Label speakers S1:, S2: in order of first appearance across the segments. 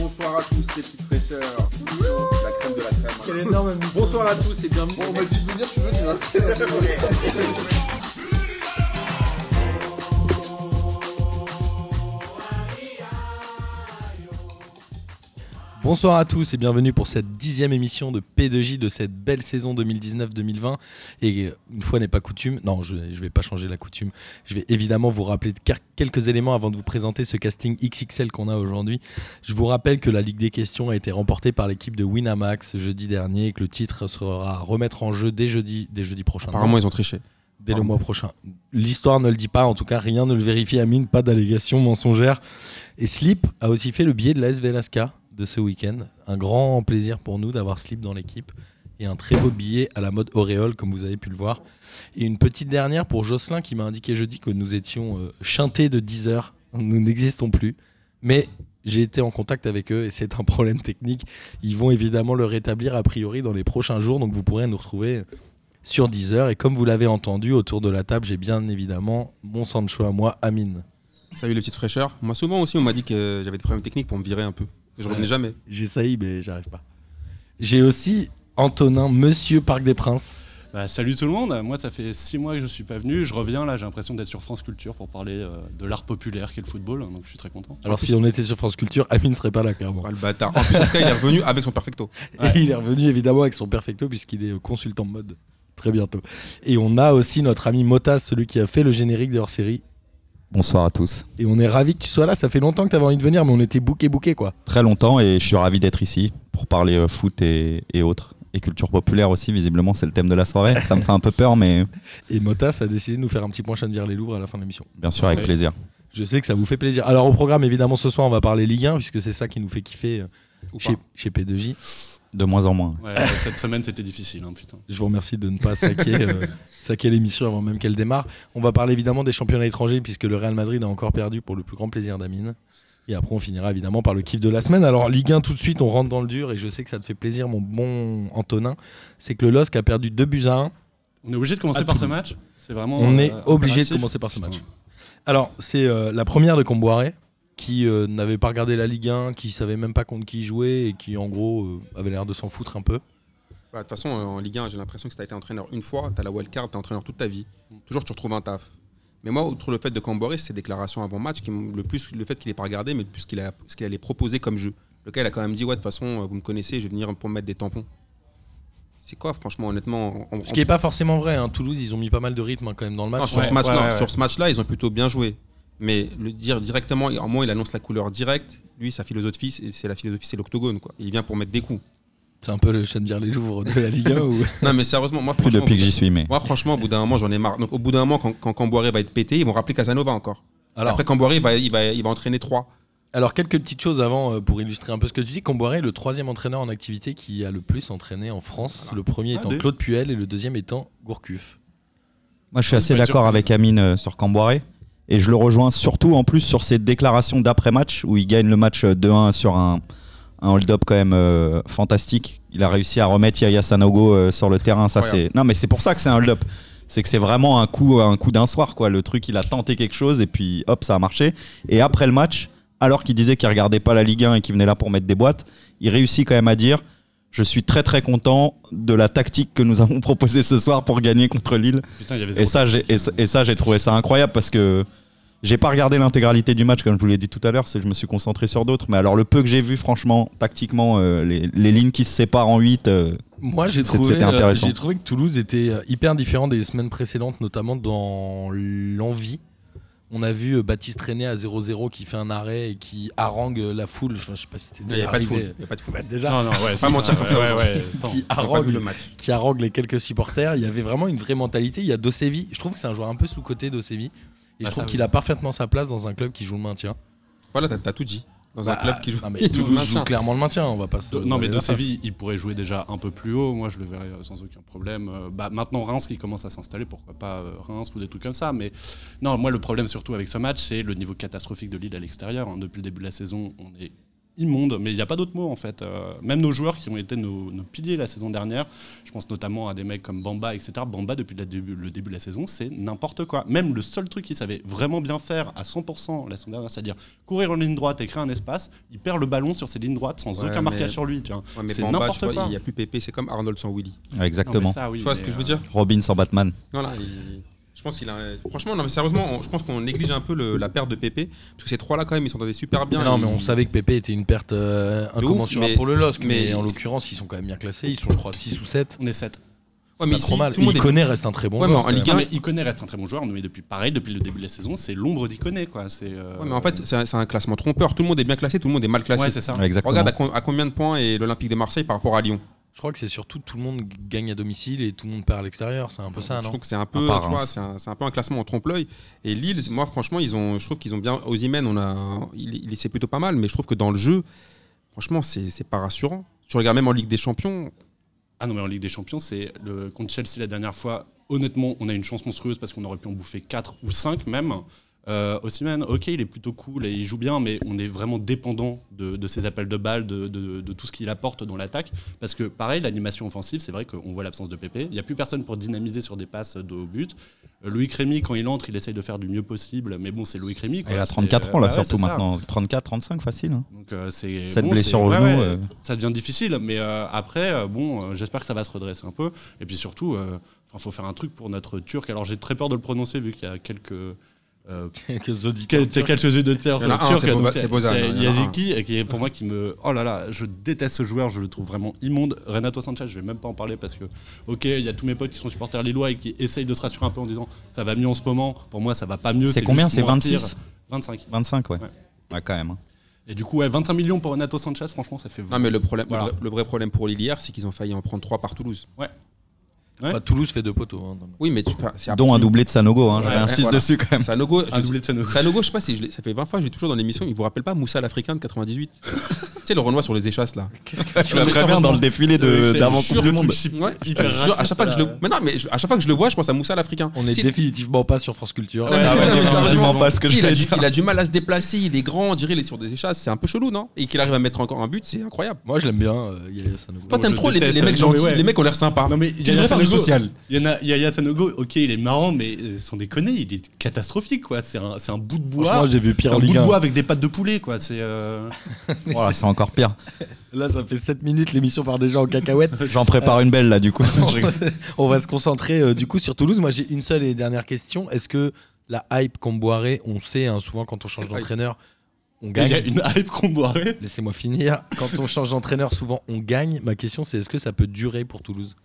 S1: Bonsoir à tous les petites fraîcheurs. La crème de la crème. hein.
S2: Quel énorme micro.
S3: Bonsoir à tous et bienvenue.
S1: Bon, on m'a dit de venir, je suis venu. hein.
S3: Bonsoir à tous et bienvenue pour cette dixième émission de P2J de cette belle saison 2019-2020. Et euh, une fois n'est pas coutume, non, je ne vais pas changer la coutume. Je vais évidemment vous rappeler de quer- quelques éléments avant de vous présenter ce casting XXL qu'on a aujourd'hui. Je vous rappelle que la Ligue des questions a été remportée par l'équipe de Winamax jeudi dernier et que le titre sera à remettre en jeu dès jeudi, dès jeudi prochain.
S4: Apparemment, ils ont triché.
S3: dès le mois prochain. L'histoire ne le dit pas, en tout cas rien ne le vérifie, Amine, pas d'allégation mensongère. Et Slip a aussi fait le billet de l'AS Velasca de ce week-end. Un grand plaisir pour nous d'avoir Slip dans l'équipe et un très beau billet à la mode auréole, comme vous avez pu le voir. Et une petite dernière pour Jocelyn qui m'a indiqué jeudi que nous étions euh, chantés de 10 heures. Nous n'existons plus. Mais j'ai été en contact avec eux et c'est un problème technique. Ils vont évidemment le rétablir a priori dans les prochains jours, donc vous pourrez nous retrouver sur Deezer. Et comme vous l'avez entendu, autour de la table, j'ai bien évidemment mon Sancho à moi, Amine.
S4: Salut les petites fraîcheurs. Moi, souvent aussi, on m'a dit que j'avais des problèmes techniques pour me virer un peu. Je revenais
S3: Ouais.
S4: jamais.
S3: J'ai sailli, mais j'arrive pas. J'ai aussi Antonin, monsieur Parc des Princes.
S5: Bah, salut tout le monde, moi ça fait six mois que je suis pas venu, je reviens là, j'ai l'impression d'être sur France Culture pour parler euh, de l'art populaire qu'est le football, donc je suis très content.
S3: Alors si on était sur France Culture, Amine serait pas là, clairement.
S4: Ah, le bâtard. En plus, en tout cas, il est revenu avec son perfecto.
S5: Ouais.
S3: Et il est revenu évidemment avec son perfecto puisqu'il est euh, consultant mode très bientôt. Et on a aussi notre ami Motas, celui qui a fait le générique de hors série.
S6: Bonsoir à tous.
S3: Et on est ravi que tu sois là. Ça fait longtemps que t'avais envie de venir, mais on était bouqué bouqué quoi.
S6: Très longtemps et je suis ravi d'être ici pour parler euh, foot et, et autres. Et culture populaire aussi, visiblement, c'est le thème de la soirée. Ça me fait un peu peur, mais
S3: Et Motas a décidé de nous faire un petit point vers les Louvres à la fin de l'émission.
S6: bien sûr, avec
S5: Ouais.
S6: plaisir.
S3: Je sais que ça vous fait plaisir. Alors au programme, évidemment, ce soir, on va parler Ligue 1 puisque c'est ça qui nous fait kiffer euh,
S4: Ou
S3: chez,
S4: pas.
S3: chez P2J.
S6: De moins en moins.
S5: Ouais, cette semaine c'était difficile, hein, putain.
S3: Je vous remercie de ne pas saquer, euh, saquer l'émission avant même qu'elle démarre. On va parler évidemment des championnats étrangers puisque le Real Madrid a encore perdu pour le plus grand plaisir d'Amine. Et après, on finira évidemment par le kiff de la semaine. Alors, Ligue 1, tout de suite, on rentre dans le dur et je sais que ça te fait plaisir, mon bon Antonin. C'est que le LOSC a perdu 2 buts à 1
S5: On est obligé de
S4: Ah,
S5: commencer
S3: À
S5: par ce
S3: Toulouse.
S5: match C'est vraiment.
S3: On
S5: euh,
S3: est obligé de
S5: impératif
S3: commencer par ce match.
S5: Putain.
S3: Alors, c'est euh, la première de Comboiré, qui euh, n'avait pas regardé la Ligue 1, qui savait même pas contre qui il jouait et qui, en gros, euh, avait l'air de s'en foutre un peu.
S4: Bah, De toute façon, euh, en Ligue 1, j'ai l'impression que si t'as été entraîneur une fois, t'as la wildcard, t'es entraîneur toute ta vie. Toujours, tu retrouves un taf. Mais moi, outre le fait de Camboré, ses déclarations avant match, qui m'ont- le plus le fait qu'il n'ait pas regardé, mais le plus qu'il a, ce qu'il allait proposer comme jeu. Lequel a quand même dit Ouais, de toute façon, euh, vous me connaissez, je vais venir pour me mettre des tampons. C'est quoi, franchement, honnêtement on- on-
S3: Ce qui est pas forcément vrai. hein. Toulouse, ils ont mis pas mal de rythme hein, quand même dans le match.
S4: Non, sur,
S5: Ah, Ouais,
S4: ce match,
S5: ouais,
S4: non,
S5: ouais, ouais.
S4: sur ce match-là, ils ont plutôt bien joué. Mais le dire directement, et en moins, il annonce la couleur directe. Lui, sa philosophie, c'est c'est la philosophie, c'est l'octogone. quoi. Il vient pour mettre des coups.
S3: C'est un peu le chien de les Louvres de la Ligue 1. ou-
S4: Non, mais sérieusement, moi,
S6: Plus
S4: franchement,
S6: depuis que j'y suis, mais
S4: moi, franchement, au bout d'un moment, j'en ai marre. Donc, au bout d'un moment, quand, quand Camboiré va être pété, ils vont rappeler Casanova encore.
S3: Alors,
S4: Après, Camboiré, il va, il, va, il va entraîner 3.
S3: alors, quelques petites choses avant euh, pour illustrer un peu ce que tu dis. Comboiré est le troisième entraîneur en activité qui a le plus entraîné en France. Le premier
S5: Ah,
S3: étant
S5: des-
S3: Claude Puel et le deuxième étant Gourcuff.
S6: moi je suis assez
S5: pas
S6: d'accord
S5: sûr.
S6: avec Amine euh, sur Camboiré. Et je le rejoins surtout en plus sur ses déclarations d'après-match où il gagne le match euh, 2-1 sur un, un hold-up quand même euh, fantastique. Il a réussi à remettre Yaya Sanogo euh, sur le terrain. Ça,
S4: Incroyable.
S6: c'est... Non, mais c'est pour ça que c'est un hold-up. C'est que c'est vraiment un coup, un coup d'un soir. Quoi. Le truc, il a tenté quelque chose et puis hop, ça a marché. Et après le match, alors qu'il disait qu'il regardait pas la Ligue 1 et qu'il venait là pour mettre des boîtes, il réussit quand même à dire Je suis très très content de la tactique que nous avons proposée ce soir pour gagner contre Lille.
S5: Putain, il y avait
S6: Et
S5: zéro
S6: ça, j'ai, et, ça- et ça, j'ai trouvé ça incroyable parce que j'ai pas regardé l'intégralité du match, comme je vous l'ai dit tout à l'heure, parce que je me suis concentré sur d'autres. Mais alors, le peu que j'ai vu, franchement, tactiquement, euh, les, les lignes qui se séparent en euh, 8,
S3: Moi, j'ai
S6: C'est-
S3: trouvé,
S6: c'était
S3: euh,
S6: intéressant.
S3: j'ai trouvé que Toulouse était euh, hyper différent des semaines précédentes, notamment dans l'envie. On a vu euh, Baptiste René à 0-0 qui fait un arrêt et qui harangue euh, la foule. Enfin, je sais pas si c'était
S4: Il n'y a,
S3: déjà
S4: pas de foule.
S3: arrivé.
S4: Il y a pas de foule.
S3: Bah, déjà,
S5: Non, non, ouais, c'est
S4: Pas mentir
S5: ça,
S4: comme
S5: ouais,
S4: ça
S5: ouais,
S4: aux gens.
S5: ouais, attends.
S3: qui,
S4: J'ai pas vu
S3: harangue,
S4: le match.
S3: qui harangue les quelques supporters. Il y avait vraiment une vraie mentalité. Il y a Dosévi. Je trouve que c'est un joueur un peu sous-côté, Dosévi. Et je
S4: Bah,
S5: ça,
S3: trouve
S5: oui.
S3: qu'il a parfaitement sa place dans un club qui joue le maintien.
S4: Voilà, t'as t'as tout dit. Dans un
S3: Bah,
S4: club qui joue,
S3: Non, mais
S4: qui joue le
S3: Toulouse joue
S4: maintien.
S3: clairement le maintien. On va pas se.
S5: Do- non, mais
S3: on va
S5: de
S3: pas se-
S5: Séville, il pourrait jouer déjà un peu plus haut. Moi, je le verrais euh, sans aucun problème. Euh, bah, maintenant, Reims qui commence à s'installer, pourquoi pas euh, Reims ou des trucs comme ça. Mais non, moi, le problème surtout avec ce match, c'est le niveau catastrophique de Lille à l'extérieur. hein. Depuis le début de la saison, on est immonde, mais il n'y a pas d'autre mot en fait. Euh, même nos joueurs qui ont été nos, nos piliers la saison dernière, je pense notamment à des mecs comme Bamba, etc. Bamba, depuis le début, le début de la saison, c'est n'importe quoi. Même le seul truc qu'il savait vraiment bien faire à 100% la saison dernière, c'est-à-dire courir en ligne droite et créer un espace, il perd le ballon sur ses lignes droites sans
S4: Ouais,
S5: aucun
S4: mais-
S5: marquage sur lui. Tu vois.
S4: Ouais, mais
S5: C'est
S4: Bamba,
S5: n'importe
S4: tu vois,
S5: quoi.
S4: il n'y a plus Pépé, c'est comme Arnold sans Willy.
S5: Non,
S6: Exactement.
S5: mais ça, oui,
S4: tu vois ce
S5: mais,
S4: que je veux
S5: euh,
S4: dire
S6: Robin sans Batman.
S4: Voilà, il- je pense qu'il a. Franchement, non, mais sérieusement, on- je pense qu'on néglige un peu le- la perte de Pépé, parce que ces trois-là, quand même, ils s'entendaient super bien.
S3: non, mais
S4: Ils-
S3: on savait que Pépé était une perte euh,
S4: ouf,
S3: incommensurable
S4: mais-
S3: pour le LOSC, mais,
S4: mais-
S3: en l'occurrence, ils sont quand même bien classés. Ils sont, je crois, 6 ou 7.
S5: On est 7.
S4: Ouais, mais
S3: pas
S4: ici,
S3: trop mal.
S4: tout le monde est-
S3: Iconé reste un très bon
S4: Ouais, mais
S3: joueur,
S4: en
S3: quand
S4: Ligue
S3: même.
S5: Non, mais Iconé reste un très bon joueur, mais depuis pareil, depuis le début de la saison, c'est l'ombre d'Iconé. quoi. C'est, euh,
S4: Ouais, mais en fait, c'est un, c'est un classement trompeur. Tout le monde est bien classé, tout le monde est mal classé.
S5: ouais, c'est ça.
S6: Exactement.
S4: Regarde à, com- à combien de points est l'Olympique de Marseille par rapport à Lyon.
S3: Je crois que c'est surtout tout le monde gagne à domicile et tout le monde perd à l'extérieur. C'est un peu ça,
S4: je
S3: Ah, non
S4: trouve que c'est un peu,
S6: À part
S4: tu vois,
S6: Reims.
S4: c'est un, c'est un peu un classement en trompe-l'œil. Et Lille, moi, franchement, ils ont, je trouve qu'ils ont bien. Ozymen, on a, il, il c'est plutôt pas mal, mais je trouve que dans le jeu, franchement, c'est c'est pas rassurant. Tu regardes même en Ligue des Champions,
S5: Ah non, mais en Ligue des Champions, c'est le contre Chelsea la dernière fois. Honnêtement, on a une chance monstrueuse parce qu'on aurait pu en bouffer 4 ou 5 même. Euh, Osimhen, ok, il est plutôt cool et il joue bien, mais on est vraiment dépendant de, de ses appels de balles, de, de- de tout ce qu'il apporte dans l'attaque. Parce que, pareil, l'animation offensive, c'est vrai qu'on voit l'absence de Pépé. Il n'y a plus personne pour dynamiser sur des passes de haut but. Euh, Loïc Rémy, quand il entre, il essaye de faire du mieux possible, mais bon, c'est Loïc Rémy. quoi.
S6: Il a
S5: C'est-
S6: 34 ans là,
S5: Bah ouais,
S6: surtout
S5: c'est ça.
S6: maintenant. 34, 35 facile. hein.
S5: Donc, euh, c'est
S6: Cette
S5: bon,
S6: blessure
S5: c'est-
S6: au
S5: ouais,
S6: genou,
S5: ouais,
S6: euh.
S5: ça devient difficile. Mais euh, après, euh, bon, euh, j'espère que ça va se redresser un peu. Et puis surtout, il faut faire un truc pour notre Turc. Alors j'ai très peur de le prononcer vu qu'il y a quelques euh,
S3: Quelques auditeurs.
S5: quel- quelques yeux de terre
S4: Il y en a un,
S5: turcs.
S4: c'est Boba-
S5: donc,
S4: c'est Bozan, il y en a
S5: Yaziki, et qui est pour moi qui me. Oh là là, je déteste ce joueur, je le trouve vraiment immonde. Renato Sanchez, je vais même pas en parler parce que, ok, il y a tous mes potes qui sont supporters lillois et qui essayent de se rassurer un peu en disant ça va mieux en ce moment. Pour moi, ça va pas mieux.
S6: C'est combien
S5: juste
S6: C'est
S5: mentir.
S6: 26
S5: 25.
S6: 25, ouais.
S5: Ouais.
S6: Ouais, quand même. hein.
S5: Et du coup, ouais, 25 millions pour Renato Sanchez, franchement, ça fait
S4: Non, mais le, problème,
S5: Voilà.
S4: le, vrai, le vrai problème pour Lille hier, c'est qu'ils ont failli en prendre 3 par Toulouse.
S5: Ouais.
S3: Bah, Toulouse fait deux poteaux. hein, dans le-
S4: Oui, mais tu, enfin, c'est
S6: Dont un
S4: absolument-
S6: doublé de Sanogo, hein, je
S4: Ouais,
S6: réinsiste
S4: voilà.
S6: dessus quand même.
S4: Sanogo, je
S5: Un
S4: te
S5: doublé de Sanogo.
S4: Sanogo, je sais pas si je l'ai- ça fait 20 fois, j'ai toujours dans l'émission, il vous rappelle pas Moussa l'Africain de 98 Tu sais, le Renoir sur les échasses là.
S6: Tu l'as très bien dans le
S5: Euh,
S6: défilé de- d'avant tout le monde.
S4: Ouais, je te
S5: hyper
S4: jure, à
S5: raciste,
S4: chaque fois que je
S5: là.
S4: le. Mais non, mais je- à chaque fois que je le vois, je pense à Moussa l'Afriquin.
S3: On est
S4: Si-
S3: définitivement pas sur France Culture.
S4: Ouais,
S6: Ah ouais,
S4: non, mais
S6: définitivement
S4: sérieusement,
S6: pas ce que
S4: si,
S6: je
S4: il, a
S6: vais
S4: du,
S6: dire.
S4: il a du mal à se déplacer, il est grand, on dirait il est sur des échasses, c'est un peu chelou, non Et qu'il arrive à mettre encore un but, c'est incroyable.
S3: Moi, je l'aime bien. euh, Yaya Sanogo.
S4: Toi,
S5: Moi,
S4: t'aimes
S5: je
S4: trop les,
S5: déteste,
S4: les mecs
S5: non, mais
S4: gentils,
S5: ouais.
S4: les mecs ont l'air sympas.
S5: Non mais
S4: tu devrais faire du social.
S5: Il y en a Yaya Sanogo, ok, il est marrant, mais euh, sans déconner, il est catastrophique quoi. C'est un, c'est un bout de bois.
S3: Franchement, j'ai vu
S5: C'est
S3: pire
S5: un
S3: en
S5: bout
S3: Ligue
S5: de
S3: 1.
S5: bois avec des pattes de poulet quoi. C'est euh,
S6: Voilà, Oh c'est encore pire.
S3: Là, ça fait 7 minutes l'émission part déjà en cacahuète.
S6: J'en prépare une belle là, du coup. Je rigole.
S3: On va se concentrer euh, du coup sur Toulouse. Moi, j'ai une seule et dernière question. Est-ce que la hype qu'on boirait, on sait hein, souvent quand on change
S4: Quelle hype
S3: d'entraîneur, on
S5: il y a
S3: gagne
S5: une hype qu'on boirait.
S3: Laissez-moi finir. Quand on change d'entraîneur, souvent on gagne. Ma question, c'est est-ce que ça peut durer pour Toulouse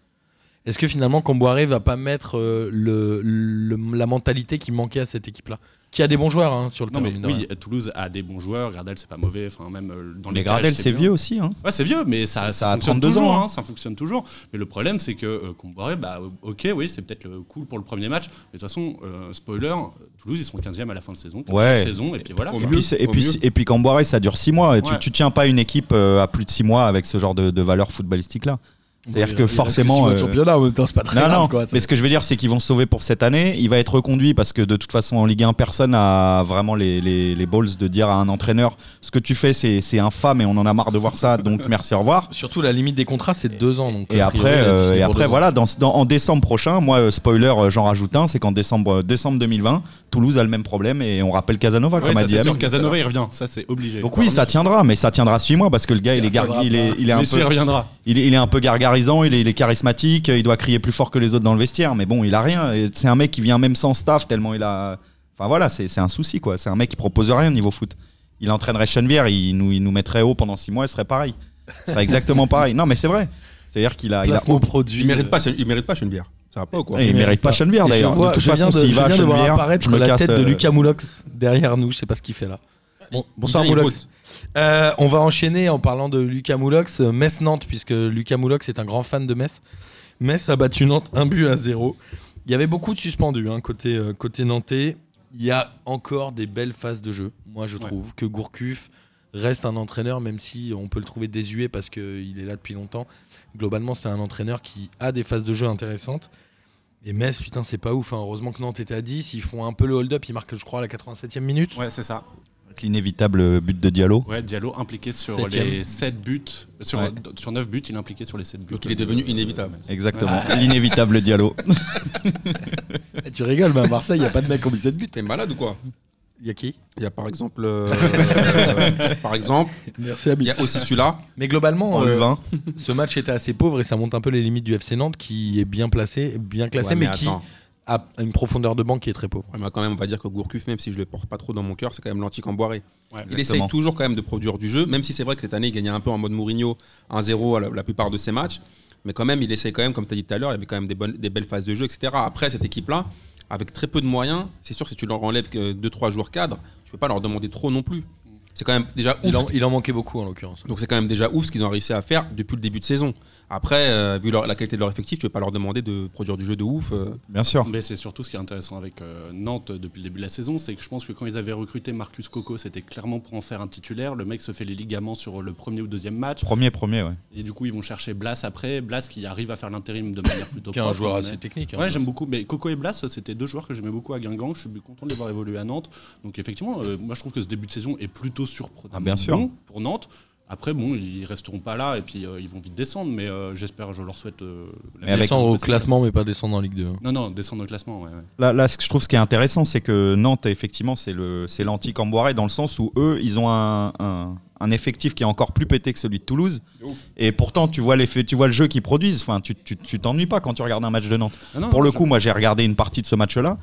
S3: Est-ce que finalement Camboiré va pas mettre euh, le, le- la mentalité qui manquait à cette équipe-là Qui a des bons joueurs hein, sur le
S5: Non
S3: terrain.
S5: mais
S3: mine de
S5: oui,
S3: rien.
S5: Toulouse a des bons joueurs. Gradel c'est pas mauvais. Enfin même euh, dans les
S6: Mais
S5: cages,
S6: Gradel, c'est
S5: bien.
S6: vieux aussi. Hein.
S5: Ouais, c'est vieux, mais ça, ça,
S6: Ça a
S5: fonctionne
S6: 32 ans,
S5: toujours,
S6: hein.
S5: hein, ça fonctionne toujours. Mais le problème, c'est que euh, Comboiré, bah, ok, oui, c'est peut-être le cool pour le premier match. Mais de toute façon, euh, spoiler, Toulouse, ils seront 15e à la fin de saison. comme
S6: Ouais.
S5: chaque Saison, et puis voilà.
S4: Au
S5: quoi.
S6: Et
S4: mieux,
S6: puis, c'est- Ah, et
S4: au
S6: puis,
S4: mieux.
S6: si- et puis Camboire, ça dure 6 mois. Et tu,
S5: Ouais.
S6: tu tiens pas une équipe euh, à plus de 6 mois avec ce genre de, de valeur footballistique là. C'est-à-dire
S3: Bon,
S6: que
S3: il reste
S6: forcément,
S3: six mois de
S6: euh,
S3: championnat, en même temps, c'est pas très
S6: non,
S3: grave.
S6: non,
S3: quoi.
S6: mais ce que je veux dire, c'est qu'ils vont se sauver pour cette année. Il va être reconduit parce que de toute façon, en Ligue 1, personne n'a vraiment les, les, les balls de dire à un entraîneur ce que tu fais, c'est c'est infâme et on en a marre de voir ça. Donc merci, au revoir.
S3: Surtout, la limite des contrats, c'est deux ans. Donc,
S6: Et
S3: a priori,
S6: après,
S3: là,
S6: euh,
S3: c'est
S6: et
S3: pour deux
S6: après
S3: ans.
S6: voilà, dans, ce- dans- en décembre prochain, moi, euh, spoiler, euh, j'en rajoute un, c'est qu'en décembre, euh, décembre 2020, Toulouse a le même problème et on rappelle Casanova
S5: Ouais,
S6: comme a
S5: ça,
S6: dit
S5: c'est sûr,
S6: Amine.
S5: Casanova, il revient, ça c'est obligé.
S6: Donc oui, ça tiendra, mais ça tiendra 6 mois parce que le gars, il,
S3: Il
S6: est, gar-
S3: reviendra
S6: il est,
S3: pas.
S6: il est un
S5: Messi
S6: peu,
S5: reviendra.
S6: il est, il est un peu gargarisant, il est, il est charismatique, il doit crier plus fort que les autres dans le vestiaire, mais bon, il a rien. Et C'est un mec qui vient même sans staff tellement il a. Enfin voilà, c'est c'est un souci quoi. C'est un mec qui propose rien niveau foot. Il entraînerait Chenvière, il nous, il nous mettrait haut pendant 6 mois, il serait pareil. Ce serait exactement pareil. Non, mais c'est vrai. C'est-à-dire qu'il a, il a
S3: Placement produit.
S4: Il mérite pas, c'est- il mérite pas Schoenbier. Ça va pas ou quoi
S6: Ouais, il mérite pas Chenvière
S3: Et je
S6: d'ailleurs.
S3: vois-
S6: De toute
S3: je viens
S6: façon,
S3: de-
S6: s'il
S3: je
S6: va à
S3: viens de voir
S6: Chenvière,
S3: apparaître
S6: je me
S3: la
S6: casse,
S3: tête de
S6: euh,
S3: Lucas Moulox derrière nous. Je sais pas ce qu'il fait là. Bon, bonsoir
S4: il vient, il
S3: Moulox. Euh, on va enchaîner en parlant de Lucas Moulox, euh, Metz-Nantes, puisque Lucas Moulox est un grand fan de Metz. Metz a battu Nantes un but à zéro. Il y avait beaucoup de suspendus hein, côté, euh, côté nantais. Il y a encore des belles phases de jeu. Moi, je
S5: Ouais.
S3: trouve que Gourcuff reste un entraîneur, même si on peut le trouver désuet parce qu'il est là depuis longtemps. Globalement, c'est un entraîneur qui a des phases de jeu intéressantes. Et Metz, putain, c'est pas ouf. hein. Heureusement que Nantes était à 10. Ils font un peu le hold-up. Ils marquent, je crois, à la 87e minute.
S5: Ouais, c'est ça.
S6: Avec L'inévitable but de Diallo.
S5: Ouais, Diallo impliqué sur
S3: Septième.
S5: les 7 buts. Sur,
S6: Ouais.
S5: sur 9 buts, il est impliqué sur les 7 buts.
S4: Donc il est devenu inévitable.
S6: Exactement. L'inévitable Diallo.
S3: Eh, Tu rigoles, mais à Marseille, il n'y a pas de mec qui ont mis 7 buts.
S4: T'es malade ou quoi
S3: Il y a qui
S4: Il y a par exemple. euh, euh, par exemple,
S3: Merci
S4: il
S3: Ami.
S4: y a aussi celui-là.
S3: Mais globalement,
S6: En
S3: euh,
S6: U20.
S3: ce match était assez pauvre et ça monte un peu les limites du FC Nantes qui est bien placé, bien classé,
S4: Ouais,
S3: mais, qui
S4: attends.
S3: a une profondeur de banque qui est très pauvre.
S4: Ouais, mais quand même, on va dire que Gourcuff, même si je le porte pas trop dans mon cœur, c'est quand même l'anti-camboiré.
S5: Ouais,
S4: il
S6: exactement.
S4: essaye toujours quand même de produire du jeu, même si c'est vrai que cette année, il gagnait un peu en mode Mourinho 1-0 à la, la plupart de ses matchs. Mais quand même, il essaye quand même, comme tu as dit tout à l'heure, il y avait quand même des, bonnes, des belles phases de jeu, etc. Après, cette équipe-là, avec très peu de moyens, c'est sûr que si tu leur enlèves 2-3 joueurs cadres, tu peux pas leur demander trop non plus. C'est quand même déjà ouf.
S3: Il en, il en manquait beaucoup en l'occurrence.
S4: Donc c'est quand même déjà ouf ce qu'ils ont réussi à faire depuis le début de saison. Après, euh, vu leur- la qualité de leur effectif, tu ne peux pas leur demander de produire du jeu de ouf. euh.
S6: Bien sûr.
S5: Mais c'est surtout ce qui est intéressant avec euh, Nantes depuis le début de la saison, c'est que je pense que quand ils avaient recruté Marcus Coco, c'était clairement pour en faire un titulaire. Le mec se fait les ligaments sur le premier ou deuxième match.
S6: Premier, premier, ouais.
S5: Et du coup, ils vont chercher Blas après. Blas qui arrive à faire l'intérim de manière plutôt
S3: Qui est un
S5: propre,
S3: joueur
S5: mais-
S3: assez technique. hein.
S5: Ouais, j'aime beaucoup. Mais Coco et Blas, c'était deux joueurs que j'aimais beaucoup à Guingamp. Je suis content de les voir évoluer à Nantes. Donc effectivement, euh, moi je trouve que ce début de saison est plutôt surprenant
S6: Ah, bien
S5: bon
S6: sûr.
S5: pour Nantes. Après, bon, ils resteront pas là et puis euh, ils vont vite descendre. Mais euh, j'espère, je leur souhaite. euh, la
S6: Mais avec-
S5: meilleure
S3: Descendre au
S5: possible.
S3: classement, mais pas descendre en Ligue 2. hein.
S5: Non, non, descendre au classement. ouais, ouais.
S6: Là, là, ce que je trouve ce qui est intéressant, c'est que Nantes, effectivement, c'est le- c'est l'anti-Camboiré dans le sens où eux, ils ont un, un- un effectif qui est encore plus pété que celui de Toulouse. Et pourtant, tu vois, l'effet- tu vois le jeu qu'ils produisent. Enfin, tu tu- tu t'ennuies pas quand tu regardes un match de Nantes.
S5: Ah
S3: Ah
S5: Non, non,
S6: Pour le
S5: je-
S6: coup, moi, j'ai regardé une partie de ce match-là.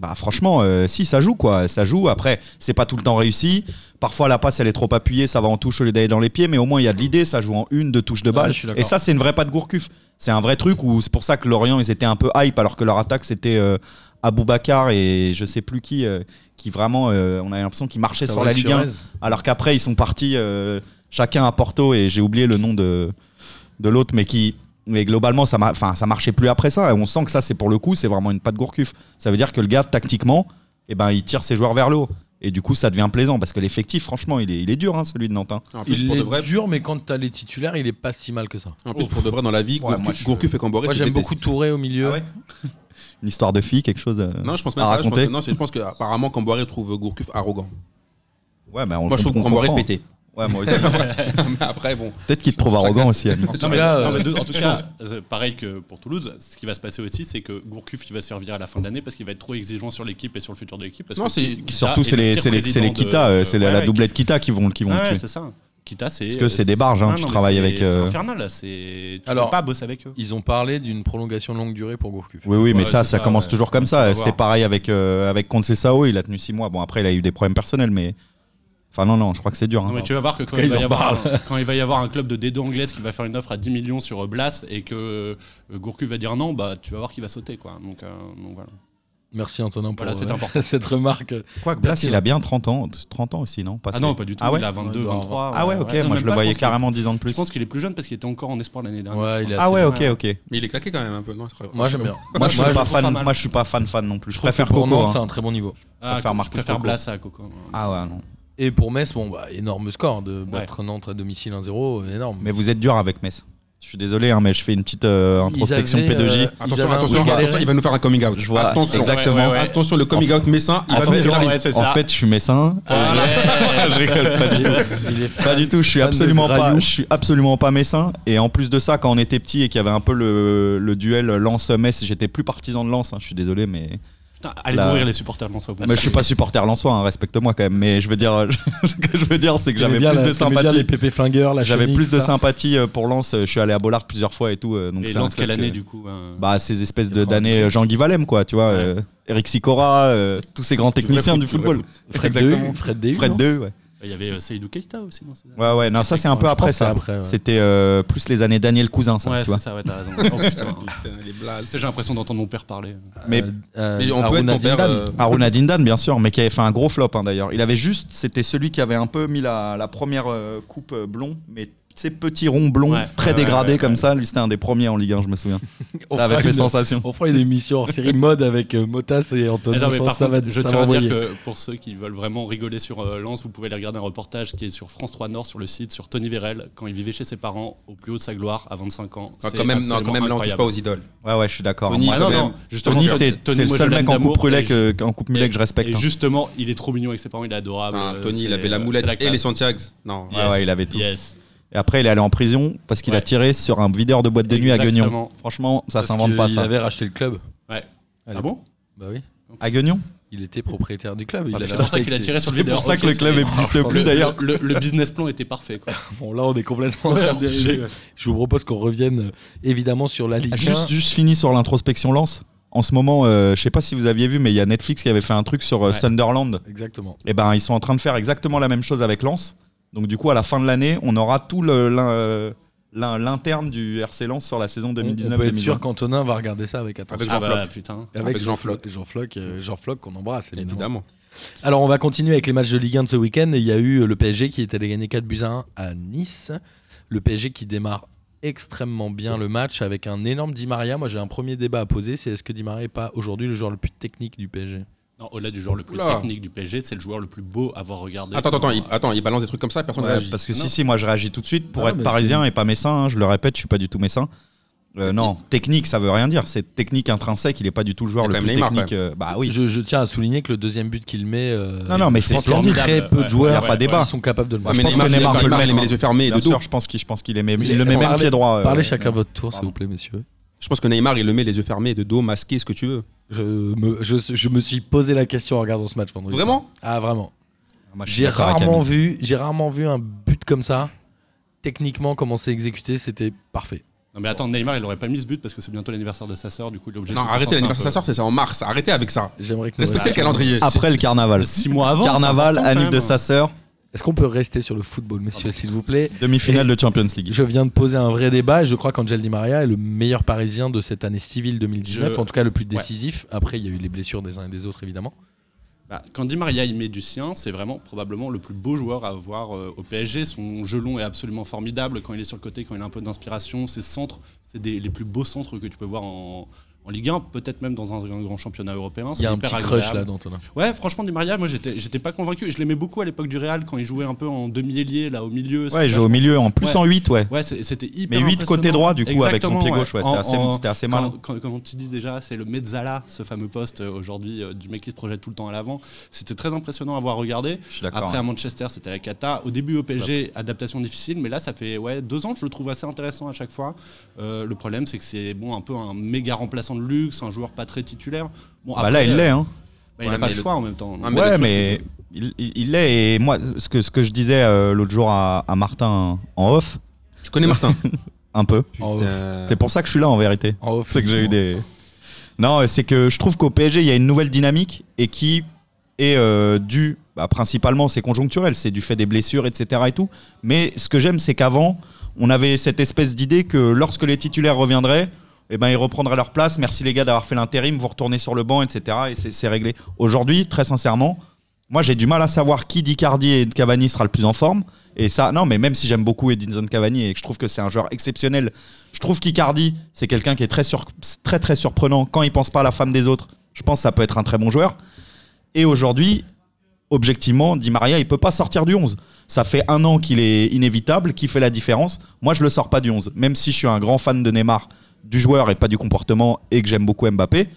S6: Bah, franchement, euh, si, ça joue, quoi. Ça joue. Après, c'est pas tout le temps réussi. Parfois, la passe, elle est trop appuyée, ça va en touche au lieu d'aller dans les pieds. Mais au moins, il y a de l'idée, ça joue en une, deux touches de
S3: Non, mais
S6: balle.
S3: je suis d'accord.
S6: Et ça, c'est une vraie pas de Gourcuff. C'est un vrai truc où c'est pour ça que Lorient, ils étaient un peu hype, alors que leur attaque, c'était euh, Aboubacar et je sais plus qui, euh, qui vraiment, euh, on avait l'impression qu'ils marchaient sur la
S3: Suarez,
S6: Ligue 1.
S3: Suarez.
S6: Alors qu'après, ils sont partis euh, chacun à Porto et j'ai oublié le nom de, de l'autre, mais qui. Mais globalement, ça, mar- enfin, ça marchait plus après ça. Et on sent que ça, c'est pour le coup, c'est vraiment une patte gourcuf. Ça veut dire que le gars, tactiquement, eh ben, il tire ses joueurs vers le haut. Et du coup, ça devient plaisant parce que l'effectif, franchement, il est, il est dur, hein, celui de Nantes. hein.
S4: En plus,
S3: Il
S4: pour de
S3: est
S4: vrai,
S3: dur, mais quand t'as les titulaires, il est pas si mal que ça.
S4: en plus, pour de vrai dans la vie,
S6: Ouais,
S4: Gourcuff,
S6: moi, je- Ah
S4: Gourcuff et Camboré,
S3: Moi,
S4: c'est
S3: j'aime
S4: des
S3: beaucoup
S4: tests.
S3: Touré au milieu.
S6: Une histoire de fille, quelque chose. euh,
S4: Non, je pense
S6: à
S4: même pas. Je pense,
S6: raconter.
S4: que, non, c'est- je pense que apparemment Camboiré trouve Gourcuff arrogant.
S6: Ouais, mais on
S4: Moi, je trouve
S6: on
S4: Camboiré
S6: comprend.
S4: pété.
S6: Ouais, moi aussi.
S4: Mais après, bon.
S6: Peut-être qu'il te trouve arrogant aussi, Ami.
S5: En
S3: En
S5: tout
S3: tout cas,
S5: cas,
S3: euh,
S5: en tout cas, euh, pareil que pour Toulouse, ce qui va se passer aussi, c'est que Gourcuff il va se faire virer à la fin de l'année parce qu'il va être trop exigeant sur l'équipe et sur le futur de l'équipe. parce
S4: Non,
S5: que
S4: c'est-
S5: Kita
S6: Surtout,
S5: est
S6: c'est
S5: le
S6: les,
S5: pire
S6: c'est les, c'est les
S5: président de-
S6: Kita, euh, c'est la,
S5: Ouais,
S6: la
S5: ouais,
S6: doublette Kita qui vont, qui vont
S5: Ouais,
S6: tuer.
S5: ouais, c'est ça. Kita, c'est.
S6: Parce que c'est des barges, hein,
S5: Ah,
S6: tu
S5: non, mais
S6: travailles
S5: c'est-
S6: avec,
S5: C'est
S6: euh,
S5: infernal, là. c'est- Tu
S3: Alors-
S5: peux pas bosser avec eux.
S3: Ils ont parlé d'une prolongation longue durée pour Gourcuff.
S6: Oui, oui,
S5: Ouais,
S6: mais ça,
S5: c'est ça,
S6: ça commence
S5: ouais.
S6: toujours
S5: On
S6: comme
S5: va
S6: ça.
S5: voir.
S6: C'était pareil avec, euh, avec Sao, il a tenu 6 mois. Bon, après, il a eu des problèmes personnels, mais. Enfin, non, non, je crois que c'est dur. hein.
S5: Non, mais tu vas voir que quand
S3: cas,
S5: il, va
S3: ils
S5: y
S3: en
S5: avoir un, quand il va y avoir un club de dédo anglaise qui va faire une offre à 10 millions sur euh, Blas et que euh, Gourcuff va dire non, bah tu vas voir qu'il va sauter quoi. Donc, euh, donc voilà.
S3: Merci Antonin pour
S5: Voilà, c'est
S3: euh,
S5: important.
S3: cette remarque.
S6: Quoique Blas, il a bien 30 ans, 30 ans aussi, non
S5: Ah
S6: Passé.
S5: non, pas du tout.
S6: Ah ouais,
S5: il a 22,
S3: Ouais,
S5: 23.
S6: Ah ouais, ok,
S5: non,
S6: moi
S5: même
S6: je le
S5: pas,
S6: voyais
S5: pense qu'il-
S6: carrément 10 ans de
S5: Je
S6: plus.
S5: pense qu'il est plus jeune parce qu'il était encore en espoir l'année dernière.
S3: Ouais,
S5: je
S3: il
S5: crois.
S3: est assez
S6: Ah ouais, ok,
S5: ouais.
S6: ok.
S4: Mais il est claqué quand même un peu. Non, je crois-
S3: Moi, j'aime bien.
S6: Moi, je suis
S5: je
S6: pas
S5: trouve ça
S6: fan,
S5: mal.
S6: moi, je suis pas fan, fan non plus. Je
S3: Je préfère
S6: préfère
S3: pour
S6: Coco.
S3: Nantes, c'est
S6: hein.
S3: un très bon niveau.
S5: Ah,
S6: préfère
S5: je
S6: Marcus
S5: préfère
S6: Coco.
S5: Blas à Coco.
S6: Ah ouais, non.
S3: Et pour Metz, bon, bah, énorme score de battre Nantes à domicile 1-0, énorme.
S6: Mais vous êtes dur avec Metz. Je suis désolé, hein, mais je fais une petite euh,
S3: Ils
S6: introspection
S3: avaient,
S6: P2J.
S3: euh, ils
S4: Attention,
S3: avaient un
S4: attention,
S3: peu galéré.
S4: attention, il va nous faire un coming out.
S6: Je vois
S4: attention,
S6: exactement.
S5: Ouais, ouais, ouais.
S4: attention, le coming out messin, il
S6: En
S4: va
S6: fait,
S4: nous faire
S5: ouais, c'est
S6: En
S5: ça.
S6: fait, je suis messin.
S5: Ah
S6: je rigole pas du tout.
S3: Il est fan.
S6: Pas du tout, je suis
S3: fan de
S6: absolument pas,
S3: Graillou.
S6: je suis absolument pas messin. Et en plus de ça, quand on était petit et qu'il y avait un peu le, le duel Lens-Metz, j'étais plus partisan de Lens. hein, je suis désolé, mais,
S5: Putain, allez
S6: Là.
S5: mourir les supporters de
S3: Bah,
S5: Lançois. vous.
S6: mais je suis pas supporter lensois. hein, Respecte-moi quand même. Mais je veux dire, euh, ce que je veux dire, c'est que
S3: T'aimais
S6: j'avais
S3: bien
S6: plus
S3: la-
S6: de
S3: t'aimais bien les
S6: sympathie.
S3: pépés flingueurs, la
S6: J'avais
S3: chenille,
S6: plus
S3: tout
S6: de
S3: ça.
S6: sympathie euh, pour Lens. Je suis allé à Bollard plusieurs fois et tout. euh, donc
S5: Et
S6: c'est un
S5: Lance,
S6: truc
S5: quelle année
S6: que-
S5: du coup hein
S6: Bah, ces espèces de- d'années euh, Jean-Guy Valem, quoi. Tu vois, euh, Eric Sicora, euh, tous ces grands
S4: vrai
S6: techniciens
S4: foot,
S6: du
S4: du vrai
S6: football.
S3: Fred
S6: Exactement.
S3: Dehu, Fred Dehu,
S6: Fred
S3: non
S6: 2, ouais.
S5: Il y avait euh, Seydou Keita aussi. dans ces années.
S6: Ouais, ouais, non, ça c'est un peu
S3: Je pense
S6: après
S3: que c'est
S6: ça.
S3: après, ouais.
S6: C'était euh, plus les années Daniel Cousin, ça,
S5: Ouais,
S6: tu vois.
S5: c'est ça, ouais, t'as raison. Oh, putain.
S4: Putain, les blases.
S5: J'ai l'impression d'entendre mon père parler.
S6: Mais-
S3: euh,
S4: Mais on peut être
S3: Aruna
S4: ton père.
S3: Dindan.
S4: euh,
S6: Aruna Dindan, bien sûr, mais qui avait fait un gros flop hein, d'ailleurs. Il avait juste, c'était celui qui avait un peu mis la, la première euh, coupe euh, blond, mais ces petits ronds blonds
S5: Ouais.
S6: très
S5: Ouais,
S6: dégradés
S5: ouais, ouais,
S6: comme
S5: ouais.
S6: ça. Lui, c'était un des premiers en Ligue 1, je me souviens.
S3: On
S6: ça avait
S3: fera
S6: fait
S3: une-
S6: sensation.
S3: On fera une émission hors série mode avec euh, Motas et Anthony.
S5: Mais Eh non,
S3: je
S5: mais
S3: pense
S5: par
S3: que ça va,
S5: contre, je
S3: ça va
S5: tiens à
S3: envoyer.
S5: dire que pour ceux qui veulent vraiment rigoler sur euh, Lens, vous pouvez aller regarder un reportage qui est sur France 3 Nord, sur le site, sur Tony Vérel, quand il vivait chez ses parents au plus haut de sa gloire à 25 ans.
S4: Enfin,
S5: C'est
S4: Ah, quand même, non,
S5: absolument
S4: quand même là, on touche
S5: incroyable.
S4: pas aux idoles.
S6: Ouais, ouais, je suis d'accord.
S4: Tony,
S6: Moi,
S5: Ah non,
S4: quand
S5: non,
S4: même.
S5: justement,
S6: Tony,
S5: quand-
S6: c'est
S5: Tony,
S6: c'est le
S5: moi, je
S6: seul
S5: l'aime
S6: mec en
S5: d'amour,
S6: coupe brûlée
S5: et je-
S6: que, en coupe mulet que je respecte.
S5: Et
S6: hein.
S5: justement, il est trop mignon avec ses parents, il est adorable.
S4: Enfin,
S5: euh,
S4: Ah, Tony, il
S5: c'est-
S4: avait la
S5: c'est
S4: moulette et
S5: classe.
S4: les Santiago. Non.
S6: Ouais, ouais, il avait tout.
S5: Yes.
S6: Et après, il est allé en prison parce qu'il a
S5: Ouais.
S6: tiré sur un videur de boîte de nuit à Guignon.
S5: Exactement.
S6: Franchement, ça
S3: Parce
S6: s'invente pas
S3: qu'il
S6: ça.
S3: avait racheté le club.
S5: Ouais.
S3: Allez.
S5: Ah bon
S3: Bah oui.
S6: À Guignon
S3: Il était propriétaire du club. il
S6: Ah,
S3: avait
S5: C'est pour ça
S3: racheté
S5: qu'il a
S3: ses-
S5: tiré sur le
S6: C'est
S5: leader.
S6: pour ça
S5: Ok,
S6: que le
S5: c'est-
S6: club n'existe
S3: je pense
S6: plus
S3: que-
S6: d'ailleurs.
S5: Le, le business plan était parfait. Quoi.
S3: Bon, là, on est complètement dérivés. Je vous propose qu'on revienne euh, évidemment sur la Ligue 1.
S6: Juste, juste fini sur l'introspection Lance. En ce moment, euh, je sais pas si vous aviez vu, mais il y a Netflix qui avait fait un truc sur euh,
S5: Ouais.
S6: Sunderland.
S3: Exactement.
S6: Et ben, ils sont en train de faire exactement la même chose avec Lens. Donc du coup, à la fin de l'année, on aura tout le- l'in- l'in- l'interne du RC Lens sur la saison
S3: On- on peut être
S6: 2019-2020.
S3: sûr qu'Antonin va regarder ça avec attention.
S4: Avec
S5: Ah
S4: Jean
S5: bah,
S4: Floch.
S5: putain.
S4: avec Jean Floch.
S3: Jean Floch, euh, Jean Floch qu'on embrasse évidemment.
S4: Évidemment.
S3: Alors on va continuer avec les matchs de Ligue 1 de ce week-end. Il y a eu euh, le PSG qui est allé gagner 4 buts à 1 à Nice. Le PSG qui démarre extrêmement bien le match avec un énorme Di Maria. Moi j'ai un premier débat à poser, c'est est-ce que Di Maria est pas aujourd'hui le joueur le plus technique du PSG
S5: Non, au-delà du joueur le plus
S4: Oula.
S5: technique du PSG, c'est le joueur le plus beau à avoir regardé.
S4: Attends, attends,
S5: pendant-
S4: il, attends, il balance des trucs comme ça, personne ne
S6: Ouais,
S4: réagit.
S6: parce que
S5: Non.
S6: si, si, moi je réagis tout de suite pour
S3: Ah,
S6: être
S3: mais
S6: parisien et pas messin. hein, je le répète, je suis pas du tout messin. Euh, non, technique, ça veut rien dire. C'est technique intrinsèque. Il est pas du tout le joueur
S4: Il y
S6: le
S4: a quand
S6: plus
S4: même Neymar,
S6: technique. euh, bah oui.
S3: Je, je tiens à souligner que le deuxième but qu'il met, euh,
S6: Non, non, mais
S3: je
S6: c'est
S3: pense qu'il y a
S5: formidable.
S3: très peu
S5: Ouais,
S3: de joueurs
S5: ouais, ouais,
S6: pas débat.
S3: qui sont capables de le
S4: Ouais, Ah,
S3: mettre.
S4: mais
S6: pense
S4: Neymar,
S6: que
S4: il
S6: Neymar peut le
S4: Neymar, il
S6: mettre,
S4: met les yeux fermés
S6: Bien
S4: de dos.
S6: sûr, je pense qu'il je pense qu'il est même,
S3: Mais
S6: il le met même
S3: parlez-
S6: pied droit. euh,
S3: Parlez chacun
S6: Neymar.
S3: votre tour, s'il
S6: Pardon.
S3: vous plaît, messieurs.
S4: Je pense que Neymar, il le met les yeux fermés de dos, masqué, ce que tu veux.
S3: Je me, je, je me suis posé la question en regardant ce match vendredi.
S4: Vraiment
S3: Ah, vraiment.
S6: Moi, je suis
S3: J'ai
S6: d'accord avec
S3: rarement
S6: Amine.
S3: vu, j'ai rarement vu un but comme ça. Techniquement, comment c'est exécuté, c'était parfait.
S5: Non, mais attends, Neymar, il aurait pas mis ce but parce que c'est bientôt l'anniversaire de sa sœur. Du coup, il est obligé
S4: Non,
S5: de se
S4: arrêtez
S5: concentrer
S4: l'anniversaire de sa
S5: un
S4: sœur, c'est ça en mars. Arrêtez avec ça.
S3: J'aimerais que. nous
S4: Respectez le
S3: restions-
S4: calendrier.
S6: Après le carnaval.
S5: peu. Six mois avant.
S6: Carnaval,
S5: c'est important,
S6: anniv
S5: quand
S6: de
S5: même.
S6: sa sœur,
S3: Est-ce qu'on peut rester sur le football, monsieur, s'il vous plaît
S6: demi-finale de Champions League.
S3: Je viens de poser un vrai débat et je crois qu'Angel Di Maria est le meilleur Parisien de cette année civile 2019,
S5: Je-
S3: en tout cas le plus décisif. Après, il y a eu les blessures des uns et des autres, évidemment.
S5: Bah, quand Di Maria il met du sien, c'est vraiment probablement le plus beau joueur à avoir euh, au PSG. Son jeu long est absolument formidable. Quand il est sur le côté, quand il a un peu d'inspiration, ses centres, c'est des- les plus beaux centres que tu peux voir en, en Ligue 1, peut-être même dans un, un grand championnat européen.
S3: Il y
S5: C'est
S3: a un
S5: hyper
S3: petit
S5: agréable.
S3: crush là d'Antonin.
S5: Ouais, franchement, Di Maria, moi j'étais j'étais pas convaincu. Je l'aimais beaucoup à l'époque du Real quand il jouait un peu en demi-ailier, là au milieu.
S6: Ouais,
S5: C'était
S6: il joue au milieu, en plus
S5: Ouais.
S6: en 8, ouais.
S5: Ouais, c'est- c'était hyper.
S6: Mais 8 côté
S5: impressionnant.
S6: droit, du coup, avec son
S5: Exactement,
S6: pied
S5: ouais.
S6: gauche, ouais,
S5: En-
S6: c'était assez,
S5: en-
S6: c'était assez
S5: quand-
S6: malin.
S5: quand- Comment tu dis déjà, c'est le mezzala, ce fameux poste euh, aujourd'hui euh, du mec qui se projette tout le temps à l'avant. C'était très impressionnant à voir regarder.
S6: Je suis d'accord.
S5: Après à Manchester, c'était la cata. Au début au PSG, adaptation difficile, mais là ça fait ouais deux ans que je le trouve assez intéressant à chaque fois. Euh, le problème c'est que c'est bon un peu un méga remplacant de luxe, un joueur pas très titulaire. Bon,
S6: Bah là,
S5: après,
S6: il l'est, hein.
S5: bah, il
S4: Ouais,
S5: a pas
S4: mais
S5: le
S4: le-
S5: choix en même temps.
S4: Ah, mais le
S6: Ouais,
S4: truc,
S6: mais il il- il l'est. Et moi, ce que, ce que je disais euh, l'autre jour à, à Martin en off,
S4: Tu connais Martin
S6: un peu,
S3: En off.
S4: Putain.
S6: c'est pour ça que je suis là en vérité.
S3: En off,
S6: C'est que j'ai eu
S3: évidemment.
S6: des. Non, euh, c'est que je trouve qu'au PSG, il y a une nouvelle dynamique et qui est euh, due, bah, principalement, c'est conjoncturel, c'est du fait des blessures, etc. Et tout. Mais ce que j'aime, c'est qu'avant, on avait cette espèce d'idée que lorsque les titulaires reviendraient, eh ben, ils reprendraient leur place. Merci les gars d'avoir fait l'intérim, vous retournez sur le banc, etc. Et c'est- c'est réglé. Aujourd'hui, très sincèrement, moi, j'ai du mal à savoir qui d'Icardi et de Cavani sera le plus en forme. Et ça, non, mais même si j'aime beaucoup Edinson Cavani et que je trouve que c'est un joueur exceptionnel, je trouve qu'Icardi, c'est quelqu'un qui est très, sur- très, très surprenant. Quand il pense pas à la femme des autres, je pense que ça peut être un très bon joueur. Et aujourd'hui, objectivement, Di Maria, il peut pas sortir du 11. Ça fait un an qu'il est inévitable, qu'il fait la différence. Moi, je le sors pas du 11. Même si je suis un grand fan de Neymar, du joueur et pas du comportement, et que j'aime beaucoup Mbappé,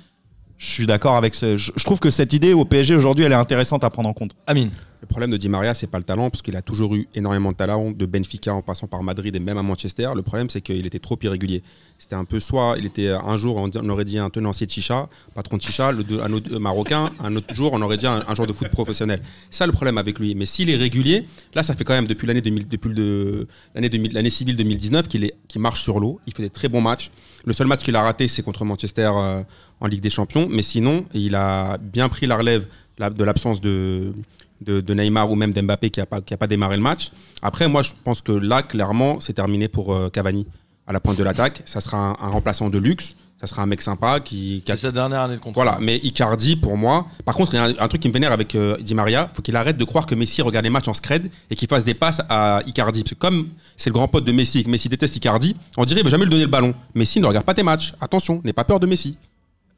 S6: je suis d'accord avec ce. Je je trouve que cette idée au PSG aujourd'hui, elle est intéressante à prendre en compte.
S3: Amine,
S4: Le problème de Di Maria, c'est pas le talent, parce qu'il a toujours eu énormément de talent, de Benfica en passant par Madrid et même à Manchester. Le problème, c'est qu'il était trop irrégulier. C'était un peu soit, il était un jour, on, dit- on aurait dit un tenancier de chicha, patron de chicha, le deux- un autre euh, marocain, un autre jour, on aurait dit un, un joueur de foot professionnel. Ça, le problème avec lui. Mais s'il est régulier, là, ça fait quand même depuis l'année 2000 depuis le de- l'année 2000 l'année civile 2019 qu'il est, qu'il marche sur l'eau. Il fait des très bons matchs. Le seul match qu'il a raté, c'est contre Manchester euh, en Ligue des Champions. Mais sinon, il a bien pris la relève la- de l'absence de de, de Neymar ou même d'Mbappé qui n'a pas, qui a pas démarré le match. Après, moi, je pense que là, clairement, c'est terminé pour euh, Cavani à la pointe de l'attaque. Ça sera un, un remplaçant de luxe. ça sera un mec sympa qui, qui a-
S3: C'est sa dernière année de contrat.
S4: Voilà, mais Icardi, pour moi. Par contre, il y a un, un truc qui me vénère avec euh, Di Maria, faut qu'il arrête de croire que Messi regarde les matchs en scred et qu'il fasse des passes à Icardi. Parce que comme c'est le grand pote de Messi et que Messi déteste Icardi, on dirait qu'il ne veut jamais lui donner le ballon. Messi ne regarde pas tes matchs. Attention, n'aie pas peur de Messi.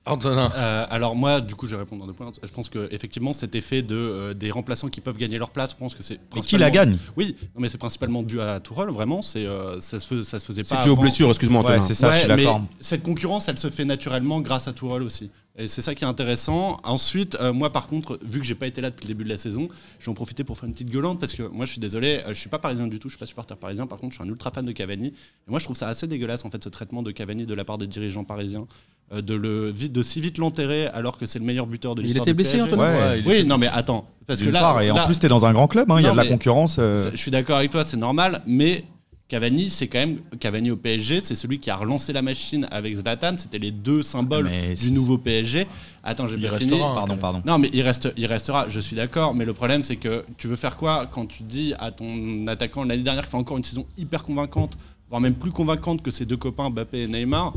S3: Antonin.
S5: Euh, alors moi, du coup, je vais répondre dans deux points. Je pense que effectivement, cet effet de euh, des remplaçants qui peuvent gagner leur place, je pense que c'est
S6: Mais qui la gagne
S5: Oui, non, mais c'est principalement dû à Tourelle, vraiment. C'est euh, ça se fais- ça se faisait pas.
S4: C'est dû aux
S5: avant.
S4: blessures, excuse-moi, Antonin.
S5: Ouais, mais cette concurrence, elle se fait naturellement grâce à Tourelle aussi. Et c'est ça qui est intéressant. Ensuite, euh, moi par contre, vu que j'ai pas été là depuis le début de la saison, j'ai en profité pour faire une petite gueulante parce que moi je suis désolé, euh, je suis pas parisien du tout, je suis pas supporter parisien. Par contre, je suis un ultra fan de Cavani. Et moi je trouve ça assez dégueulasse en fait ce traitement de Cavani de la part des dirigeants parisiens, euh, de le vite- de si vite l'enterrer alors que c'est le meilleur buteur de
S3: Il
S5: l'histoire.
S3: était
S5: du
S3: blessé,
S5: PSG.
S3: Antonin
S6: Ouais.
S3: il
S5: Oui,
S3: était
S5: non mais
S3: blessé.
S5: attends, parce que
S6: D'une
S5: là,
S6: part, et en
S5: là-
S6: plus, t'es dans un grand club, hein, il y a
S5: Non,
S6: de la
S5: mais-
S6: concurrence. euh,
S5: ça, Je suis d'accord avec toi, c'est normal, mais Cavani, c'est quand même Cavani au PSG, c'est celui qui a relancé la machine avec Zlatan, c'était les deux symboles
S6: mais c'est-
S5: du nouveau PSG. Attends, j'ai
S3: Il
S5: bien
S3: restera,
S5: fini.
S3: hein,
S6: Pardon, pardon.
S5: Non, mais il, reste, il restera, je suis d'accord, mais le problème, c'est que tu veux faire quoi quand tu dis à ton attaquant l'année dernière qui fait encore une saison hyper convaincante, voire même plus convaincante que ses deux copains, Mbappé et Neymar,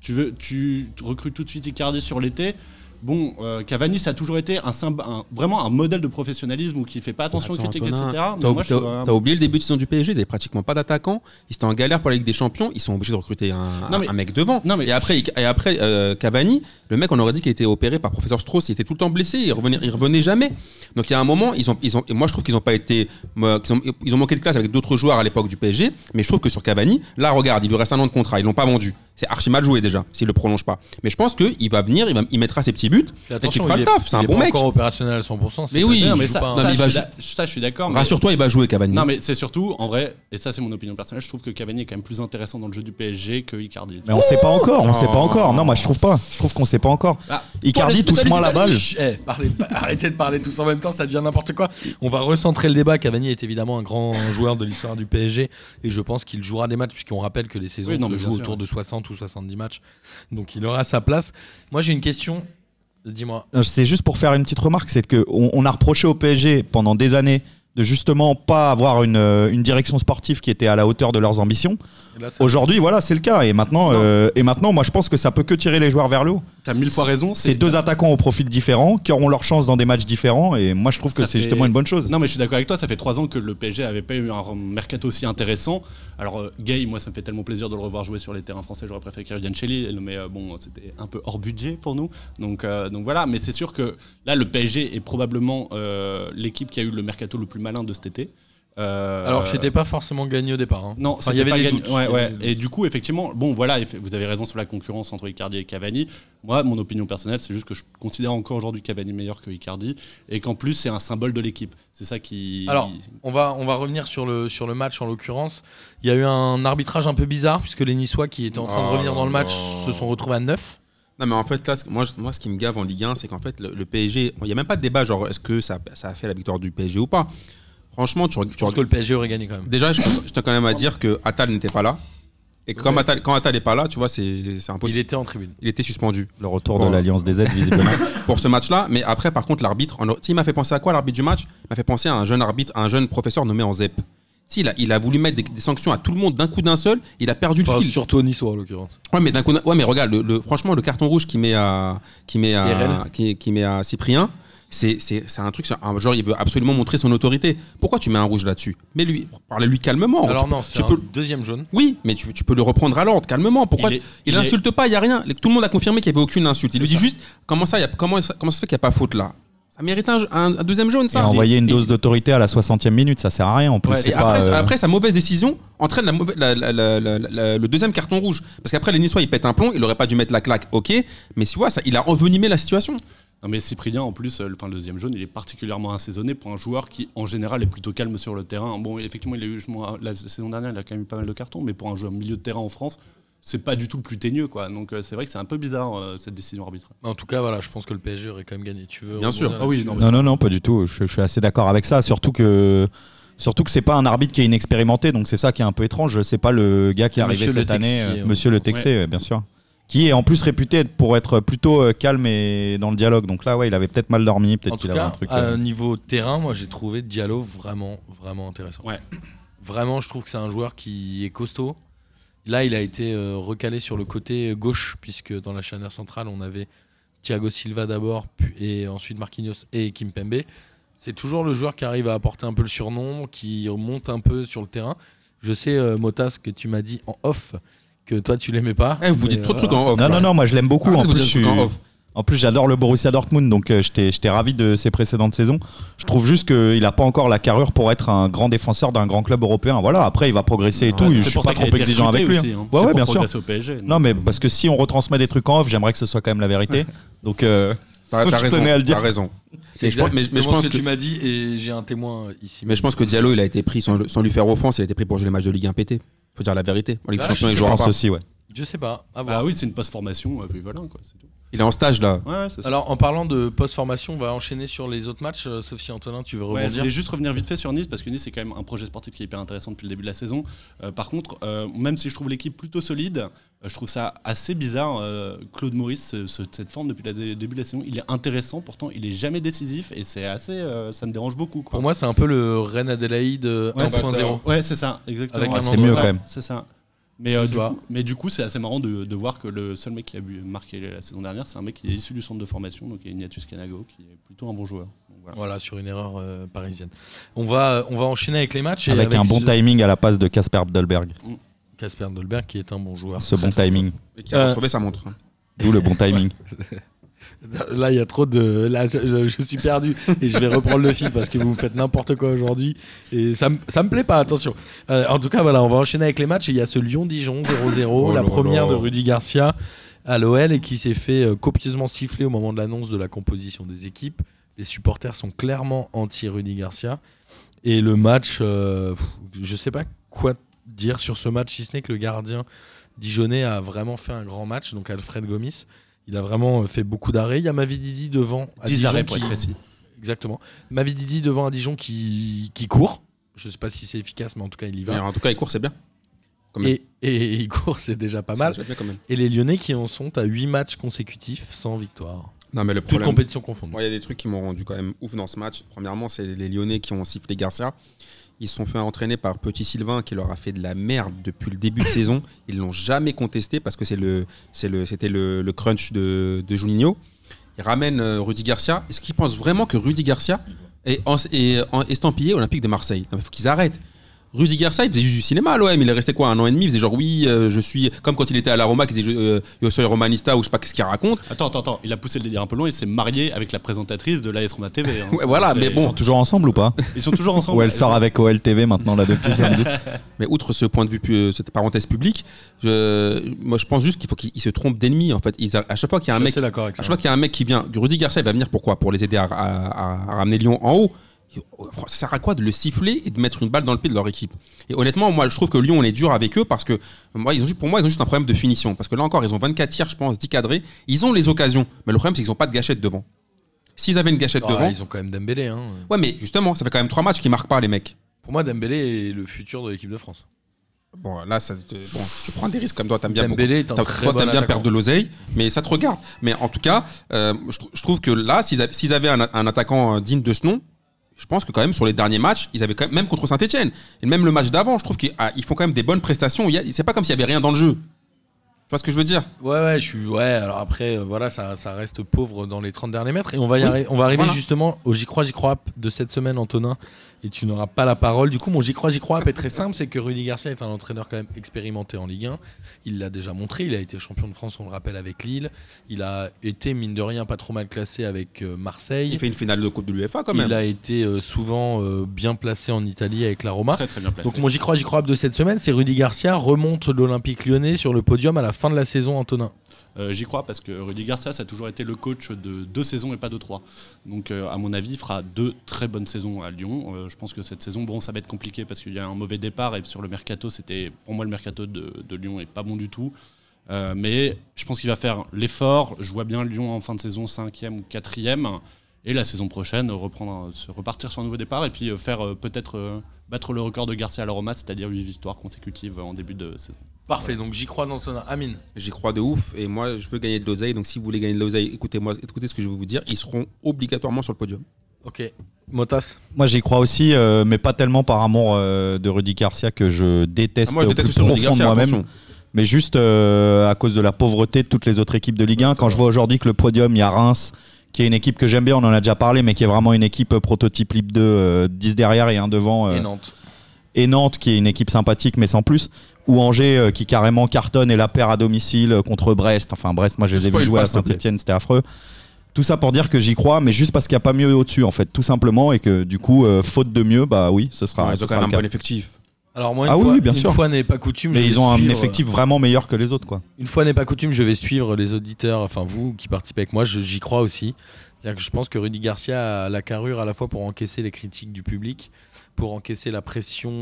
S5: tu, veux, tu, tu recrutes tout de suite Icardi sur l'été. Bon, euh, Cavani, ça a toujours été un, symb- un- vraiment un modèle de professionnalisme où qui fait pas attention
S4: Attends,
S5: aux critiques,
S4: Antonin,
S5: etc. Mais
S4: T'as
S5: moi, je trouve un-
S4: t'as- t'as oublié le début de saison du PSG, ils avaient pratiquement pas d'attaquants, ils étaient en galère pour la Ligue des Champions, ils sont obligés de recruter un,
S5: Non, mais-
S4: un mec devant.
S5: Non, mais-
S4: et après, et après euh, Cavani, le mec on aurait dit qu'il était opéré par professeur Strauss, il était tout le temps blessé, il revenait, il revenait jamais. Donc il y a un moment, ils ont, ils ont, et moi je trouve qu'ils ont pas été, moi, qu'ils ont- ils ont manqué de classe avec d'autres joueurs à l'époque du PSG, mais je trouve que sur Cavani, là regarde, il lui reste un an de contrat, ils l'ont pas vendu. C'est archi mal joué déjà, s'il le prolonge pas. Mais je pense qu'il va venir, il, va, il mettra ses petits buts,
S3: Et
S4: peut-être qu'il
S3: attention,
S4: fera
S3: il
S4: le
S3: est-
S4: taf, c'est un
S3: il est
S4: bon
S3: pas
S4: mec.
S3: encore opérationnel à 100%. c'est
S4: Mais
S3: pas
S4: oui,
S3: bien,
S5: Non, mais
S3: il joue
S5: ça,
S3: pas, hein.
S5: ça,
S4: Non, mais il
S5: je
S4: va
S5: suis
S4: ju-
S5: d'a- ça, je suis d'accord. mais-
S4: Rassure-toi, il va jouer Cavani.
S5: Non, mais c'est surtout, en vrai, et ça, c'est mon opinion personnelle, je trouve que Cavani est quand même plus intéressant dans le jeu du PSG que Icardi.
S6: Mais on sait pas encore, on sait pas
S4: Non.
S6: encore. Non, moi je trouve pas. Je trouve qu'on sait pas encore.
S5: Ah,
S6: Icardi, touche moins la balle.
S3: Chut, Bah, eh, parlez pas- arrêtez de parler tous en même temps, ça devient n'importe quoi. On va recentrer le débat. Cavani est évidemment un grand joueur de l'histoire du PSG et je pense qu'il jouera des matchs puisqu'on rappelle que les saisons
S5: Oui, non,
S3: se
S5: mais bien
S3: jouent
S5: sûr.
S3: autour de 60 ou 70 matchs. Donc il aura sa place. Moi j'ai une question. Dis-moi.
S6: C'est juste pour faire une petite remarque, c'est que on, on a reproché au PSG pendant des années de justement pas avoir une, euh, une direction sportive qui était à la hauteur de leurs ambitions.
S3: Là, ça-
S6: Aujourd'hui, voilà, c'est le cas. Et maintenant, euh, et maintenant, moi je pense que ça peut que tirer les joueurs vers le haut.
S5: T'as mille fois raison.
S6: C'est deux attaquants au profil différent qui auront leur chance dans des matchs différents. Et moi je trouve que
S5: Ça
S6: c'est
S5: fait-
S6: justement une bonne chose.
S5: Non, mais je suis d'accord avec toi, ça fait trois ans que le PSG avait pas eu un mercato aussi intéressant. Alors, euh, Gay, moi, ça me fait tellement plaisir de le revoir jouer sur les terrains français, j'aurais préféré qu'il revienne chez Lille, mais euh, bon, c'était un peu hors budget pour nous. Donc, euh, donc voilà, mais c'est sûr que là, le PSG est probablement euh, l'équipe qui a eu le mercato le plus malin de cet été. Euh,
S3: Alors que c'était pas forcément gagné au départ. hein.
S5: Non,
S3: Enfin,
S5: c'était
S3: il y avait
S5: pas
S3: des
S5: gagné.
S3: doutes.
S5: Ouais,
S3: Il y
S5: ouais.
S3: avait des doutes.
S5: Et du coup, effectivement, bon, voilà, eff- vous avez raison sur la concurrence entre Icardi et Cavani. Moi, mon opinion personnelle, c'est juste que je considère encore aujourd'hui Cavani meilleur que Icardi et qu'en plus, c'est un symbole de l'équipe. C'est ça qui.
S3: Alors, on va, on va revenir sur le, sur le match en l'occurrence. Il y a eu un arbitrage un peu bizarre puisque les Niçois qui étaient en train de
S4: Oh
S3: revenir dans le
S4: là
S3: match
S4: là.
S3: se sont retrouvés à 9.
S4: Non, mais en fait, là, ce- moi, je- moi, ce qui me gave en Ligue 1, c'est qu'en fait, le, le PSG, il n'y a même pas de débat, genre, est-ce que ça, ça a fait la victoire du PSG ou pas Franchement, tu, reg-
S3: Je
S4: tu
S3: pense
S4: reg-
S3: que le PSG aurait gagné quand même.
S4: Déjà, je, je tiens quand même à dire que Atal n'était pas là. Et comme
S3: Ouais.
S4: Attal- quand Atal n'est pas là, tu vois, c'est c'est
S3: Il
S4: impossible. Il,
S3: était en tribune.
S4: était suspendu
S6: Le retour
S4: Bon.
S6: de l'Alliance des aides, visiblement.
S4: pour ce match-là. Mais après, par contre, l'arbitre, en- tu sais, il m'a fait penser à quoi l'arbitre du match Il m'a fait penser à un jeune arbitre, à un jeune professeur nommé en ZEP. Tu sais, Il a, il a voulu mettre des, des sanctions à tout le monde d'un coup d'un seul, il a perdu le
S3: Enfin,
S4: fil.
S3: surtout au Niçois en l'occurrence.
S4: Ouais mais d'un coup, ouais mais regarde, le, le- franchement le carton rouge qui met à qui met à
S3: Erel.
S4: qui, qui met à Cyprien, c'est c'est c'est un truc c'est un- genre il veut absolument montrer son autorité. Pourquoi tu mets un rouge là-dessus Mais lui parle lui calmement.
S3: Alors
S4: Tu-
S3: non, c'est
S4: tu
S3: un
S4: peux-
S3: deuxième jaune.
S4: oui, mais tu, tu peux le reprendre à l'ordre calmement. Pourquoi
S5: Il
S4: il,
S5: est- il est-
S4: insulte pas, il y a rien. Tout le monde a confirmé qu'il y avait aucune insulte. Il
S5: C'est
S4: lui dit
S5: ça.
S4: juste comment ça, il y a- comment ça- comment ça se fait qu'il n'y a pas faute là Ça mérite un, un- un deuxième jaune
S6: Et
S4: ça.
S6: envoyer une
S4: Et-
S6: dose d'autorité à la 60e minute, ça sert à rien en plus.
S5: Ouais,
S6: c'est
S4: Et
S6: pas,
S4: après,
S6: euh,
S4: après, sa mauvaise décision entraîne la mauvaise- la- la- la- la- la- le deuxième carton rouge. Parce qu'après, les Niçois, ils pètent un plomb, il aurait pas dû mettre la claque, ok, mais tu vois, ça, il a envenimé la situation.
S5: Non, mais Cyprien, en plus, euh, le, enfin, le deuxième jaune, il est particulièrement assaisonné pour un joueur qui, en général, est plutôt calme sur le terrain. Bon, effectivement, il a eu, je m'en- la saison dernière, il a quand même eu pas mal de cartons, mais pour un joueur milieu de terrain en France, c'est pas du tout le plus teigneux, quoi. Donc, euh, c'est vrai que c'est un peu bizarre, euh, cette décision arbitrale.
S3: En tout cas, voilà, je pense que le PSG aurait quand même gagné. Tu veux
S4: Bien
S3: rebondir
S4: sûr.
S3: là-dessus
S5: Ah oui, non, mais-
S6: Non, non, non, pas du tout. Je, je suis assez d'accord avec ça. Surtout que, surtout que c'est pas un arbitre qui est inexpérimenté, donc c'est ça qui est un peu étrange. C'est pas le gars qui est arrivé
S3: Monsieur
S6: cette
S3: Le
S6: année,
S3: Texier,
S6: euh,
S3: ouais.
S6: Monsieur Le Texier, ouais, bien sûr. Qui est en plus réputé pour être plutôt euh, calme et dans le dialogue. Donc là, ouais, il avait peut-être mal dormi, peut-être
S3: En tout
S6: qu'il avait
S3: cas,
S6: un truc.
S3: à
S6: euh,
S3: un niveau terrain, moi j'ai trouvé Diallo vraiment, vraiment intéressant.
S5: Ouais.
S3: Vraiment, je trouve que c'est un joueur qui est costaud, Là, il a été euh, recalé sur le côté gauche, puisque dans la charnière centrale, on avait Thiago Silva d'abord, puis- et ensuite Marquinhos et Kimpembe. C'est toujours le joueur qui arrive à apporter un peu le surnom, qui monte un peu sur le terrain. Je sais, euh, Motas, que tu m'as dit en off que toi, tu l'aimais pas.
S4: Eh, vous
S3: mais,
S4: dites trop de
S3: euh,
S4: trucs en off.
S6: Non,
S4: là.
S6: non, non, moi je l'aime beaucoup.
S3: Ah,
S4: Arrêtez
S6: En
S4: de vous
S6: plus,
S4: dire
S6: je
S4: des trucs
S6: suis-
S4: en off.
S6: en plus, j'adore le Borussia Dortmund, donc euh, j'étais j'étais ravi de ses précédentes saisons. Je trouve juste qu'il n'a pas encore la carrure pour être un grand défenseur d'un grand club européen. Voilà, après, il va progresser et tout. je suis pas trop exigeant avec lui. hein. Ouais, ouais, bien sûr.
S5: Au PSG,
S6: Non, mais parce que si on retransmet des trucs en off, j'aimerais que ce soit quand même la vérité. Donc, euh,
S4: T'as t'as
S6: Je
S4: raison.
S6: tenais à le dire.
S4: T'as raison.
S3: C'est
S4: Mais je pense-
S3: exactement
S4: mais- mais je pense
S3: ce que,
S4: que-
S3: tu m'as dit, et j'ai un témoin euh, ici.
S4: Mais je pense que Diallo, il a été pris sans, sans lui faire offense, il a été pris pour jouer les matchs de Ligue 1 pété. Faut dire la vérité. En Ligue des
S3: Là,
S4: Champions,
S3: Ah, je
S4: il
S6: je
S4: jouera
S6: pense
S4: pas.
S6: aussi, ouais.
S3: Je sais pas. à
S4: Ah
S3: voir.
S5: Bah oui, c'est une post-formation, et puis voilà, quoi. c'est tout.
S4: Il est en stage là.
S5: Ouais, c'est ça.
S3: Alors, en parlant de post-formation, on va enchaîner sur les autres matchs, euh, sauf si Antonin, tu veux
S5: Ouais, je
S3: rebondir.
S5: voulais juste revenir vite fait sur Nice parce que Nice c'est quand même un projet sportif qui est hyper intéressant depuis le début de la saison. Euh, par contre, euh, même si je trouve l'équipe plutôt solide, euh, je trouve ça assez bizarre. euh, Claude Maurice, ce- ce- cette forme depuis le dé- début de la saison, il est intéressant, pourtant il est jamais décisif et c'est assez, euh, ça me dérange beaucoup. Quoi.
S3: Pour moi, c'est un peu le Rennes Adélaïde euh,
S5: Ouais, bah,
S3: 1.0.
S5: Ouais, c'est ça, exactement.
S3: Avec
S5: Ouais,
S3: un Ah,
S6: C'est mieux, quand même.
S5: C'est ça. Mais, euh,
S3: Je
S5: du
S3: vois.
S5: coup, mais du coup, c'est assez marrant de, de voir que le seul mec qui a bu- marqué la saison dernière, c'est un mec qui est issu du centre de formation, donc Ignatius Canago, qui est plutôt un bon joueur. Donc, voilà.
S3: Voilà, sur une erreur euh, parisienne. On va, on va enchaîner avec les matchs. Et
S6: Avec, un bon
S3: ce-
S6: timing à la passe de Casper Bdelberg.
S3: Casper Dolberg, qui est un bon joueur.
S6: Ce bon timing.
S4: Et qui a
S3: Euh.
S4: retrouvé sa montre.
S6: D'où le bon timing.
S3: Là, il y a trop de. Là, je, je suis perdu et je vais reprendre le fil parce que vous me faites n'importe quoi aujourd'hui et ça, me- ça me plaît pas. Attention. Euh, en tout cas, voilà, on va enchaîner avec les matchs. Et Il y a ce Lyon-Dijon 0-0,
S4: Oh
S3: la
S4: là
S3: première
S4: là.
S3: de Rudy Garcia à l'OL et qui s'est fait euh, copieusement siffler au moment de l'annonce de la composition des équipes. Les supporters sont clairement anti-Rudy Garcia et le match, euh, pff, je sais pas quoi dire sur ce match si ce n'est que le gardien Dijonais a vraiment fait un grand match, donc Alfred Gomis. Il a vraiment euh, fait beaucoup d'arrêts. Il y a Mavididi devant. à
S5: 10
S3: Dijon
S5: arrêts pour
S3: qui-
S5: être précis.
S3: Exactement. Mavididi devant à Dijon qui, qui court. Je sais pas si c'est efficace, mais en tout cas, il y
S4: Mais
S3: va.
S4: en tout cas, il court, c'est bien. quand même.
S3: Et, et- et il court, c'est déjà pas
S4: C'est
S3: mal.
S4: déjà bien, quand même.
S3: Et les Lyonnais qui en sont à 8 matchs consécutifs sans victoire.
S4: Non, mais le
S3: Toutes
S4: problème.
S3: compétitions confondues.
S4: Moi, il y a des trucs qui m'ont rendu quand même ouf dans ce match. Premièrement, c'est les Lyonnais qui ont sifflé Garcia. Ils se sont fait entraîner par Petit Sylvain qui leur a fait de la merde depuis le début de saison. Ils l'ont jamais contesté parce que c'est le, c'est le, c'était le, le crunch de, de Juninho. Ils ramènent euh, Rudy Garcia. Est-ce qu'ils pensent vraiment que Rudy Garcia est, en- est en- estampillé Olympique de Marseille Il faut qu'ils arrêtent. Rudy Garcia, il faisait juste du cinéma à l'OM. Il est resté quoi, un an et demi Il faisait genre, oui, euh, je suis. Comme quand il était à la Roma, qu'il disait, je- euh, yo soy romanista ou je sais pas ce qu'il raconte.
S5: Attends, attends, attends, il a poussé le délire un peu loin, il s'est marié avec la présentatrice de l'AS Roma TV. hein.
S4: Ouais, voilà,
S5: C'est-
S4: mais
S6: Ils
S4: bon,
S6: sont toujours ensemble ou pas
S5: Ils sont toujours ensemble.
S6: Ou elle sort avec OLTV maintenant, là, depuis samedi
S4: Mais outre ce point de vue, pu- euh, cette parenthèse publique, je, moi je pense juste qu'il faut qu'ils ils se trompent d'ennemis. En fait, Ils a- à chaque fois qu'il y a un
S3: Je
S4: mec,
S3: suis assez d'accord avec
S4: à chaque
S3: ça.
S4: fois qu'il y a un mec qui vient, Rudy Garcia il va venir pourquoi Pour les aider à, à- à- à ramener Lyon en haut. oh, Ça sert à quoi de le siffler et de mettre une balle dans le pied de leur équipe Et honnêtement, moi je trouve que Lyon on est dur avec eux parce que moi, ils ont, ju- pour moi ils ont juste un problème de finition. Parce que là encore, ils ont 24 tirs, je pense, 10 cadrés. Ils ont les occasions, mais le problème c'est qu'ils n'ont pas de gâchette devant. S'ils avaient une gâchette
S3: Ah,
S4: devant.
S3: ils ont quand même Dembélé. hein.
S4: Ouais, mais justement, ça fait quand même trois matchs qu'ils marquent pas les mecs.
S3: Pour moi, Dembélé est le futur de l'équipe de France.
S4: Bon, là, ça, te- bon, tu prends des risques comme toi, t'aimes bien beaucoup.
S3: Dembélé est un
S4: T'as-
S3: très
S4: toi,
S3: bon
S4: t'aimes bien
S3: attaquant.
S4: perdre de l'oseille, mais ça te regarde. Mais en tout cas, euh, je, tr- je trouve que là, s'ils avaient, s'ils avaient un, un attaquant euh, digne de ce nom, je pense que quand même sur les derniers matchs, ils avaient quand même, même contre Saint-Etienne, et même le match d'avant, je trouve qu'ils ah, ils font quand même des bonnes prestations. Il y a- C'est pas comme s'il y avait rien dans le jeu. Tu vois ce que je veux dire
S3: Ouais, ouais, je suis. Ouais, alors après, euh, voilà, ça, ça reste pauvre dans les 30 derniers mètres. Et on va, y
S4: Oui,
S3: arri- on va arriver
S4: voilà.
S3: justement au J'y crois, J'y crois app de cette semaine, Antonin. Et tu n'auras pas la parole. Du coup, mon J'y crois, J'y crois app est très simple c'est que Rudy Garcia est un entraîneur quand même expérimenté en Ligue 1. Il l'a déjà montré. Il a été champion de France, on le rappelle, avec Lille. Il a été, mine de rien, pas trop mal classé avec euh, Marseille.
S4: Il fait une finale de Coupe de l'UEFA quand
S3: Il,
S4: même.
S3: a été euh, souvent euh, bien placé en Italie avec la Roma.
S5: Très très bien placé.
S3: Donc mon J'y crois, J'y crois app de cette semaine, c'est Rudy Garcia remonte l'Olympique lyonnais sur le podium à la fin de la saison, Antonin.
S5: Euh, J'y crois parce que Rudy Garcia, ça a toujours été le coach de deux saisons et pas de trois. Donc, euh, à mon avis, il fera deux très bonnes saisons à Lyon. Euh, je pense que cette saison, bon, ça va être compliqué parce qu'il y a un mauvais départ et sur le mercato, c'était pour moi le mercato de, de Lyon est pas bon du tout. Euh, mais je pense qu'il va faire l'effort. Je vois bien Lyon en fin de saison cinquième ou quatrième et la saison prochaine euh, reprendre, un- se repartir sur un nouveau départ et puis euh, faire euh, peut-être euh, battre le record de Garcia à la Roma, c'est-à-dire huit victoires consécutives euh, en début de saison.
S3: Parfait, donc j'y crois dans son Amine.
S4: J'y crois de ouf, et moi je veux gagner de l'oseille, donc si vous voulez gagner de l'oseille, écoutez-moi, écoutez ce que je vais vous dire, ils seront obligatoirement sur le podium.
S3: Ok. Motas.
S6: Moi, j'y crois aussi, euh, mais pas tellement par amour euh, de Rudy Garcia que je déteste,
S4: Ah, moi je
S6: au
S4: déteste
S6: plus
S4: aussi Rudy
S6: profond de
S4: Garcia,
S6: moi-même.
S4: attention.
S6: Mais juste euh, à cause de la pauvreté de toutes les autres équipes de Ligue 1, quand je vois aujourd'hui que le podium, il y a Reims, qui est une équipe que j'aime bien, on en a déjà parlé, mais qui est vraiment une équipe euh, prototype Ligue 2, euh, 10 derrière et 1 devant. euh,
S3: Et Nantes.
S6: et Nantes qui est une équipe sympathique mais sans plus ou Angers euh, qui carrément cartonne et la perd à domicile euh, contre Brest enfin Brest moi je les ai vus
S4: Spoil
S6: jouer
S4: pas,
S6: à
S4: s'il te plaît.
S6: Saint-Etienne c'était affreux tout ça pour dire que j'y crois mais juste parce qu'il n'y a pas mieux au-dessus en fait tout simplement et que du coup euh, faute de mieux bah oui ce sera,
S4: ils
S6: ce
S4: ont quand
S6: sera
S4: même un
S6: le cas.
S4: bon effectif.
S3: Alors moi, une
S6: Ah oui,
S3: fois,
S6: oui, bien
S3: une
S6: sûr.
S3: fois n'est pas coutume. je
S6: mais
S3: vais
S6: ils ont un
S3: suivre, euh,
S4: euh,
S6: effectif vraiment meilleur que les autres quoi
S3: Une fois n'est pas coutume, je vais suivre les auditeurs, enfin vous qui participez avec moi, je- j'y crois aussi. C'est-à-dire que je pense que Rudy Garcia a la carrure à la fois pour encaisser les critiques du public, pour encaisser la pression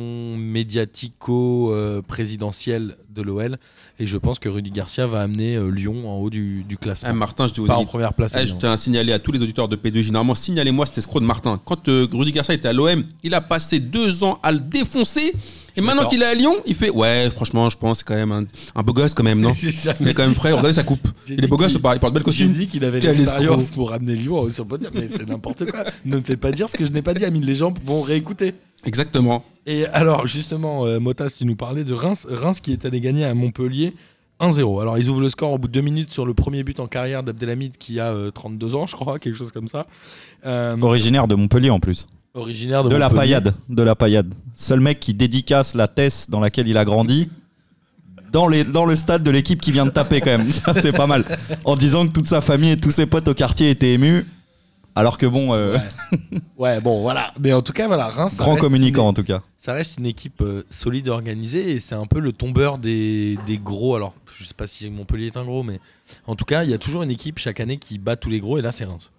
S3: médiatico-présidentielle de l'OL, et je pense que Rudy Garcia va amener euh, Lyon en haut du, du classement.
S4: Eh, Martin, je dis aux
S3: pas en
S4: auditeurs-
S3: première place.
S4: Eh, je
S3: évidemment.
S4: tiens à signaler à tous les auditeurs de P2J. Normalement, signalez-moi cet escroc de Martin. Quand euh, Rudy Garcia était à l'OM, il a passé deux ans à le défoncer. Et maintenant
S5: d'accord.
S4: qu'il est à Lyon, il fait Ouais, franchement, je pense que c'est quand même un, un beau gosse, quand même, non
S3: J'ai jamais
S4: Il est quand même
S3: dit
S4: frais,
S3: ça.
S4: regardez sa coupe.
S3: J'ai
S4: Il
S3: dit
S4: est beau gosse
S3: qu'il-
S4: ou pas Il porte belle
S3: J'ai
S4: costume.
S3: dit qu'il avait
S4: Quel
S3: l'expérience
S4: escroc.
S3: pour amener Lyon sur le podium, mais c'est n'importe quoi. ne me fais pas dire ce que je n'ai pas dit, Amine. Les gens vont réécouter.
S4: Exactement.
S3: Et alors, justement, euh, Motas, tu nous parlais de Reims. Reims qui est allé gagner à Montpellier 1-0. Alors, ils ouvrent le score au bout de deux minutes sur le premier but en carrière d'Abdelhamid qui a euh, 32 ans, je crois, quelque chose comme ça. Euh,
S4: Mm.
S6: originaire de Montpellier en plus
S3: originaire de,
S6: de la
S3: Montpellier.
S6: paillade de la paillade seul mec qui dédicace la Tess dans laquelle il a grandi dans, les, dans le stade de l'équipe qui vient de taper quand même ça c'est pas mal en disant que toute sa famille et tous ses potes au quartier étaient émus alors que bon euh,
S3: Ouais, bon, voilà. Mais en tout cas, voilà, Reims. ça
S6: grand
S3: reste
S6: communicant en tout cas
S3: Ça reste une équipe euh, solide organisée et c'est un peu le tombeur des, des gros. Alors, je sais pas si Montpellier est un gros, mais en tout cas, il y a toujours une équipe chaque année qui bat tous les gros et là, c'est Reims.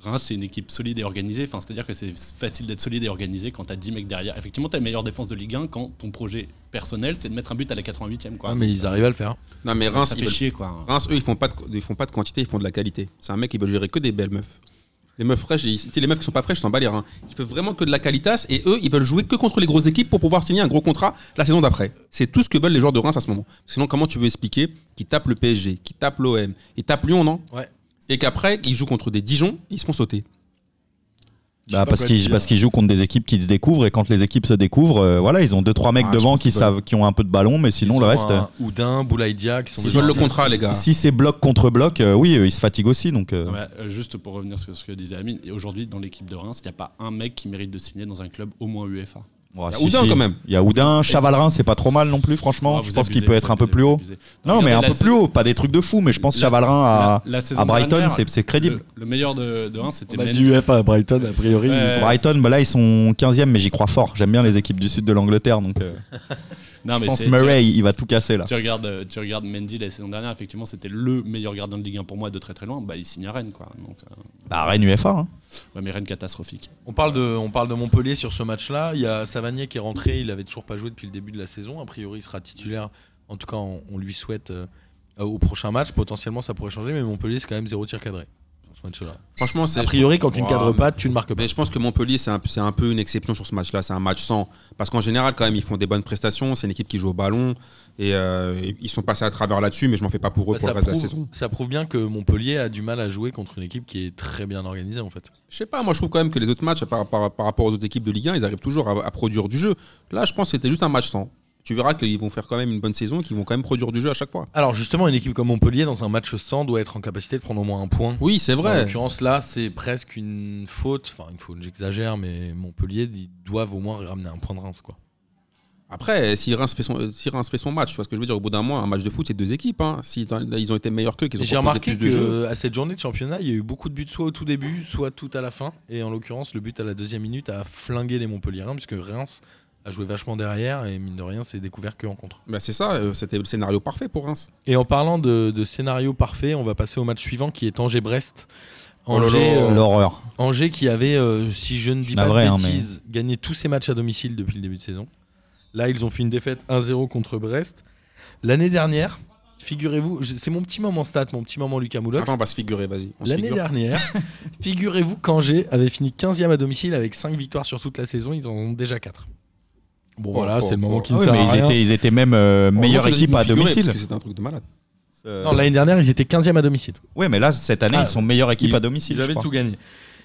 S5: Reims, c'est une équipe solide et organisée. Enfin, c'est-à-dire que c'est facile d'être solide et organisé quand t'as 10 mecs derrière. Effectivement, t'as la meilleure défense de Ligue 1 quand ton projet personnel, c'est de mettre un but à la 88e.
S6: Ah,
S5: Quoi.
S3: Ouais, Ah, mais ils arrivent à le faire.
S4: Non, mais Reims,
S5: ça
S4: ils
S5: fait
S4: veulent-
S5: chier, quoi.
S4: Reims, eux, ils font pas de, ils font pas de quantité, ils font de la qualité. C'est un mec qui veut gérer que des belles meufs. Les meufs fraîches, ils- tu sais, les meufs qui sont pas fraîches, ils s'en bat les reins. Ils font vraiment que de la qualitas et eux, ils veulent jouer que contre les grosses équipes pour pouvoir signer un gros contrat la saison d'après. C'est tout ce que veulent les joueurs de Reims à ce moment. Sinon, comment tu veux expliquer qu'ils tapent le PSG, qu'ils tapent l'OM, ils tapent Lyon, non
S3: Ouais.
S4: Et qu'après, ils jouent contre des Dijon, ils se font sauter.
S3: Je sais
S6: Bah,
S3: pas
S6: parce
S3: quoi
S6: qu'ils
S3: dire.
S6: parce qu'ils jouent contre des équipes qui se découvrent et quand les équipes se découvrent, euh, voilà, ils ont deux trois mecs
S4: Ah, je
S6: devant
S4: pense
S6: qui
S4: qu'ils
S6: savent qui ont un peu de ballon, mais sinon le reste.
S3: hein.
S6: euh,
S3: Oudin, Boulaïdia qui sont
S4: Ils
S3: des-
S4: veulent le contrat, les gars.
S6: Si c'est bloc contre bloc, euh, oui, euh, ils se fatiguent aussi. Donc euh,
S5: Non, mais, euh, juste pour revenir sur ce que disait Amine, et aujourd'hui, dans l'équipe de Reims, il n'y a pas un mec qui mérite de signer dans un club au moins UEFA.
S6: ouah,
S4: y a
S6: si,
S4: Oudin,
S6: si.
S4: quand même.
S6: Il y a Oudin, Chavalrin, c'est pas trop mal non plus, franchement.
S5: Ah,
S6: je
S5: vous
S6: pense
S5: abusez,
S6: qu'il peut
S5: vous
S6: être un peu
S5: abusez,
S6: plus
S5: vous
S6: haut.
S5: abusez.
S6: Non, mais un peu
S5: la-
S6: plus haut, pas des trucs de fou, mais je pense
S5: la-
S6: Chavalrin à,
S5: la- la saison
S6: à Brighton,
S5: dernière,
S6: c'est c'est crédible.
S5: Le, le meilleur de, de Reims, c'était
S3: On a dit
S5: Mendy.
S3: UEFA à Brighton, a priori.
S5: Ouais.
S3: ils sont-
S6: Brighton, bah là, ils sont 15e, mais j'y crois fort. J'aime bien les équipes du sud de l'Angleterre, donc euh,
S5: Non, mais
S6: je pense
S5: c'est-
S6: Murray, il va tout casser là.
S5: Tu regardes, euh, tu regardes Mendy la saison dernière, effectivement, c'était le meilleur gardien de Ligue 1 pour moi de très très loin. Bah, il signe à Rennes, quoi. Donc, euh,
S6: Bah, Rennes UEFA. hein.
S5: ouais, mais Rennes catastrophique.
S3: On parle, de, on parle de Montpellier sur ce match-là. Il y a Savagnier qui est rentré, il avait toujours pas joué depuis le début de la saison. A priori, il sera titulaire. En tout cas, on, on lui souhaite euh, euh, au prochain match. Potentiellement, ça pourrait changer, mais Montpellier, c'est quand même zéro tir cadré sur ce match-là.
S4: Franchement, c'est.
S3: A priori, quand tu ne
S4: Ouah,
S3: cadres
S4: mais-
S3: pas, tu ne marques pas.
S4: Mais je pense que Montpellier, c'est un, c'est un peu une exception sur ce match-là. C'est un match sans. Parce qu'en général, quand même, ils font des bonnes prestations. C'est une équipe qui joue au ballon. Et euh, ils sont passés à travers là-dessus, mais je m'en fais pas pour eux
S3: Bah,
S4: pour le
S3: ça,
S4: reste de la
S3: prouve,
S4: saison.
S3: ça prouve bien que Montpellier a du mal à jouer contre une équipe qui est très bien organisée, en fait.
S4: Je sais pas, moi, je trouve quand même que les autres matchs, par, par- par rapport aux autres équipes de Ligue 1, ils arrivent toujours à, à produire du jeu. Là, je pense que c'était juste un match sans. Tu verras qu'ils vont faire quand même une bonne saison et qu'ils vont quand même produire du jeu à chaque fois.
S3: Alors, justement, une équipe comme Montpellier, dans un match sans, doit être en capacité de prendre au moins un point.
S4: Oui, c'est
S3: En
S4: vrai.
S3: l'occurrence, là, c'est presque une faute. Enfin, une faute, j'exagère, mais Montpellier, ils doivent au moins ramener un point de Reims, quoi.
S4: Après, si Reims, fait son, euh, si Reims fait son match, tu vois ce que je veux dire, au bout d'un mois, un match de foot, c'est deux équipes. hein. Si t'en- ils ont été meilleurs qu'eux, qu'ils ont
S3: J'ai
S4: proposé
S3: remarqué
S4: plus de jeu.
S3: que à cette journée de championnat, il y a eu beaucoup de buts, soit au tout début, soit tout à la fin. Et en l'occurrens, le but à la deuxième minute a flingué les Montpellierains, puisque Reims a joué vachement derrière et mine de rien, s'est découvert que en contre.
S4: Bah, c'est ça, euh, c'était le scénario parfait pour Reims.
S3: Et en parlant de, de scénario parfait, on va passer au match suivant qui est Angers-Brest.
S4: Oh là
S3: Angers,
S4: là.
S3: euh,
S6: L'horreur.
S3: Angers qui avait, euh, si je ne dis
S6: suis
S3: pas
S6: navré,
S3: de
S6: hein,
S3: bêtises, gagné tous ses matchs à domicile depuis le début de saison. Là, ils ont fait une défaite 1-0 contre Brest. L'année dernière, figurez-vous, je- c'est mon petit moment stat, mon petit moment Lucas Moulox.
S4: Attends, on va se figurer, vas-y. On se
S3: L'année
S4: figure.
S3: dernière, figurez-vous qu'Angers avait fini 15e à domicile avec 5 victoires sur toute la saison, ils en ont déjà 4. Bon
S4: Oh,
S3: voilà,
S4: oh,
S3: c'est le moment
S4: oh.
S3: qui
S6: Ah
S3: ne
S6: oui,
S3: sert
S6: mais
S3: à
S6: ils
S3: rien.
S6: étaient, ils étaient même euh,
S4: Heureusement,
S6: meilleure
S4: tu l'as dit
S6: équipe
S4: pour
S6: à
S4: figurer,
S6: domicile.
S4: parce que C'était un truc de malade.
S6: Euh,
S3: Non, l'année dernière, ils étaient 15e à domicile.
S6: Ouais, mais là, cette année,
S3: Ah,
S6: ils sont meilleure équipe
S3: ils-
S6: à domicile.
S3: Ils
S6: je
S3: avaient
S6: crois.
S3: tout gagné.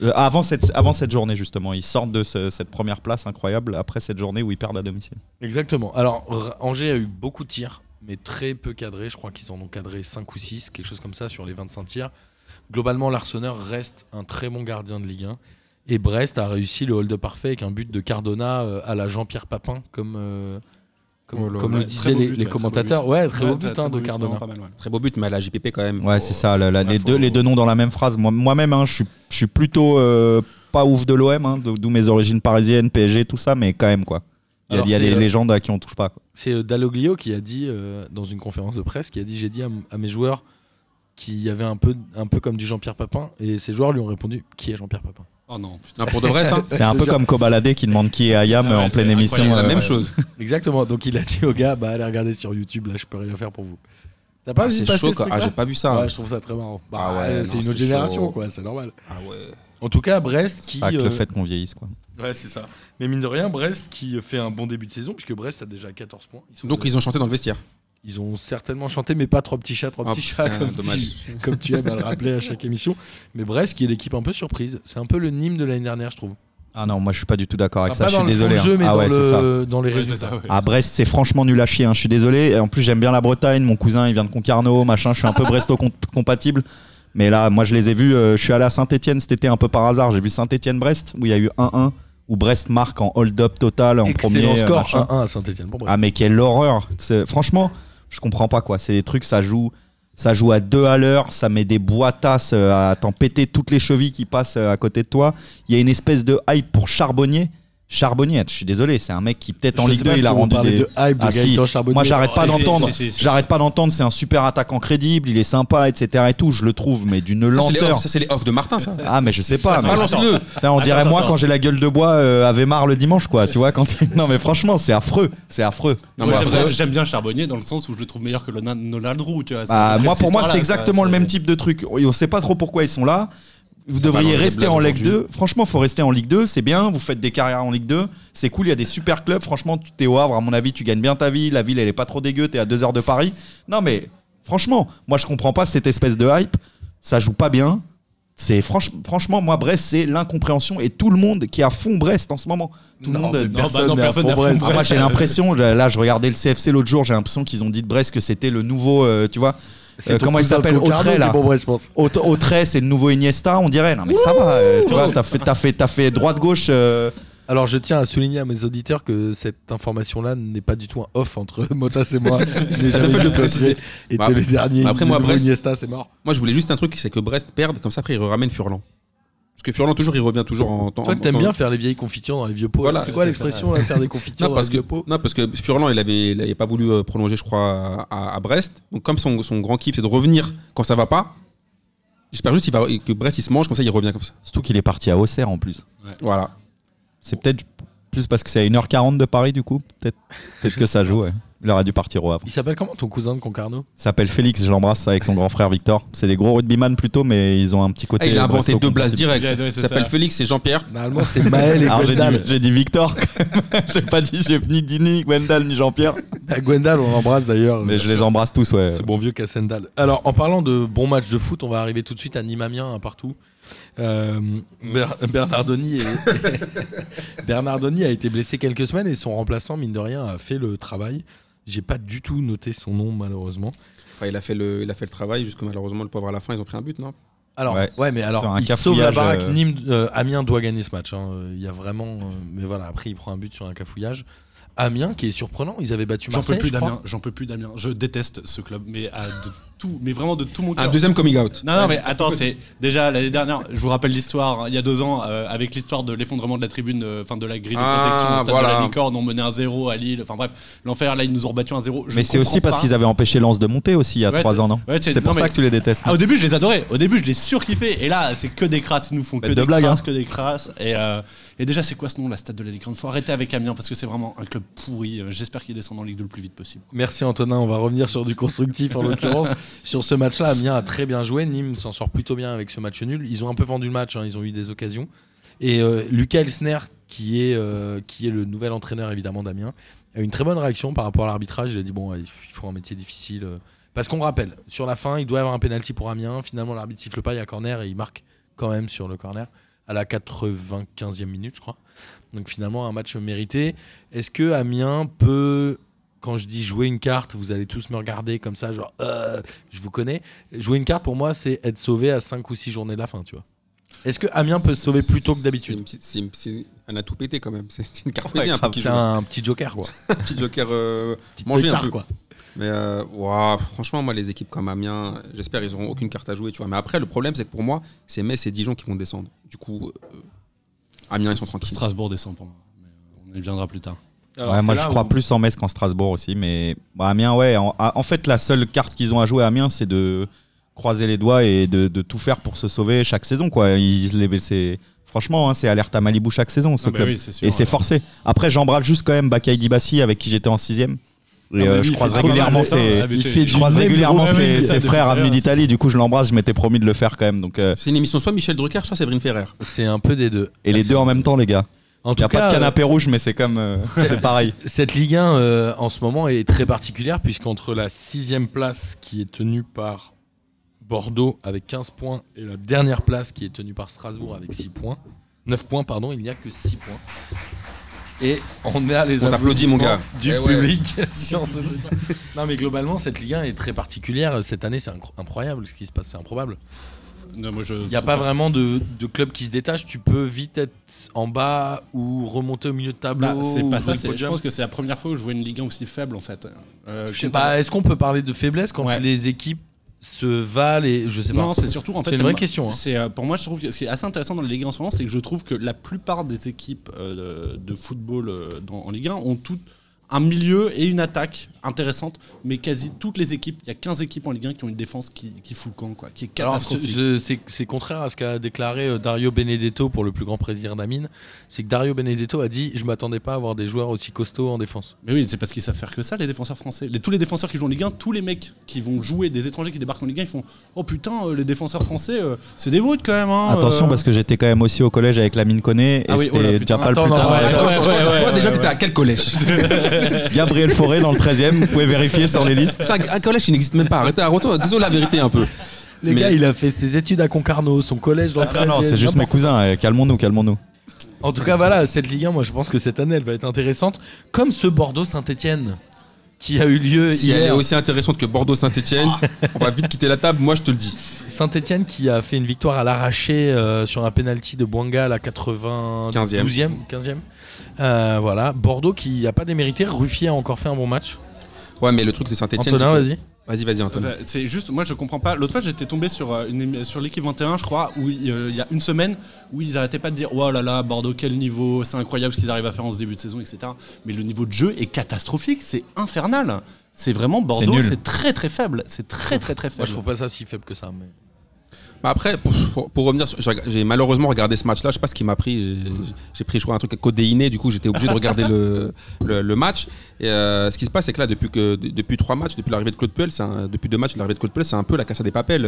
S6: Euh, avant, cette, avant cette journée, justement. Ils sortent de ce- cette première place incroyable après cette journée où ils perdent à domicile.
S3: Exactement. Alors, R- Angers a eu beaucoup de tirs. mais très peu cadrés. Je crois qu'ils en ont cadré 5 ou 6, quelque chose comme ça, sur les 25 tirs. Globalement, l'Arseneur reste un très bon gardien de Ligue 1. Et Brest a réussi le hold parfait avec un but de Cardona euh, à la Jean-Pierre Papin, comme, euh, comme,
S4: Oh là
S3: comme
S4: là,
S3: le
S5: très
S3: disaient
S5: beau
S3: les, les
S5: but, ouais, très beau
S3: commentateurs.
S5: but.
S3: Ouais, très beau
S5: Ouais,
S3: but hein, de
S5: beau but,
S3: Cardona.
S5: vraiment pas mal, ouais.
S4: Très beau but, mais à la JPP quand même.
S6: Ouais,
S4: faut-
S6: c'est ça, la- la-
S4: là,
S6: les,
S4: faut-
S6: deux, les deux noms dans la même phrase. Moi- Moi-même, hein, je suis- je suis plutôt euh, pas ouf de l'OM, hein, d'o- d'où mes origines parisiennes, PSG, tout ça, mais quand même, quoi. Il y a,
S3: Alors,
S6: il y a
S3: c'est,
S6: des
S3: euh,
S6: légendes à qui on touche pas. quoi.
S3: C'est euh, Dalloglio qui a dit euh, dans une conférence de presse, qui a dit j'ai dit à, m- à mes joueurs qu'il y avait un peu, un peu comme du Jean-Pierre Papin, et ces joueurs lui ont répondu qui est Jean-Pierre Papin.
S5: Oh non, putain.
S4: Non, pour de vrai, ça.
S6: C'est
S3: je
S6: un peu
S3: te jure.
S6: comme Kobalade qui demande qui est Ayam
S5: Ah ouais,
S6: en
S5: c'est
S6: pleine
S5: incroyable,
S6: émission.
S4: la
S6: euh,
S4: même
S6: ouais.
S4: chose.
S3: Exactement. Donc il a dit au gars bah allez regarder sur YouTube, là je peux rien faire pour vous. T'as pas
S4: Ah,
S3: vu
S4: c'est
S3: passer
S4: chaud,
S3: ce
S4: quoi. Ah,
S3: truc-là
S4: j'ai pas vu ça.
S3: Ouais, je trouve ça très marrant. Bah,
S4: Ah ouais,
S3: euh, c'est
S4: non,
S3: une autre
S4: c'est
S3: génération,
S4: chaud.
S3: quoi, c'est normal.
S4: Ah ouais.
S3: En tout cas, Brest qui.
S6: Ça que
S3: euh,
S6: le fait qu'on vieillisse, quoi.
S3: Ouais, c'est ça. Mais mine de rien, Brest qui fait un bon début de saison, puisque Brest a déjà 14 points. Ils sont
S4: Donc
S3: de-
S4: ils ont chanté dans le vestiaire.
S3: ils ont certainement chanté, mais pas trois petits chats, trois
S4: Ah,
S3: petits chats,
S4: putain,
S3: comme,
S4: dommage.
S3: tu, comme tu aimes à le rappeler à chaque émission. Mais Brest qui est l'équipe un peu surprise. C'est un peu le Nîmes de l'année dernière, je trouve.
S6: Ah non, moi je suis pas du tout d'accord avec
S3: Enfin,
S6: ça,
S3: pas
S6: je
S3: dans
S6: suis
S3: le fond de jeu,
S6: désolé. hein.
S3: mais
S6: Ah
S3: dans,
S6: ouais, c'est
S3: le-
S6: ça.
S3: dans les
S5: Ouais, c'est
S3: résultats.
S5: ça, ouais.
S6: À Brest, c'est franchement nul à chier, hein, je suis désolé. Et en plus, j'aime bien la Bretagne, mon cousin il vient de Concarneau, machin, je suis un peu Bresto-compatible. Mais là, moi je les ai vus, euh, je suis allé à Saint-Etienne cet été un peu par hasard, j'ai vu Saint-Etienne-Brest où il y a eu 1-1, où Brest marque en hold-up total en
S3: Excellent
S6: premier. euh,
S3: score
S6: machin.
S3: 1-1 à Saint-Etienne. Pour Brest.
S6: Ah mais quelle horreur C'est- Franchement, je comprends pas quoi. C'est des trucs, ça joue, ça joue à deux à l'heure, ça met des boitasses euh, à t'en péter toutes les chevilles qui passent euh, à côté de toi. Il y a une espèce de hype pour Charbonnier. Charbonnier, je suis désolé, c'est un mec qui peut-être en
S3: Je sais
S6: Ligue
S3: pas
S6: 2
S3: si
S6: il a
S3: on
S6: rendu
S3: parlait
S6: des...
S3: de hype de
S6: Ah, si.
S3: Gaëtan Charbonnier.
S6: Moi j'arrête pas
S5: Si, si,
S6: d'entendre,
S5: si, si, si.
S6: j'arrête pas d'entendre, c'est un super attaquant crédible, il est sympa, etc. et tout, je le trouve, mais d'une
S4: Ça, c'est les
S6: lenteur.
S4: off- ça, c'est les offs de Martin, ça.
S6: Ah mais je sais pas, mais-
S4: Balance-le.
S6: Putain, on dirait
S5: Attends,
S6: moi
S5: attends.
S6: quand j'ai la gueule de bois euh, avait marre le dimanche quoi, tu vois quand il- Non mais franchement c'est affreux, c'est affreux.
S4: Non,
S5: Moi,
S4: mais
S5: j'aime
S4: après-
S5: bien- J'aime bien Charbonnier dans le sens où je le trouve meilleur que Lona- Nolan Roux, tu vois. c'est
S6: Bah,
S5: après
S6: moi,
S5: cette
S6: pour moi,
S5: histoire-là,
S6: c'est
S5: quoi,
S6: exactement le
S5: c'est-
S6: même type de truc. On ne sait pas trop pourquoi ils sont là. Vous
S4: va
S6: devriez
S4: leur des
S6: rester
S4: blazes
S6: en Ligue
S4: aujourd'hui.
S6: 2. Franchement, faut rester en Ligue 2. C'est bien. Vous faites des carrières en Ligue 2. C'est cool. Il y a des super clubs. Franchement, tu t'es au Havre. À mon avis, tu gagnes bien ta vie. La ville, elle est pas trop dégueu. T'es à deux heures de Paris. Non, mais franchement, moi, je comprends pas cette espèce de hype. Ça joue pas bien. C'est franch- franchement, moi, Brest, c'est l'incompréhension et tout le monde qui est à fond Brest en ce moment. Tout le
S3: Non,
S6: monde.
S3: mais
S6: dit-
S3: personne
S5: bah non,
S3: n'est à
S5: personne n'est à
S3: fond Brest.
S5: fond
S6: ah,
S5: Brest.
S6: moi j'ai l'impression, là là, je regardais le CFC l'autre jour, j'ai l'impression qu'ils ont dit de Brest que c'était le nouveau, euh, tu vois,
S3: C'est
S6: Euh,
S3: ton
S6: comment il
S3: cousin
S6: s'appelle,
S3: Concarneau
S6: Autrey,
S3: qui est
S6: là.
S3: pour Brest, je pense.
S6: au, au trait c'est le nouveau Iniesta, on dirait. Non mais ça va, euh, tu vois, t'as fait, t'as fait, t'as fait droite-gauche. euh,
S3: Alors je tiens à souligner à mes auditeurs que cette information-là n'est pas du tout un off entre Motas et moi. Je n'ai jamais
S4: fait de
S3: dit
S4: le
S3: Autrey
S4: préciser.
S3: Et
S4: Bah,
S3: que les derniers,
S4: après,
S3: le
S4: moi,
S3: nouveau
S4: Brest-
S3: Iniesta, c'est mort.
S4: Moi, je voulais juste un truc, c'est que Brest perde, comme ça après, il ramène Furlan. Parce que Furlan, toujours, il revient toujours en temps.
S3: Toi,
S4: en-
S3: t'aimes
S4: en-
S3: bien faire les vieilles confitures dans les vieux pots.
S4: Voilà,
S3: c'est quoi
S4: c'est
S3: l'expression, là, faire des confitures
S4: Non
S3: dans les
S4: parce, que,
S3: vieux pots
S4: non, parce que Furlan, il avait, il avait pas voulu euh, prolonger, je crois, à, à Brest. Donc, comme son, son grand kiff, c'est de revenir quand ça va pas, j'espère juste qu'il va- que Brest, il se mange, comme ça, il revient comme ça.
S6: Surtout qu'il est parti à Auxerre en plus.
S4: Voilà.
S6: C'est peut-être plus parce que c'est à 1h40 de Paris du coup, peut-être peut-être que ça joue, ouais. Il aurait dû partir au Havre.
S3: Il s'appelle comment ton cousin de Concarneau
S6: Il s'appelle Félix, je l'embrasse avec son grand frère Victor. C'est des gros rugbyman plutôt, mais ils ont un petit côté.
S4: Ah, il a inventé
S6: Bresto
S4: deux blasts
S6: compatible.
S4: directs.
S5: Il a- ouais,
S4: Il
S5: c'est
S4: s'appelle
S5: ça.
S4: Félix et Jean-Pierre.
S3: Normalement, c'est Maël et
S6: Alors Ah, j'ai dit,
S3: Gwendal.
S6: j'ai dit Victor, j'ai pas dit j'ai ni dit ni Gwendal ni Jean-Pierre,
S3: Bah, Gwendal, on l'embrasse d'ailleurs.
S6: mais
S3: euh,
S6: je les embrasse tous, ouais.
S3: Ce bon vieux Cassendal. Alors, en parlant de bons matchs de foot, on va arriver tout de suite à Nîmes Amiens, un partout. Euh, Ber- Bernardoni, est- Bernardoni a été blessé quelques semaines et son remplaçant, mine de rien, a fait le travail. J'ai pas du tout noté son nom, malheureusement.
S4: Enfin, il, a fait le, il a fait le travail, jusque malheureusement, le pauvre à la fin, ils ont pris un but, non
S3: Alors, ouais,
S6: Ouais.
S3: mais
S6: Sur
S3: alors,
S6: un
S3: il sauve la
S6: cafouillage,
S3: baraque.
S6: euh,
S3: Nîmes, euh, Amiens doit gagner ce match. hein. Euh, Il y a vraiment. euh, mais voilà, après, il prend un but sur un cafouillage. Amiens, qui est surprenant, ils avaient battu
S5: J'en peux
S3: Marseille.
S5: plus
S3: je crois.
S5: Damien, j'en peux plus Damien. Je déteste ce club, mais à de tout, mais vraiment de tout mon
S4: Un
S5: cœur.
S4: deuxième coming out.
S5: Non, non, mais attends, c'est déjà l'année dernière, je vous rappelle l'histoire, hein, il y a deux ans, euh, avec l'histoire de l'effondrement de la tribune, euh, enfin de la grille de
S4: Ah,
S5: protection, au stade de
S4: voilà.
S5: la Licorne, on menait un 0 à Lille, enfin bref, l'enfer, là, ils nous ont rebattu un 0.
S6: Mais c'est aussi parce qu'ils avaient empêché Lens de monter aussi il y a
S5: Ouais,
S6: trois
S5: c'est-
S6: ans, non
S5: ouais, c'est-
S6: C'est pour
S5: non,
S6: ça
S5: mais-
S6: que tu les détestes.
S5: Ah, au début, je les adorais. Au début, je les surkiffais. Et là, c'est que des crasses. Ils nous font que
S6: Bête de
S5: des
S6: blague,
S5: crasses,
S6: hein.
S5: que des crasses. Et, euh, et déjà, c'est quoi ce nom, la stade de la Ligue 1 Faut arrêter avec Amiens parce que c'est vraiment un club pourri. Euh, J'espère qu'ils descendent en Ligue 2 le plus vite possible.
S3: Merci Antonin, on va revenir sur du constructif en l'occurrence. Sur ce match-là, Amiens a très bien joué, Nîmes s'en sort plutôt bien avec ce match nul. Ils ont un peu vendu le match, hein, ils ont eu des occasions. Et euh, Lucas Elsner, qui est, euh, qui est le nouvel entraîneur évidemment d'Amiens, a eu une très bonne réaction par rapport à l'arbitrage. Il a dit, bon, ouais, il faut un métier difficile. euh. Parce qu'on rappelle, sur la fin, il doit y avoir un penalty pour Amiens. Finalement, l'arbitre siffle pas, il y a corner et il marque quand même sur le corner à la 95e minute, je crois. Donc finalement, un match mérité. Est-ce que Amiens peut quand je dis jouer une carte, vous allez tous me regarder comme ça, genre, euh, je vous connais. Jouer une carte, pour moi, c'est être sauvé à 5 ou 6 journées de la fin, tu vois. Est-ce que Amiens peut se sauver plus tôt que
S4: C'est
S3: d'habitude
S4: une petite- C'est une- c'est un atout pété quand même. C'est une carte
S6: Ouais,
S4: pétée, un peu
S6: grave,
S4: qui
S3: C'est
S4: joue.
S3: un petit joker, quoi.
S4: petit joker. euh,
S3: Petite
S4: Manger un
S3: pétard,
S4: peu.
S3: quoi.
S4: Mais euh, ouah, franchement, moi, les équipes comme Amiens, j'espère ils auront aucune carte à jouer, tu vois. Mais après, le problème, c'est que pour moi, c'est Metz et Dijon qui vont descendre. Du coup, euh, Amiens, ils sont tranquilles.
S5: Strasbourg descend pour moi. Mais euh, On y viendra plus tard.
S3: Alors,
S6: Ouais, moi,
S3: c'est
S6: je
S3: là
S6: crois
S3: où-
S6: plus en Metz qu'en Strasbourg aussi. Mais bah, Amiens, ouais. En, à- en fait, la seule carte qu'ils ont à jouer à Amiens, c'est de croiser les doigts et de, de tout faire pour se sauver chaque saison. Quoi. Ils, les, c'est- franchement, hein, c'est alerte à Malibu chaque saison. Ce
S3: Ah, bah
S5: Non, mais
S6: club.
S5: oui, c'est sûr,
S6: et c'est
S5: ouais.
S6: forcé. Après, j'embrale juste quand même Bakaï Dibassi avec qui j'étais en 6 Et
S5: mais
S6: euh,
S5: lui,
S6: je
S5: il
S6: croise
S5: fait trop bien
S6: régulièrement
S5: le matin,
S6: ses,
S5: là, avec
S3: il
S5: ses-
S3: fait
S6: je
S3: du
S6: croise
S3: même
S6: régulièrement
S5: gros
S6: ses,
S5: public,
S6: ses
S5: là,
S6: frères
S5: depuis
S6: amis
S5: hier.
S6: d'Italie. Du coup, je l'embrasse. Je m'étais promis de le faire quand même. Donc, euh,
S4: C'est une émission soit Michel Drucker, soit Séverine Ferrer.
S3: C'est un peu des deux.
S6: et les deux en même temps, les gars.
S3: En
S6: Il n'y
S3: tout
S6: a pas
S3: cas,
S6: de
S3: euh,
S6: canapé rouge, mais c'est comme. euh, c'est pareil.
S3: Cette Ligue 1 euh, en ce moment est très particulière puisqu'entre la sixième place qui est tenue par Bordeaux avec 15 points et la dernière place qui est tenue par Strasbourg avec 6 points, 9 points pardon, il n'y a que 6 points. Et on a les
S4: On t'applaudit, mon gars.
S3: applaudissements du
S4: Eh ouais.
S3: public sur ce truc. Non mais globalement cette Ligue 1 est très particulière cette année, c'est incro- incroyable ce qui se passe, c'est improbable.
S5: Non, moi, je-
S3: Il n'y a pas vraiment de, de club qui se détache, tu peux vite être en bas ou remonter au milieu de tableau.
S5: Bah, c'est
S3: ou
S5: pas ça,
S3: jouer le
S5: c'est- je
S3: podium.
S5: pense que c'est la première fois où je vois une Ligue 1 aussi faible en fait. Euh,
S3: Je sais
S5: comparé-
S3: pas, est-ce qu'on peut parler de faiblesse quand
S5: Ouais.
S3: les équipes se valent et je sais pas.
S5: Non, c'est surtout en fait.
S3: C'est une vraie
S5: ma-
S3: question, hein.
S5: c'est, euh, pour moi, je trouve que ce qui est assez intéressant dans la Ligue 1 en ce moment, c'est que je trouve que la plupart des équipes euh, de- de football euh, dans, en Ligue 1 ont toutes un milieu et une attaque intéressante, mais quasi toutes les équipes, il y a 15 équipes en Ligue 1 qui ont une défense qui, qui fout le camp, quoi, qui est
S3: Alors,
S5: catastrophique.
S3: ce- ce- c'est c'est contraire à ce qu'a déclaré euh, Dario Benedetto pour le plus grand plaisir d'Amine. C'est que Dario Benedetto a dit Je m'attendais pas à avoir des joueurs aussi costauds en défense.
S5: Mais oui, c'est parce qu'ils savent faire que ça, les défenseurs français. Les- tous les défenseurs qui jouent en Ligue 1, tous les mecs qui vont jouer, des étrangers qui débarquent en Ligue 1, ils font Oh putain, euh, les défenseurs français, euh, c'est des brutes quand même. hein,
S6: Attention,
S5: euh.
S6: parce que j'étais quand même aussi au collège avec la mine Conné. Et
S5: Ah oui,
S6: c'était
S5: oh là,
S6: déjà
S5: putain,
S6: pas le
S3: attends,
S6: plus
S3: non,
S6: tard.
S3: ouais,
S5: ouais, ouais, ouais,
S4: Toi,
S5: ouais,
S4: déjà,
S5: ouais.
S4: t'étais à quel collège
S6: Gabriel Fauré dans le 13e, vous pouvez vérifier sur les listes.
S4: Ça, Un collège, il n'existe même pas. Arrêtez, arrêtons, disons la vérité un peu.
S3: Les
S4: Mais-
S3: gars, il a fait ses études à Concarneau, son collège dans le
S6: Ah, Non, non,
S3: 13e,
S6: c'est juste mes
S3: n'importe
S6: cousins, eh, calmons-nous, calmons-nous.
S3: quoi. En tout cas, voilà, cette Ligue 1, moi je pense que cette année elle va être intéressante. Comme ce Bordeaux-Saint-Etienne qui a eu lieu
S4: Si elle est
S3: hier.
S4: aussi intéressante que Bordeaux-Saint-Etienne, on va vite quitter la table, moi, je te le dis.
S3: Saint-Etienne qui a fait une victoire à l'arraché euh, sur un penalty de Boanga à la 92e.
S4: 15e.
S3: 15e. Euh, voilà. Bordeaux qui n'a pas démérité. Ruffier a encore fait un bon match.
S4: Ouais, mais le truc de Saint-Etienne.
S3: Antonin, vas-y.
S4: Vas-y, vas-y, Antonin.
S5: Enfin, C'est juste, moi je comprends pas. L'autre fois j'étais tombé sur, euh, une émi- sur l'équipe 21, je crois, où il euh, il y a une semaine où ils arrêtaient pas de dire Oh là là, Bordeaux, quel niveau, c'est incroyable ce qu'ils arrivent à faire en ce début de saison, etc. Mais le niveau de jeu est catastrophique, c'est infernal. C'est vraiment Bordeaux,
S6: nul.
S5: c'est très très faible. C'est très très très faible.
S3: Moi, je trouve pas ça si faible que ça. Mais...
S4: Bah Après, pour, pour- pour revenir, sur- j'ai reg- j'ai malheureusement regardé ce match-là. Je sais pas ce qui m'a pris. j'ai- J'ai pris, je crois, un truc codéiné. Du coup, j'étais obligé de regarder le, le, le match. Et euh, ce qui se passe, c'est que là, depuis que de- depuis trois matchs, depuis l'arrivée de Claude Puel, c'est un- depuis deux matchs, de l'arrivée de Claude Puel, c'est un peu la casse des papels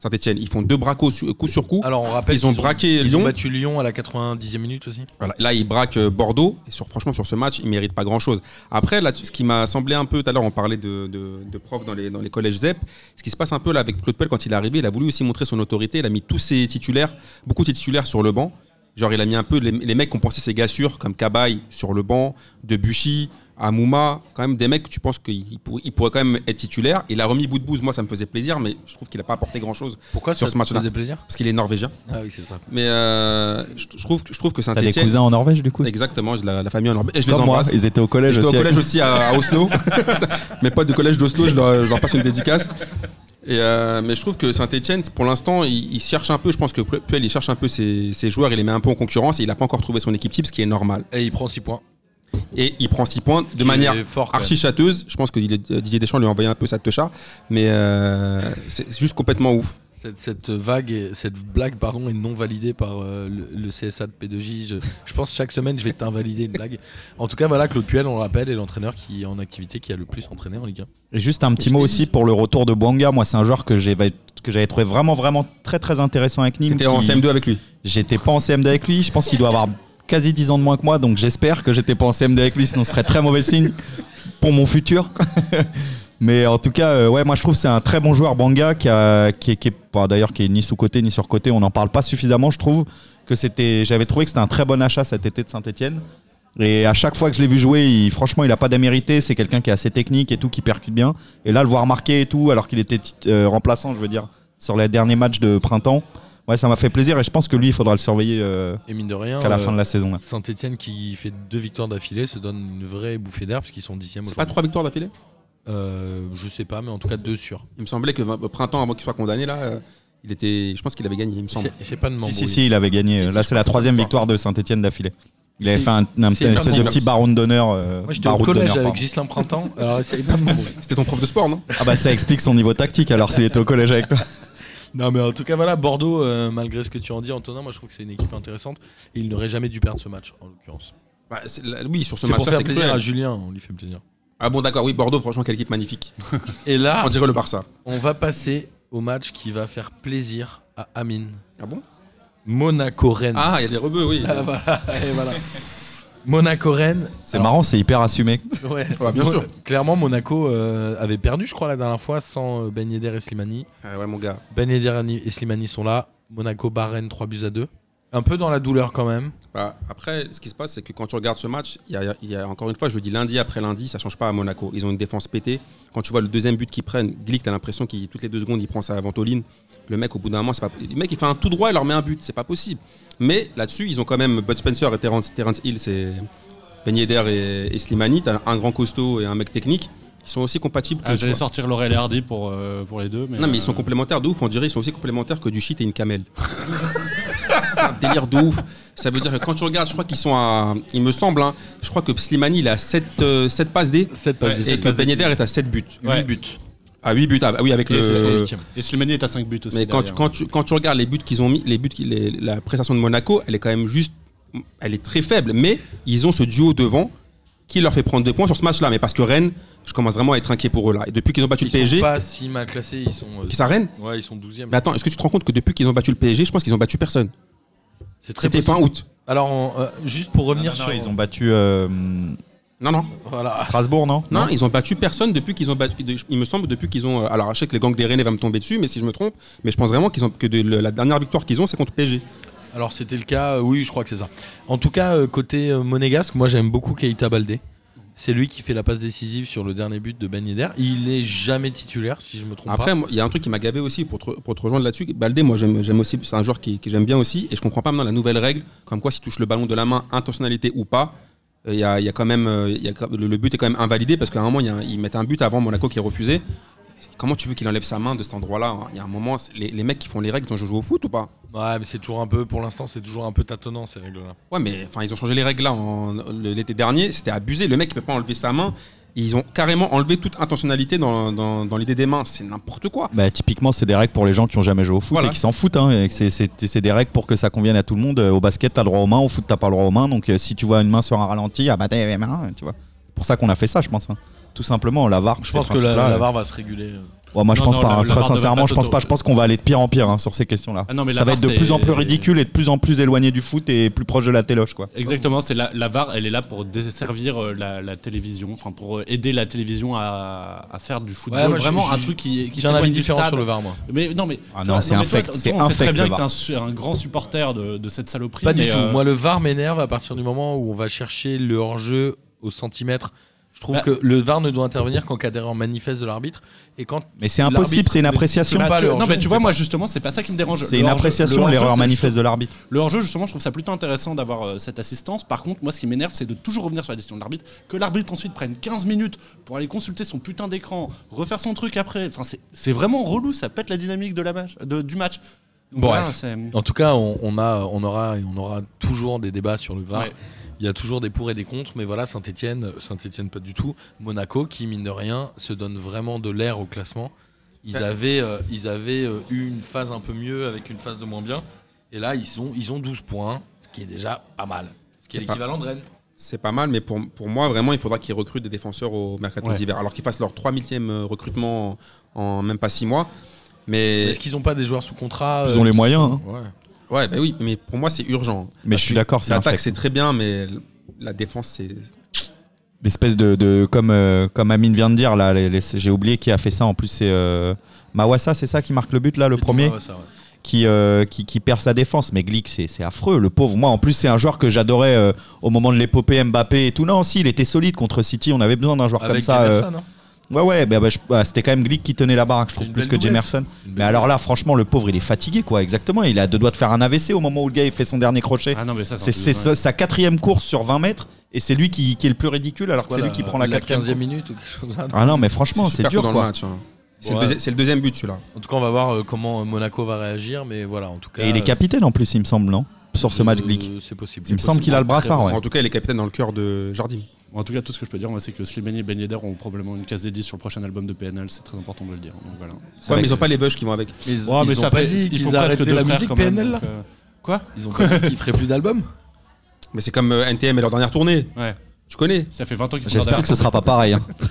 S4: Saint-Etienne. Ils font deux bracos su- coup sur coup.
S3: Alors, on rappelle
S4: Ils ont
S3: qu'ils
S4: braqué
S3: ils ont
S4: Lyon.
S3: battu Lyon à la 90e minute aussi.
S4: Voilà. Là, ils braquent euh, Bordeaux. Et sur, franchement, sur ce match, ils méritent pas grand-chose. Après, là, ce qui m'a semblé un peu, tout à l'heure, on parlait de, de- de profs dans les, dans les collèges ZEP. Ce qui se passe un peu là avec Claude Puel quand il est arrivé, il a voulu aussi montrer son autorité. Il a mis tous ses titulaires, beaucoup de titulaires sur le banc. Genre, il a mis un peu les, les mecs qu'on pensait ses gars sûrs, comme Cabaye sur le banc, Debuchy, Amouma, quand même des mecs que tu penses qu'ils pour- ils pourraient quand même être titulaires. Il a remis bout de bouse. Moi, ça me faisait plaisir, mais je trouve qu'il a pas apporté grand-chose
S3: Pourquoi
S4: Sur
S3: ça
S4: ce
S3: te
S4: match-là.
S3: faisait plaisir
S4: parce qu'il est norvégien.
S3: Ah oui, c'est ça.
S4: Mais euh, je, je trouve, que- je trouve que
S6: T'as des
S4: Saint-Etienne.
S6: cousins en Norvège, du coup
S4: Exactement, j'ai la, la famille en Norvège. Et je les
S6: Comme moi,
S4: embrasse.
S6: ils étaient au collège
S4: J'étais au
S6: aussi.
S4: collège aussi à, à Oslo. Mes potes du collège d'Oslo, je, leur- je leur passe une dédicace. Et euh, mais je trouve que Saint-Etienne, pour l'instant, il, il cherche un peu. Je pense que Puel, il cherche un peu ses, ses joueurs, il les met un peu en concurrence et il n'a pas encore trouvé son équipe type, ce qui est normal.
S3: Et il prend 6 points.
S4: Et il prend 6 points
S3: Ce
S4: de
S3: qui
S4: manière
S3: est fort, quand même.
S4: archi châteuse. Je pense que il est- Didier Deschamps lui a envoyé un peu sa techa. Mais euh, c'est c'est juste complètement ouf.
S3: Cette, cette vague, est- cette blague pardon, est non validée par euh, le, le CSA de P2J. Je, je pense que chaque semaine, je vais t'invalider une blague. En tout cas, voilà, Claude Puel, on le rappelle, est l'entraîneur qui est en activité qui a le plus entraîné en Ligue 1.
S6: Et Juste un petit mot aussi pour le retour de Bouanga. Moi, c'est un joueur que j'ai- que j'avais trouvé vraiment, vraiment très, très intéressant avec Nîmes.
S4: T'étais en
S6: qui-
S4: CM2 avec lui.
S6: J'étais pas en CM2 avec lui. Je pense qu'il doit avoir quasi 10 ans de moins que moi, donc j'espère que j'étais pas en CM2 avec lui, sinon ce serait très mauvais signe pour mon futur. Mais en tout cas, euh, ouais, moi je trouve que c'est un très bon joueur Banga qui, a- qui est, qui est- bah, d'ailleurs qui est ni sous côté ni sur côté. On n'en parle pas suffisamment, je trouve que c'était. J'avais trouvé que c'était un très bon achat cet été de Saint-Étienne. Et à chaque fois que je l'ai vu jouer, il- franchement, il a pas démérité. C'est quelqu'un qui est assez technique et tout, qui percute bien. Et là, le voir marquer et tout, alors qu'il était tit- euh, remplaçant, je veux dire, sur les derniers matchs de printemps, ouais, ça m'a fait plaisir. Et je pense que lui, il faudra le surveiller euh,
S3: Et mine de rien,
S6: jusqu'à la
S3: euh,
S6: fin de la saison. là.
S3: Saint-Etienne qui fait deux victoires d'affilée se donne une vraie bouffée d'air parce qu'ils sont dixième
S4: C'est pas
S3: aujourd'hui.
S4: trois victoires d'affilée
S3: Euh, je sais pas, mais en tout cas deux sur.
S4: Il me semblait que vingt- euh, printemps, avant qu'il soit condamné, là, euh, il était, je pense qu'il avait gagné, il me semble.
S3: C'est c'est pas de
S6: Si,
S3: m'embrouiller.
S6: si, si, il avait gagné. euh,
S4: Si, si,
S6: là,
S4: je
S6: c'est la
S4: pense que
S6: troisième
S4: c'est
S6: victoire de Saint-Etienne d'affilée. Il avait
S3: C'est-
S6: fait un, un-
S3: c'est
S6: un
S3: hyper
S6: espèce de
S3: sympa.
S6: petit baron d'honneur. euh,
S3: Moi j'étais au
S6: baroud
S3: collège
S6: d'honneur,
S3: avec
S6: pardon.
S3: Gislain Printemps, alors essaye pas de m'embrouiller.
S4: C'était ton prof de sport, non
S6: Ah bah ça explique son niveau tactique alors s'il était au collège avec toi.
S3: Non, mais en tout cas, voilà, Bordeaux, euh, malgré ce que tu en dis, Antonin, moi je trouve que c'est une équipe intéressante. Et il n'aurait jamais dû perdre ce match, en l'occurrence.
S4: Bah, c'est- là, Oui, sur ce
S3: C'est pour
S4: match-là,
S3: faire
S4: c'est
S3: plaisir
S4: cruel.
S3: à Julien, on lui fait plaisir.
S4: Ah bon, d'accord, oui, Bordeaux, franchement, quelle équipe magnifique.
S3: Et là,
S4: On dirait le Barça.
S3: on va passer au match qui va faire plaisir à Amine.
S4: Ah bon
S3: Monaco-Rennes.
S4: Ah, il y a des rebeux, oui.
S3: Ah, voilà, et voilà. Monaco-Rennes.
S6: C'est
S3: Alors,
S6: marrant, c'est hyper assumé.
S3: Ouais.
S4: Ouais, bien
S3: Mon-
S4: sûr.
S3: Clairement, Monaco euh, avait perdu, je crois, la dernière fois sans euh, Ben Yedder et Slimani.
S4: Ah ouais, mon gars.
S3: Ben Yedder et Slimani sont là. Monaco bat Rennes 3 buts à 2. Un peu dans la douleur quand même.
S4: Bah, après, ce qui se passe, c'est que quand tu regardes ce match, il y a, il y a- encore une fois, je le dis lundi après lundi, ça change pas à Monaco. Ils ont une défense pétée. Quand tu vois le deuxième but qu'ils prennent, Glick, t'as l'impression qu'il toutes les deux secondes, il prend sa ventoline. Le mec, au bout d'un moment, c'est pas. Le mec, il fait un tout droit, il leur met un but. C'est pas possible. Mais là-dessus, ils ont quand même Bud Spencer et Terence, Terence Hill, c'est Ben Yedder et, et Slimani. T'as un grand costaud et un mec technique. Ils sont aussi compatibles. que
S5: Ah,
S4: tu
S5: J'allais
S4: vois.
S5: sortir Laurel et Hardy pour, euh, pour les deux. Mais
S4: Non mais
S5: euh,
S4: ils sont complémentaires de ouf, on dirait ils sont aussi complémentaires que du shit et une camel. c'est un délire de ouf. Ça veut dire que quand tu regardes, je crois qu'ils sont à. Il me semble, hein, je crois que Slimani il a 7, passes D
S3: 7 passes
S5: Ouais,
S4: et
S3: décisives.
S4: que Ben Yedder est à 7 buts.
S5: Ouais.
S4: 8 buts. Ah 8 buts, ah, oui avec
S5: Et c'est son
S4: le.
S5: huitième. Et Slimani est à 5 buts aussi.
S4: Mais quand tu,
S5: derrière.
S4: quand, tu, quand tu regardes les buts qu'ils ont mis, les buts, qu'ils- les- la prestation de Monaco, elle est quand même juste. Elle est très faible, mais ils ont ce duo devant qui leur fait prendre des points sur ce match-là. Mais parce que Rennes, je commence vraiment à être inquiet pour eux là. Et depuis qu'ils ont battu
S3: Ils
S4: le PSG,
S3: sont pas si mal classés, ils sont, euh,
S4: qui ça Rennes
S3: ouais, ils sont 12e.
S4: Mais attends, est-ce que tu te rends compte que depuis qu'ils ont battu le PSG, je pense qu'ils ont battu personne
S3: C'est très
S4: C'était fin
S3: possible.
S4: août.
S3: Alors, on, euh, juste pour revenir
S6: Non, non,
S3: sur.
S6: ils ont battu euh,
S4: Non, non.
S6: Ah.
S3: Voilà.
S6: Strasbourg, non
S4: Non, ils ont battu personne depuis qu'ils ont battu. de- Il me semble depuis qu'ils ont. euh, Alors, je sais que les gangs des Rennais va me tomber dessus, mais si je me trompe, mais je pense vraiment qu'ils ont que de- le- la dernière victoire qu'ils ont, c'est contre PSG.
S3: Alors, c'était le cas, euh, oui, je crois que c'est ça. En tout cas, euh, côté euh, monégasque, moi j'aime beaucoup Keita Baldé. C'est lui qui fait la passe décisive sur le dernier but de Ben Yedder. Il est jamais titulaire, si je me trompe
S4: Après,
S3: pas.
S4: moi, il y a un truc qui m'a gavé aussi pour te, pour te rejoindre là-dessus. Baldé, moi, j'aime j'aime aussi. C'est un joueur qui, que j'aime bien aussi, et je comprends pas maintenant la nouvelle règle, comme quoi si touche le ballon de la main, intentionnalité ou pas. euh, Il y a, il y a quand même, euh, il y a quand- le, le but est quand même invalidé parce qu'à un moment il y a un- ils mettent un but avant Monaco qui est refusé. Comment tu veux qu'il enlève sa main de cet endroit-là hein Il y a un moment, c'est- les, les mecs qui font les règles, ils ont joué au foot ou pas
S3: Ouais, mais c'est toujours un peu, pour l'instant, c'est toujours un peu tâtonnant ces règles-là.
S4: Ouais, mais enfin, ils ont changé les règles là en- le- l'été dernier. C'était abusé. Le mec, il peut pas enlever sa main. Ils ont carrément enlevé toute intentionnalité dans, dans- dans l'idée des mains. C'est n'importe quoi.
S6: Bah, typiquement, c'est des règles pour les gens qui ont jamais joué au foot
S4: Voilà.
S6: et qui s'en foutent. hein, et que c'est- C'est c'est des règles pour que ça convienne à tout le monde. Euh, Au basket, t'as le droit aux mains. Au foot, t'as pas le droit aux mains. Donc, euh, si tu vois une main sur un ralenti, ah bah t'as les mains, tu vois. C'est pour ça qu'on a fait ça, je pense. hein. Tout simplement, la VAR.
S3: Je
S6: ces
S3: pense que la,
S6: principes-là,
S3: la
S6: euh,
S3: VAR va se réguler. euh.
S6: ouais, moi, je
S5: Non,
S6: pense
S5: non,
S6: pas.
S5: la-
S6: hein.
S5: la
S6: très
S5: VAR devrait
S6: sincèrement,
S5: pas
S6: je pense pas.
S5: s'auto-
S6: Je pense qu'on va aller de pire en pire hein, sur ces questions-là.
S5: Ah non, mais la
S6: ça va
S5: VAR,
S6: être de
S5: c'est-
S6: plus en plus ridicule et de plus en plus éloigné du foot et plus proche de la téloche, quoi.
S5: Exactement, c'est la, la VAR, elle est là pour desservir euh, la, la télévision, enfin pour euh, aider la télévision à, à faire du football.
S3: Ouais, moi, je-
S5: vraiment
S3: je-
S5: un truc qui, qui
S3: J'ai un avis
S5: s'éloigne du
S3: différent
S5: stade.
S3: sur le VAR, moi.
S5: Mais non, mais
S6: Ah
S5: toi-
S6: non, c'est
S5: mais
S6: un
S5: toi,
S6: fake,
S5: toi,
S6: c'est
S5: on
S6: un
S5: sait très
S6: fake,
S5: bien
S6: le
S5: que t'es
S6: VAR.
S5: un, su- un grand supporter de, de cette saloperie.
S3: Pas du
S5: mais,
S3: tout.
S5: euh,
S3: Moi, le VAR m'énerve à partir du moment où on va chercher le hors-jeu au centimètre. Je trouve
S5: Bah-
S3: que le VAR ne doit intervenir qu'en cas d'erreur manifeste de l'arbitre. Et quand.
S6: Mais c'est impossible.
S3: L'arbitre
S6: C'est une
S3: ne
S6: appréciation.
S3: siffle pas le
S5: non
S3: hors-jeu,
S5: mais
S3: on
S5: tu vois
S3: sait
S5: moi justement c'est pas ça qui me dérange.
S6: C'est
S5: Le
S6: une
S5: hors-jeu- le
S6: appréciation.
S5: hors-jeu,
S6: L'erreur
S5: c'est-
S6: manifeste de l'arbitre.
S5: Le hors-jeu, justement, je trouve ça plutôt intéressant d'avoir euh, cette assistance. Par contre, moi, ce qui m'énerve, c'est de toujours revenir sur la décision de l'arbitre. Que l'arbitre ensuite prenne 15 minutes pour aller consulter son putain d'écran, refaire son truc après. Enfin, c'est- c'est vraiment relou, ça pète la dynamique de la match, de- du match. Donc
S3: Bref.
S5: là, c'est-
S3: En tout cas, on, on a, on, aura, et on aura toujours des débats sur le VAR.
S5: Ouais.
S3: Il y a toujours des pour et des contre, mais voilà, Saint-Etienne, Saint-Etienne pas du tout, Monaco qui, mine de rien, se donne vraiment de l'air au classement. Ils
S4: Ouais.
S3: avaient, euh, ils avaient euh, eu une phase un peu mieux avec une phase de moins bien, et là, ils, sont, ils ont 12 points, ce qui est déjà pas mal. Ce qui est
S4: C'est pas-
S3: l'équivalent de Rennes.
S4: C'est pas mal, mais pour, pour moi, vraiment, il faudra qu'ils recrutent des défenseurs au mercato
S5: Ouais.
S4: d'hiver. Alors qu'ils fassent leur 3000e euh, recrutement en, en même pas 6 mois. Mais
S3: Est-ce qu'ils n'ont pas des joueurs sous contrat euh,
S6: Ils ont
S5: euh,
S6: les
S3: qui
S6: moyens, hein.
S3: sont- Ouais.
S4: ouais, bah oui, mais pour moi, c'est urgent.
S6: Mais je suis d'accord. C'est un
S4: L'attaque,
S6: fake.
S4: c'est très bien, mais l- la défense, c'est.
S6: l'espèce de, de- comme euh, comme Amine vient de dire là les- les- j'ai oublié qui a fait ça en plus c'est euh, Mawassa c'est ça qui marque le but là le
S3: C'est tout,
S6: premier
S3: ouais, ça, ouais.
S6: qui, euh, qui, qui perd sa défense. Mais Glick, c'est c'est affreux, le pauvre. Moi, en plus, c'est un joueur que j'adorais euh, au moment de l'épopée Mbappé et tout. Non, si, il était solide contre City. On avait besoin d'un joueur comme
S3: Avec
S6: ça. euh,
S3: Emerson, hein.
S6: Ouais, ouais, bah, bah, je- bah, c'était quand même Glick qui tenait la baraque, je trouve,
S3: Une
S6: plus
S3: belle
S6: que
S3: doublette.
S6: Jemerson.
S3: Une belle
S6: Mais alors là, franchement, le pauvre, il est fatigué, quoi, exactement. Il a deux doigts de faire un AVC au moment où le gars il fait son dernier crochet.
S5: Ah non, mais ça,
S6: c'est c'est
S5: ça.
S6: sa, sa quatrième course sur 20 mètres, et c'est lui qui, qui est le plus ridicule, alors que c'est
S3: Voilà,
S6: lui qui prend la quatrième.
S3: 15e
S6: course.
S3: minute ou quelque chose comme ça.
S6: Ah non, mais franchement,
S4: super
S6: c'est dur,
S4: tôt dans le
S6: quoi.
S4: match. hein. C'est
S3: Ouais.
S4: le, deuxi- c'est le deuxième but, celui-là.
S3: En tout cas, on va voir euh, comment Monaco va réagir, mais voilà, en tout cas.
S6: Et il est capitaine en plus, il me semble, non Sur ce match,
S3: euh,
S6: Glick.
S3: C'est possible.
S6: Il me semble qu'il a le brassard, Ah ouais.
S4: En tout cas, il est capitaine dans le cœur de Jardim.
S5: En tout cas, tout ce que je peux dire, moi, c'est que Slimani et Ben Yedder auront probablement une case dédiée sur le prochain album de PNL. C'est très important de le dire. Donc voilà.
S4: Ouais, mais
S6: vrai
S4: ils ont
S6: que-
S4: pas les bugs qui vont avec.
S3: Ils,
S5: Ouais,
S3: ils ont
S5: ça
S3: pas
S5: fait-
S3: dit
S5: il faut
S3: qu'ils
S5: presque
S3: arrêtaient
S5: deux
S3: la
S5: frères
S3: musique
S5: quand même,
S3: PNL là
S5: donc, euh, Quoi
S3: Ils ont pas dit qu'ils feraient plus d'albums
S4: Mais c'est comme euh, NTM et leur dernière tournée.
S5: Ouais.
S4: Tu connais
S5: Ça fait 20 ans qu'ils font
S6: J'espère
S5: leur
S6: que ce sera pas pareil. hein.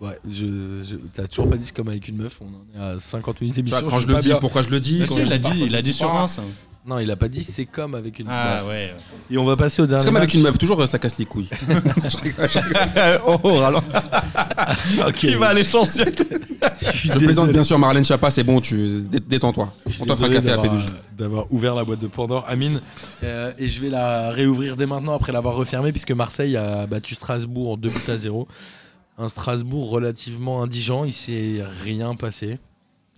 S3: Ouais, je, je- t'as toujours pas dit c'est comme avec une meuf, on en est à 50 minutes
S4: Tu
S3: d'émission.
S4: vois, Quand je
S3: sais
S4: le
S3: pas
S4: dis,
S3: bien.
S4: pourquoi je le dis
S5: dernière
S4: quand
S5: tournée.
S4: je
S5: Il l'a
S4: le dis
S5: dit,
S4: pas,
S5: il l'a dit
S4: quand je le
S5: sur
S4: dis pas.
S5: 20. ça.
S3: Non, il a pas dit c'est comme avec une
S5: Ah
S3: meuf.
S5: ouais.
S3: Et on va passer au dernier.
S4: C'est comme avec
S3: match.
S4: une meuf, toujours euh, ça casse les couilles.
S6: oh, oh, ralent.
S3: Ok.
S6: Il va à l'essentiel.
S3: Je suis
S4: Je plaisante
S3: désolé.
S4: bien sûr Marlène Chapa, c'est bon, tu dé- détends-toi.
S3: Je suis
S4: On t'offre un
S3: désolé
S4: café à
S3: d'avoir,
S4: P2J.
S3: euh, D'avoir ouvert la boîte de Pandore, Amine. Euh, et je vais la réouvrir dès maintenant après l'avoir refermée, puisque Marseille a battu Strasbourg en 2 buts à 0. Un Strasbourg relativement indigent, il s'est rien passé.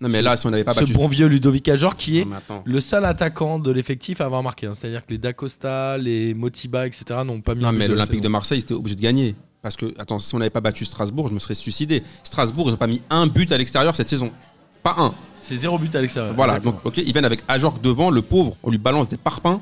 S4: Non mais là, si on n'avait pas
S3: Ce
S4: battu.
S3: bon vieux Ludovic Ajor qui est
S4: Non, mais attends.
S3: le seul attaquant de l'effectif à avoir marqué. hein. C'est-à-dire que les Dacosta, les Motiba, etc. n'ont pas mis
S4: Non
S3: un but
S4: mais
S3: de la
S4: l'Olympique de
S3: saison.
S4: Marseille, c'était obligé de gagner. Parce que, attends, si on n'avait pas battu Strasbourg, je me serais suicidé. Strasbourg, ils n'ont pas mis un but à l'extérieur cette saison. Pas un.
S3: C'est zéro but à l'extérieur.
S4: voilà,
S3: Exactement.
S4: donc ok, ils viennent avec Ajorc devant, le pauvre, on lui balance des parpaings.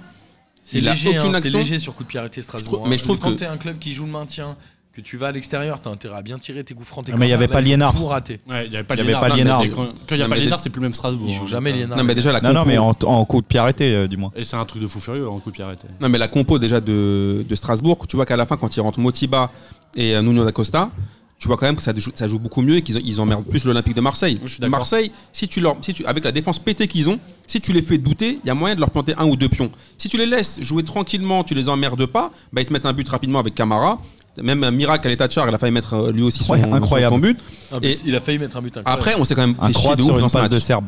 S3: C'est
S4: il a
S3: léger,
S4: aucune
S3: hein, c'est
S4: action.
S3: léger sur coup de pied arrêté Strasbourg.
S4: Je trouve- mais
S3: hein.
S4: je trouve
S3: quand
S4: que-
S3: t'es un club qui joue le maintien, que tu vas à l'extérieur, t'as intérêt à bien tirer tes coups francs. tes
S6: Ah, mais il y
S3: corners,
S6: avait
S3: là,
S6: pas
S3: ils ont
S6: Liénard.
S3: Tout raté.
S5: Ouais, il n'y avait pas
S6: Il y avait
S5: Liénard.
S6: pas
S5: Non,
S6: Liénard.
S5: mais Quand quand il n'y a
S4: Non,
S5: pas
S4: mais
S5: Liénard, c'est plus le même Strasbourg.
S3: Ils jouent
S5: hein.
S3: jamais Liénard.
S4: euh, Non mais déjà la
S6: Non, non,
S4: compo-
S6: mais en, en coup de pied arrêté, euh, du moins.
S5: Et c'est un truc de fou furieux en coup de pied arrêté.
S4: Non, mais la compo déjà de, de Strasbourg, tu vois qu'à la fin, quand ils rentrent Motiba et euh, Nuno da Costa, tu vois quand même que ça, joue- ça joue beaucoup mieux et qu'ils ils emmerdent plus l'Olympique de Marseille.
S5: Je suis d'accord.
S4: Marseille, si tu leur, si tu, avec la défense pétée qu'ils ont, si tu les fais douter, il y a moyen de leur planter un ou deux pions. Si tu les laisses jouer tranquillement, tu les emmerdes pas, bah, ils te mettent un but rapidement avec Camara. Même euh, Miracle à l'état de char, il a failli mettre euh, lui aussi son,
S6: Ouais,
S4: son-
S6: incroyable.
S4: son but.
S3: Ah,
S4: Et-
S3: il a failli mettre un but. incroyable.
S4: Après, on s'est quand même
S6: Un
S4: fait chier
S6: croate
S4: de ouf
S6: sur une
S4: dans ce
S6: passe
S4: match.
S6: de Serbe.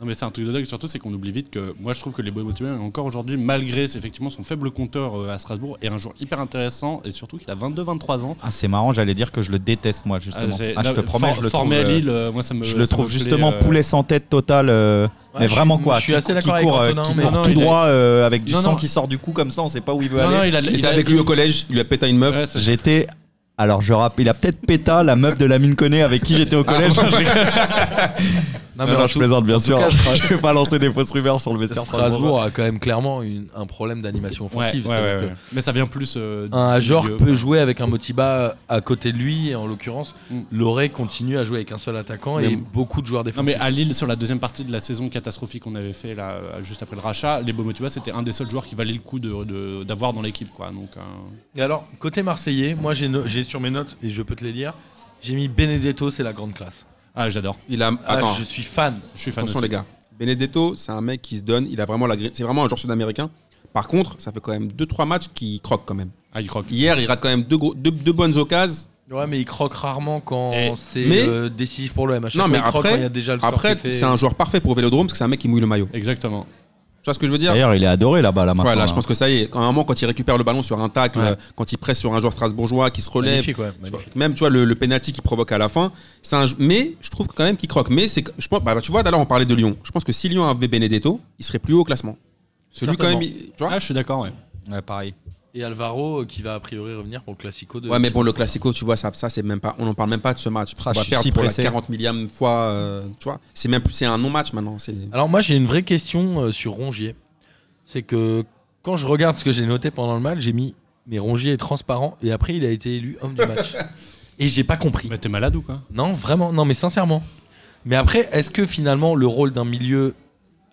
S5: Non mais c'est un truc de dingue surtout c'est qu'on oublie vite que moi je trouve que les Boy Motivés encore aujourd'hui malgré effectivement son faible compteur euh, à Strasbourg est un joueur hyper intéressant et surtout qu'il a 22-23 ans.
S6: Ah, c'est marrant, j'allais dire que je le déteste, moi, justement.
S5: Ah, c'est-
S6: Ah, je
S5: là,
S6: te promets,
S5: for-
S6: je le trouve.
S5: formé à
S6: euh,
S5: Lille, euh, moi ça me
S6: Je
S5: ça
S6: le
S5: me
S6: trouve
S5: plaît,
S6: justement
S5: euh,
S6: poulet sans tête totale. euh,
S3: Ouais,
S6: mais
S3: je
S6: vraiment
S3: suis-
S6: quoi.
S3: je suis
S6: qui-
S3: assez d'accord
S6: qui
S3: avec
S6: court, euh,
S3: Antonin,
S6: qui
S3: mais
S6: court
S3: non,
S6: tout
S5: il est-
S6: droit euh, avec du
S3: Non,
S6: sang
S3: non.
S6: qui sort du cou comme ça, on sait pas où il veut
S5: Non non,
S6: aller.
S5: il a
S4: Il
S5: il
S4: était
S5: a-
S4: avec lui au collège, il lui a pété une meuf.
S5: Ouais, ça-
S6: J'étais. Alors je rappelle, il a peut-être péta la meuf de la mine connée avec qui j'étais au collège.
S3: Non, mais
S6: Non,
S3: en
S6: non, je
S3: tout-
S6: plaisante bien
S3: Ah en tout
S6: sûr.
S3: cas, Stra-
S6: je vais pas lancer des fausses rumeurs sur le vestiaire.
S3: Strasbourg a quand même clairement une- un problème d'animation
S5: ouais,
S3: offensive.
S5: ouais,
S3: c'est-à-dire
S5: ouais, ouais. Mais ça vient plus euh,
S3: que Un
S5: du
S3: Ajor
S5: milieu,
S3: peut
S5: quoi.
S3: jouer avec un Motiba à côté de lui, et en l'occurrence,
S5: Mm.
S3: Loré continue à jouer avec un seul attaquant
S4: Mais-
S3: et beaucoup de joueurs
S5: Non
S3: défensifs.
S5: mais à Lille sur la deuxième partie de la saison catastrophique qu'on avait fait là euh, juste après le rachat, les Boy Motivés c'était un des seuls joueurs qui valait le coup de- de- d'avoir dans l'équipe quoi. Donc euh,
S3: Et alors, côté Marseillais, moi j'ai no- j'ai sur mes notes, et je peux te les lire, j'ai mis Benedetto, c'est la grande classe.
S5: ah j'adore.
S4: Il a,
S3: Ah,
S4: attends,
S3: je suis fan.
S5: Je suis fan
S4: Attention
S5: aussi.
S4: les gars, Benedetto, c'est un mec qui se donne, il a vraiment la gri- c'est vraiment un joueur sud-américain. Par contre, ça fait quand même 2-3 matchs qui croque quand même.
S5: Ah il croque.
S4: Hier, il rate quand même deux, gros- deux, deux bonnes occasions.
S3: Ouais, mais il croque rarement quand
S5: Et-
S3: c'est
S4: mais-
S3: euh, décisif pour l'OM. À chaque
S4: Non,
S3: fois,
S4: mais
S3: il croque
S4: après-
S3: quand il y a déjà le score
S4: Après,
S3: qui est fait.
S4: c'est un joueur parfait pour Vélodrome parce que c'est un mec qui mouille le maillot. Tu
S5: Exactement.
S4: vois ce que je veux dire
S6: D'ailleurs, il est adoré là-bas là maintenant. hein.
S4: Voilà,
S6: là.
S4: je pense que ça y est. Quand, à un moment, quand il récupère le ballon sur un tacle,
S5: Ouais.
S4: euh, quand il presse sur un joueur strasbourgeois qui se relève,
S3: magnifique, ouais,
S4: tu vois,
S3: magnifique.
S4: même tu vois le, le penalty qu'il provoque à la fin, c'est un, jou- mais je trouve quand même qu'il croque. Mais c'est, que- je pense, bah, tu vois, d'ailleurs on parlait de Lyon. Je pense que si Lyon avait Benedetto, il serait plus haut au classement. Celui quand
S3: Certainement.
S4: même, il- tu vois.
S5: Ah je suis d'accord ouais.
S6: hein. Ouais, pareil.
S3: Et Alvaro euh, qui va a priori revenir pour le Classico de.
S4: Ouais, mais bon, le Classico, tu vois, ça, ça c'est même pas. On n'en parle même pas de ce match.
S6: Ah,
S4: on
S6: je
S4: va
S6: suis
S4: perdre
S6: si
S4: pour
S6: pressé.
S4: la 40 millième fois. euh, tu vois, c'est même plus, c'est un non-match maintenant. C'est
S3: Alors moi j'ai une vraie question euh, sur Rongier. C'est que quand je regarde ce que j'ai noté pendant le match, j'ai mis mais Rongier est transparent et après il a été élu homme du match. et j'ai pas compris.
S5: Mais t'es malade ou quoi
S3: Non, vraiment, non mais sincèrement. Mais après, est-ce que finalement le rôle d'un milieu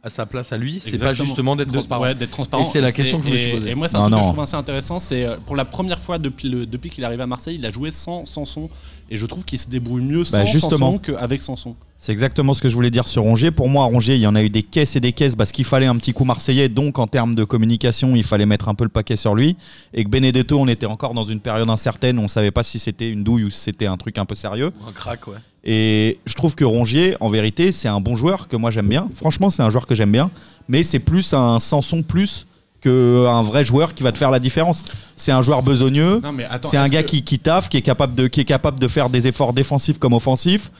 S3: à sa place à lui, c'est pas
S5: Exactement.
S3: justement d'être
S5: De-
S3: transparent
S5: ouais, d'être transparent.
S3: Et c'est la question que je me suis
S5: et-
S3: posée.
S5: Et moi, c'est un
S6: Non,
S5: truc que
S6: non.
S5: je trouve assez intéressant. C'est euh, pour la première fois depuis, le, depuis qu'il est arrivé à Marseille, il a joué sans Sanson. Et je trouve qu'il se débrouille mieux sans
S6: Bah, justement.
S5: Sanson qu'avec Sanson.
S6: C'est exactement ce que je voulais dire sur Rongier. Pour moi, à Rongier, il y en a eu des caisses et des caisses parce qu'il fallait un petit coup marseillais. Donc, en termes de communication, il fallait mettre un peu le paquet sur lui. Et que Benedetto, on était encore dans une période incertaine. On ne savait pas si c'était une douille ou si c'était un truc un peu sérieux.
S3: Un crack, ouais.
S6: Et je trouve que Rongier, en vérité, c'est un bon joueur que moi j'aime bien. Franchement, c'est un joueur que j'aime bien. Mais c'est plus un Sanson plus qu'un vrai joueur qui va te faire la différence. C'est un joueur besogneux.
S5: Non, mais attends,
S6: C'est un
S5: est-ce
S6: gars
S5: que-
S6: qui, qui taffe, qui est, capable de, qui est capable de faire des efforts défensifs comme offensifs.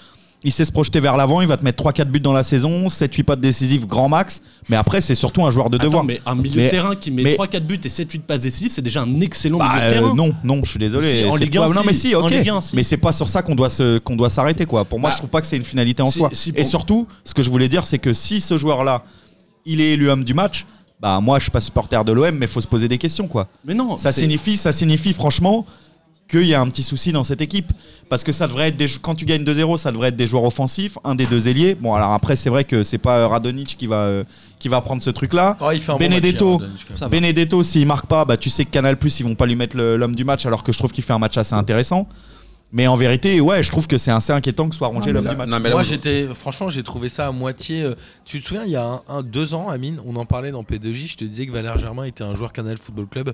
S6: Il sait se projeter vers l'avant, il va te mettre 3-4 buts dans la saison, 7-8 passes décisives, grand max. Mais après, c'est surtout un joueur de
S5: Attends,
S6: devoir.
S5: mais un milieu
S6: Mais-
S5: de terrain qui met
S6: mais-
S5: 3-4 buts et 7-8 passes décisives, c'est déjà un excellent
S6: Bah,
S5: milieu de
S6: euh,
S5: terrain.
S6: non, non, je suis désolé.
S5: Si, en
S6: c'est
S5: Ligue un,
S6: pas- non,
S5: si.
S6: mais si,
S5: En
S6: ok.
S5: Ligue un, si.
S6: Mais c'est pas sur ça qu'on doit se, qu'on doit s'arrêter, quoi. Pour moi,
S5: Bah,
S6: je trouve pas que c'est une finalité en
S5: si-
S6: soi.
S5: si,
S6: Et
S5: pour-
S6: surtout, ce que je voulais dire, c'est que si ce joueur-là, il est élu homme du match, bah moi, je suis pas supporter de l'OM, mais faut se poser des questions, quoi.
S5: Mais non,
S6: Ça
S5: c'est-
S6: signifie, ça signifie franchement qu'il y a un petit souci dans cette équipe. Parce que ça devrait être des, jou- quand tu gagnes 2-0, ça devrait être des joueurs offensifs, un des deux ailiers. Bon, alors après, c'est vrai que c'est pas euh, Radonic qui va, euh, qui va prendre ce truc-là.
S3: Oh, il fait un bon
S6: Benedetto.
S3: match, Radonjic, quand même. Ça va.
S6: Benedetto, s'il marque pas, bah, tu sais que Canal Plus, ils vont pas lui mettre le- l'homme du match, alors que je trouve qu'il fait un match assez intéressant. Mais en vérité, ouais, je trouve que c'est assez inquiétant que soit rongé l'homme du match.
S4: Non, mais là,
S3: Ah, Moi,
S4: vous-
S3: j'étais, franchement, j'ai trouvé ça à moitié. euh, Tu te souviens, il y a un, un- deux ans, Amine, on en parlait dans P2J. Je te disais que Valère Germain était un joueur Canal Football Club.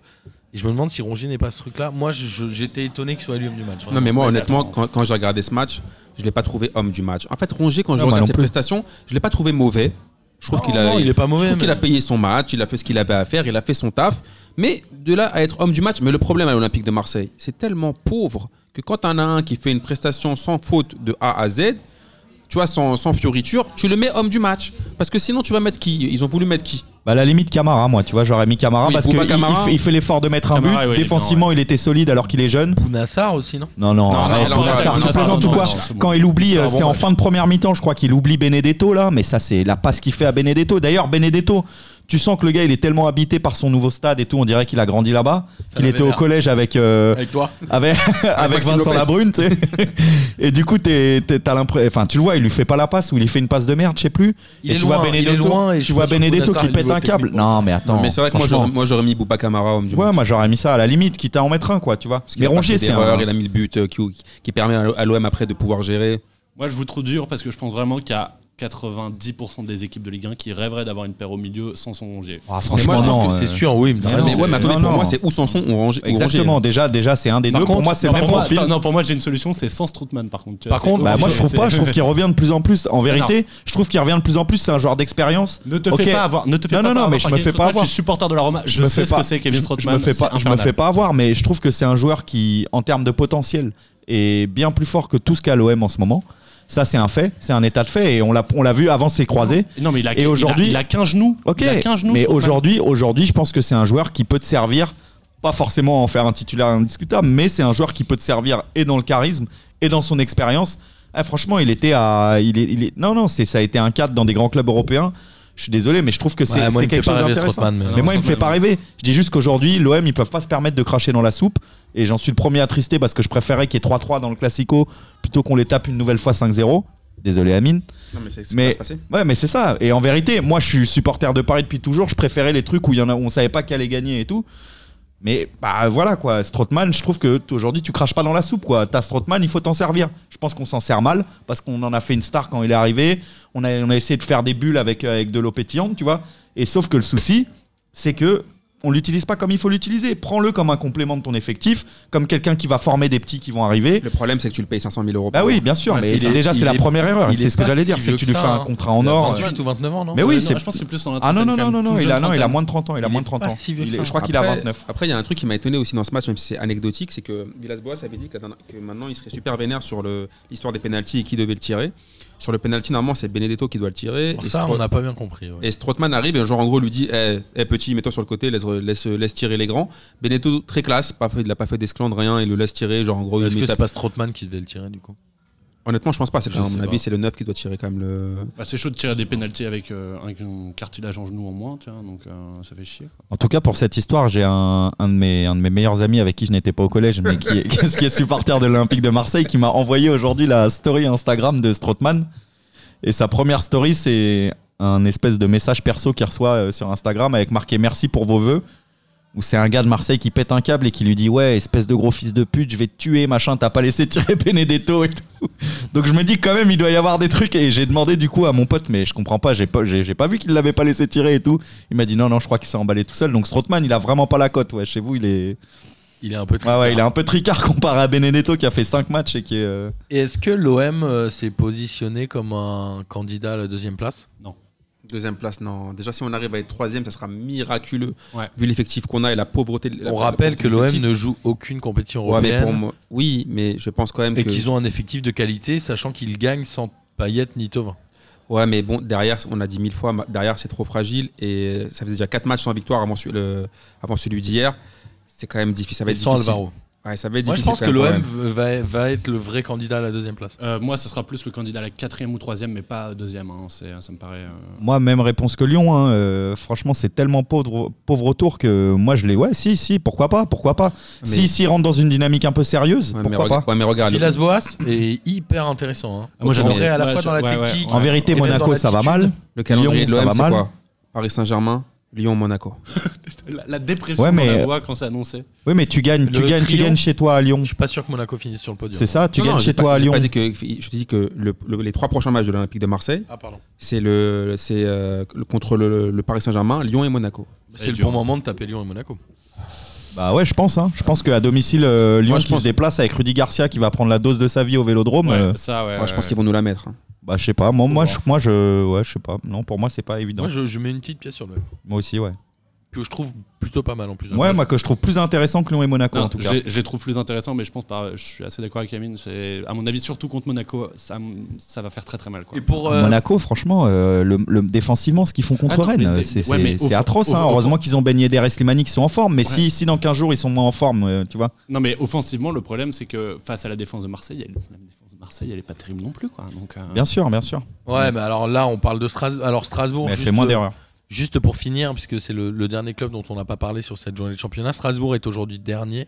S3: Et je me demande si Rongier n'est pas ce truc-là. Moi, je- je- j'étais étonné qu'il soit lui homme du match.
S4: Non,
S3: vraiment.
S4: mais moi, honnêtement, quand, quand j'ai regardé ce match, je l'ai pas trouvé homme du match. En fait, Rongier, quand je
S6: Non, moi
S4: regarde
S6: non
S4: ses
S6: plus.
S4: prestations, je l'ai pas trouvé mauvais. Je trouve
S3: Ah, Non,
S4: qu'il a,
S3: non, il est pas
S4: je
S3: mauvais,
S4: trouve qu'il a
S3: mais-
S4: payé son match, il a fait ce qu'il avait à faire, il a fait son taf. Mais de là à être homme du match, mais le problème à l'Olympique de Marseille, c'est tellement pauvre que quand t'en as un qui fait une prestation sans faute de A à Z, tu vois, sans, sans fioriture, tu le mets homme du match. Parce que sinon, tu vas mettre qui Ils ont voulu mettre qui
S6: Bah, à la limite, Camara, moi, tu vois, j'aurais mis Camara
S4: Oui,
S6: parce qu'il
S4: Bouba Camara.
S6: il, fait l'effort de mettre un
S5: Camara,
S6: but.
S5: ouais, il est
S6: Défensivement, il était solide alors qu'il est jeune.
S3: Bounassar aussi, non
S6: Non, non,
S4: Non,
S6: arrête,
S4: non, non,
S6: Bounassar,
S4: non,
S6: tu
S4: non,
S6: plaisantes
S5: non,
S6: ou quoi
S5: non, non, c'est bon.
S6: Quand il oublie,
S4: Ah,
S5: C'est un
S6: euh,
S5: bon
S6: c'est en
S4: bah,
S5: match.
S6: fin de première mi-temps, je crois qu'il oublie Benedetto là, mais ça c'est la passe qu'il fait à Benedetto. D'ailleurs, Benedetto, tu sens que le gars il est tellement habité par son nouveau stade et tout, on dirait qu'il a grandi là-bas, qu'il
S3: l'avait
S6: était au
S3: l'air.
S6: collège avec euh,
S3: Avec toi
S6: avec, avec
S4: Maxime
S6: Vincent
S4: Lopez.
S6: Labrune, tu sais. Et du coup, t'es- t'es- t'as l'impression, enfin, tu le vois, il lui fait pas la passe ou il lui fait une passe de merde, je sais plus.
S3: Il
S6: et
S3: est
S6: tu
S3: loin,
S6: vois
S3: il est
S6: Benedetto,
S3: loin et je
S6: tu vois
S3: pense que
S6: Benedetto
S3: Bounassar,
S6: qui
S3: il
S6: pète
S3: vaut
S6: un câble.
S3: techniquement.
S6: Non, mais attends.
S4: Non, mais c'est vrai que moi,
S6: franchement.
S4: j'aurais- moi, j'aurais mis Bouba Camara homme du match.
S6: Ouais, moi j'aurais mis ça à la limite, quitte à en mettre un, quoi, tu vois.
S4: Parce qu'il
S6: Mais
S4: a pas
S6: Rongier,
S4: fait
S6: c'est
S4: d'erreur,
S6: un.
S4: Il a mis le but euh, qui, qui permet à l'OM après de pouvoir gérer.
S5: Moi, je vous trouve dur parce que je pense vraiment qu'il y a 90% des équipes de Ligue 1 qui rêveraient d'avoir une paire au milieu sans son Rongier.
S6: Ah,
S4: Mais
S6: franchement,
S4: moi, je pense
S6: non.
S4: que
S6: euh,
S3: C'est sûr, oui. mais t'as
S6: Mais
S4: Ah,
S3: raison.
S4: mais ouais, mais attendez,
S6: non,
S4: pour
S6: non.
S4: moi, c'est ou Sanson ou Rangé. ou
S6: Exactement,
S4: Rangé.
S6: déjà, déjà c'est un des
S3: Par
S6: deux.
S3: contre-
S6: pour moi, c'est le
S5: Non,
S6: même
S5: pour moi-
S6: profil.
S5: attends, non, pour moi, j'ai une solution, c'est sans Strootman par contre. tu vois,
S3: Par
S5: c'est
S3: contre,
S6: Bah, moi, je
S5: obligé,
S6: trouve
S5: c'est-
S6: pas. Je trouve qu'il revient de plus en plus. En vérité, je trouve qu'il revient de plus en plus. C'est un joueur d'expérience.
S5: Ne te
S6: Ok.
S5: fais pas avoir. Ne te fais
S6: Non,
S5: pas
S6: non, non,
S5: avoir
S6: mais je
S5: par
S6: me
S5: Kevin
S6: fais pas
S5: Strootman,
S6: avoir.
S5: Je suis supporter de la Roma. Je
S6: me
S5: sais
S6: fais
S5: ce que
S6: pas-
S5: c'est Kevin
S6: je-
S5: Strootman.
S6: Je me fais pas,
S5: c'est
S6: je me
S5: infernal.
S6: fais pas avoir, mais je trouve que c'est un joueur qui, en termes de potentiel, est bien plus fort que tout ce qu'a l'OM en ce moment. Ça, c'est un fait. C'est un état de fait. Et on l'a, on l'a vu avant ses croisés.
S5: Non, mais il a,
S6: Et
S5: il a-
S6: aujourd'hui-
S5: il a qu'un genou.
S6: Ok.
S5: Il a qu'un genou.
S6: mais
S5: Strootman.
S6: aujourd'hui, aujourd'hui, je pense que c'est un joueur qui peut te servir. Pas forcément en faire un titulaire indiscutable, mais c'est un joueur qui peut te servir et dans le charisme et dans son expérience. Ah, franchement, il était à. Il est, il est- non, non, c'est, ça a été un cadre dans des grands clubs européens. Je suis désolé, mais je trouve que c'est,
S3: Ouais, moi,
S6: c'est
S3: il me fait
S6: quelque
S3: pas
S6: chose
S3: rêver,
S6: d'intéressant.
S3: Strootman,
S4: Ah,
S3: mais
S6: mais
S3: non,
S6: moi, il me fait
S5: Strootman,
S6: pas rêver. Je dis juste qu'aujourd'hui, l'OM, ils peuvent pas se permettre de cracher dans la soupe. Et j'en suis le premier à trister parce que je préférais qu'il y ait 3-3 dans le Classico plutôt qu'on les tape une nouvelle fois 5-0. Désolé, Amine.
S4: Non, mais c'est ce qui va
S6: Mais
S4: se passer.
S6: ouais, mais c'est ça. Et en vérité, moi, je suis supporter de Paris depuis toujours. Je préférais les trucs où il y en a, où on savait pas qui allait gagner et tout. Mais bah voilà quoi, Strootman, je trouve que t- aujourd'hui tu craches pas dans la soupe quoi. T'as Strootman, il faut t'en servir. Je pense qu'on s'en sert mal parce qu'on en a fait une star quand il est arrivé. On a, on a essayé de faire des bulles avec, euh, avec de l'eau pétillante, tu vois. Et sauf que le souci, c'est que on l'utilise pas comme il faut l'utiliser. Prends-le comme un complément de ton effectif, comme quelqu'un qui va former des petits qui vont arriver.
S4: Le problème, c'est que tu le payes 500 000 euros.
S6: Bah oui, bien sûr,
S3: Ouais,
S6: mais
S3: il
S6: c'est-
S3: est-
S6: déjà
S3: il
S6: c'est la
S3: est-
S6: première erreur.
S3: il
S6: C'est
S3: est
S6: ce que
S3: pas
S6: j'allais
S3: si
S6: dire, c'est que tu
S3: vieux
S6: lui
S3: que
S6: fais
S3: ça,
S6: un
S3: hein.
S6: contrat en
S3: Il a
S6: or.
S3: 28 ou 29 ans, non
S6: Mais
S5: Ouais,
S6: oui,
S5: non,
S6: c'est
S5: Je pense que c'est plus dans la
S6: Ah non,
S5: trentaine,
S6: non,
S5: quand
S6: non, non,
S5: même.
S6: non,
S5: Plus
S6: il a,
S5: jeune
S6: non, il a
S5: trentaine.
S6: moins de 30 ans, il a
S3: Il
S6: moins
S3: est
S6: de 30
S3: pas
S6: ans.
S3: si vieux
S6: Il
S3: que
S6: est-
S3: ça,
S6: je crois
S3: hein.
S6: qu'il a 29.
S4: Après, il y a un truc qui m'a étonné aussi dans ce match, même si c'est anecdotique, c'est que Villas-Boas avait dit que, la dernière- que maintenant il serait super vénère sur le- l'histoire des pénalties et qui devait le tirer. Sur le pénalty, normalement, c'est Benedetto qui doit le tirer.
S3: Alors
S4: et
S3: Ça,
S4: Stro-
S3: on n'a pas bien compris. ouais.
S4: Et Strootman arrive et genre en gros lui dit Eh, eh, petit mets-toi sur le côté laisse, laisse, laisse tirer les grands Benedetto très classe pas fait, il a pas fait d'esclandre rien il le laisse tirer genre en gros il
S3: Est-ce que
S4: met
S3: c'est
S4: ta-
S3: pas Strootman qui devait le tirer du coup
S4: honnêtement je pense pas c'est le-
S3: Je
S4: à
S3: sais
S4: mon
S3: pas.
S4: avis c'est le 9 qui doit tirer quand même le
S5: Bah, c'est chaud de tirer des pénalties avec euh, un, un cartilage en genou en moins, tu vois, donc euh, ça fait chier. quoi.
S6: En tout cas, pour cette histoire, j'ai un, un de mes, un de mes meilleurs amis avec qui je n'étais pas au collège, mais qui est, qui est- qui est supporter de l'Olympique de Marseille, qui m'a envoyé aujourd'hui la story Instagram de Strootman. Et sa première story, c'est un espèce de message perso qu'il reçoit euh, sur Instagram avec marqué merci pour vos vœux. où c'est un gars de Marseille qui pète un câble et qui lui dit ouais espèce de gros fils de pute je vais te tuer machin t'as pas laissé tirer Benedetto et tout donc je me dis quand même il doit y avoir des trucs et j'ai demandé du coup à mon pote mais je comprends pas j'ai pas j'ai j'ai pas vu qu'il l'avait pas laissé tirer et tout il m'a dit non non je crois qu'il s'est emballé tout seul donc Strotman il a vraiment pas la cote ouais chez vous il est
S3: Il est un
S4: Ah
S3: peu
S6: ouais, ouais il est un peu tricard comparé à Benedetto qui a fait 5 matchs et qui est euh,
S3: Et est-ce que l'OM euh, s'est positionné comme un candidat à la deuxième place
S4: Deuxième place, non. Déjà, si on arrive à être troisième, ça sera miraculeux.
S5: Ouais.
S4: Vu l'effectif qu'on a et la pauvreté. de- la-
S3: On
S4: la
S3: rappelle
S4: pauvreté
S3: que
S4: de
S3: l'OM
S4: l'effectif.
S3: ne joue aucune compétition
S4: Ouais, mais
S3: européenne
S4: pour moi- Oui, mais je pense quand même
S3: et
S4: que.
S3: qu'ils ont un effectif de qualité, sachant qu'ils gagnent sans Payet ni Tovin.
S4: Ouais, mais bon, derrière, on a dit mille fois, ma- derrière, c'est trop fragile. Et ça faisait déjà 4 matchs sans victoire avant, celui- le- avant celui d'hier. C'est quand même difficile. Ça va
S3: Et
S4: être
S3: sans
S4: difficile.
S3: Alvaro.
S4: Ouais, ça va être
S3: Moi, je
S4: difficile
S3: pense
S4: quand
S3: que
S4: même,
S3: l'OM
S4: quand même.
S3: va, va être le vrai candidat à la deuxième place.
S5: Euh, moi, ce sera plus le candidat à la quatrième ou troisième, mais pas deuxième. hein. C'est- Ça me paraît. euh,
S6: Moi, même réponse que Lyon. hein. Euh, franchement, c'est tellement pauvre, pauvre tour que moi, je l'ai. Ouais, si, si, pourquoi pas, pourquoi pas.
S4: Mais-
S6: Si, si, rentre dans une dynamique un peu sérieuse,
S4: Ouais, mais
S6: pourquoi
S4: regarde-
S6: pas.
S4: ouais, mais regarde, Ah, le-
S3: Villas-Boas est hyper intéressant. hein.
S5: Ah, moi,
S3: en
S5: j'adore.
S3: vrai, à la
S5: Ouais,
S3: fois
S5: je-
S3: dans la
S5: ouais, ouais.
S3: technique.
S6: En vérité,
S3: Et même
S6: Monaco,
S3: dans
S6: ça va
S3: l'attitude.
S6: mal.
S4: Le calendrier
S6: Lyon,
S4: de
S6: ça
S4: l'OM,
S6: va
S4: c'est
S6: mal.
S4: quoi Paris Saint-Germain, Lyon, Monaco.
S5: La, la dépression
S6: Ouais, mais- euh,
S5: qu'on la voit quand c'est annoncé.
S6: Oui, mais tu gagnes, tu
S3: Le
S6: gagnes, tu
S3: trio-
S6: gagnes chez toi à Lyon.
S3: Je suis pas sûr que Monaco finisse sur le podium.
S6: C'est ça, tu
S4: Non,
S6: gagnes
S4: non,
S6: chez
S4: j'ai pas-
S6: toi à
S4: j'ai
S6: Lyon.
S4: pas dit que, je te dis que le- le- les trois prochains matchs de l'Olympique de Marseille,
S3: Ah, pardon.
S4: c'est le, c'est euh, le- contre le, le Paris Saint-Germain, Lyon et Monaco.
S3: C'est
S5: va
S3: le
S5: être dur.
S3: bon moment de taper Lyon et Monaco.
S6: Bah ouais, je pense. hein. Je pense qu'à domicile, euh, Lyon
S4: Moi, je
S6: qui
S4: pense-
S6: se déplace avec Rudy Garcia qui va prendre la dose de sa vie au Vélodrome.
S5: Ouais,
S6: euh,
S5: ça, ouais,
S4: Ouais, je pense
S5: ouais.
S4: qu'ils vont nous la mettre. hein.
S6: bah je sais pas. Moi, moi,
S5: voir.
S6: je, moi, je, ouais, je sais pas. Non, pour moi, c'est pas évident.
S3: Moi,
S6: Moi,
S3: je, je mets une petite pièce sur le
S6: aussi, ouais.
S3: que je trouve plutôt pas mal en plus.
S6: Ouais, moi que je trouve plus intéressant que Lyon et Monaco
S5: Non,
S6: en tout
S5: je
S6: cas.
S5: les- je les trouve plus intéressants, mais je pense pas. Je suis assez d'accord avec Yamine. C'est à mon avis surtout contre Monaco, ça, m- ça va faire très très mal. Quoi.
S3: Et pour euh,
S6: Monaco, franchement, euh, le, le- défensivement, ce qu'ils font contre
S5: Ah non, mais
S6: Rennes, euh,
S5: dé-
S6: c'est
S5: ouais,
S6: c'est-
S5: mais au
S6: c'est
S5: fond-
S6: atroce.
S5: au
S6: hein.
S5: fond-
S6: Heureusement qu'ils ont baigné des Slimani qui sont en forme, mais si, si dans 15 jours ils sont moins en forme, euh, tu vois.
S5: Non, mais offensivement, le problème c'est que face à la défense de Marseille, elle, la défense de Marseille, elle est pas terrible non plus, quoi. Donc, euh,
S6: Bien sûr, bien sûr.
S3: ouais, mais alors là, on parle de Strasbourg. Alors Strasbourg,
S6: mais elle
S3: juste, euh,
S6: fait moins d'erreurs.
S3: juste pour finir, puisque c'est le, le dernier club dont on n'a pas parlé sur cette journée de championnat. Strasbourg est aujourd'hui dernier.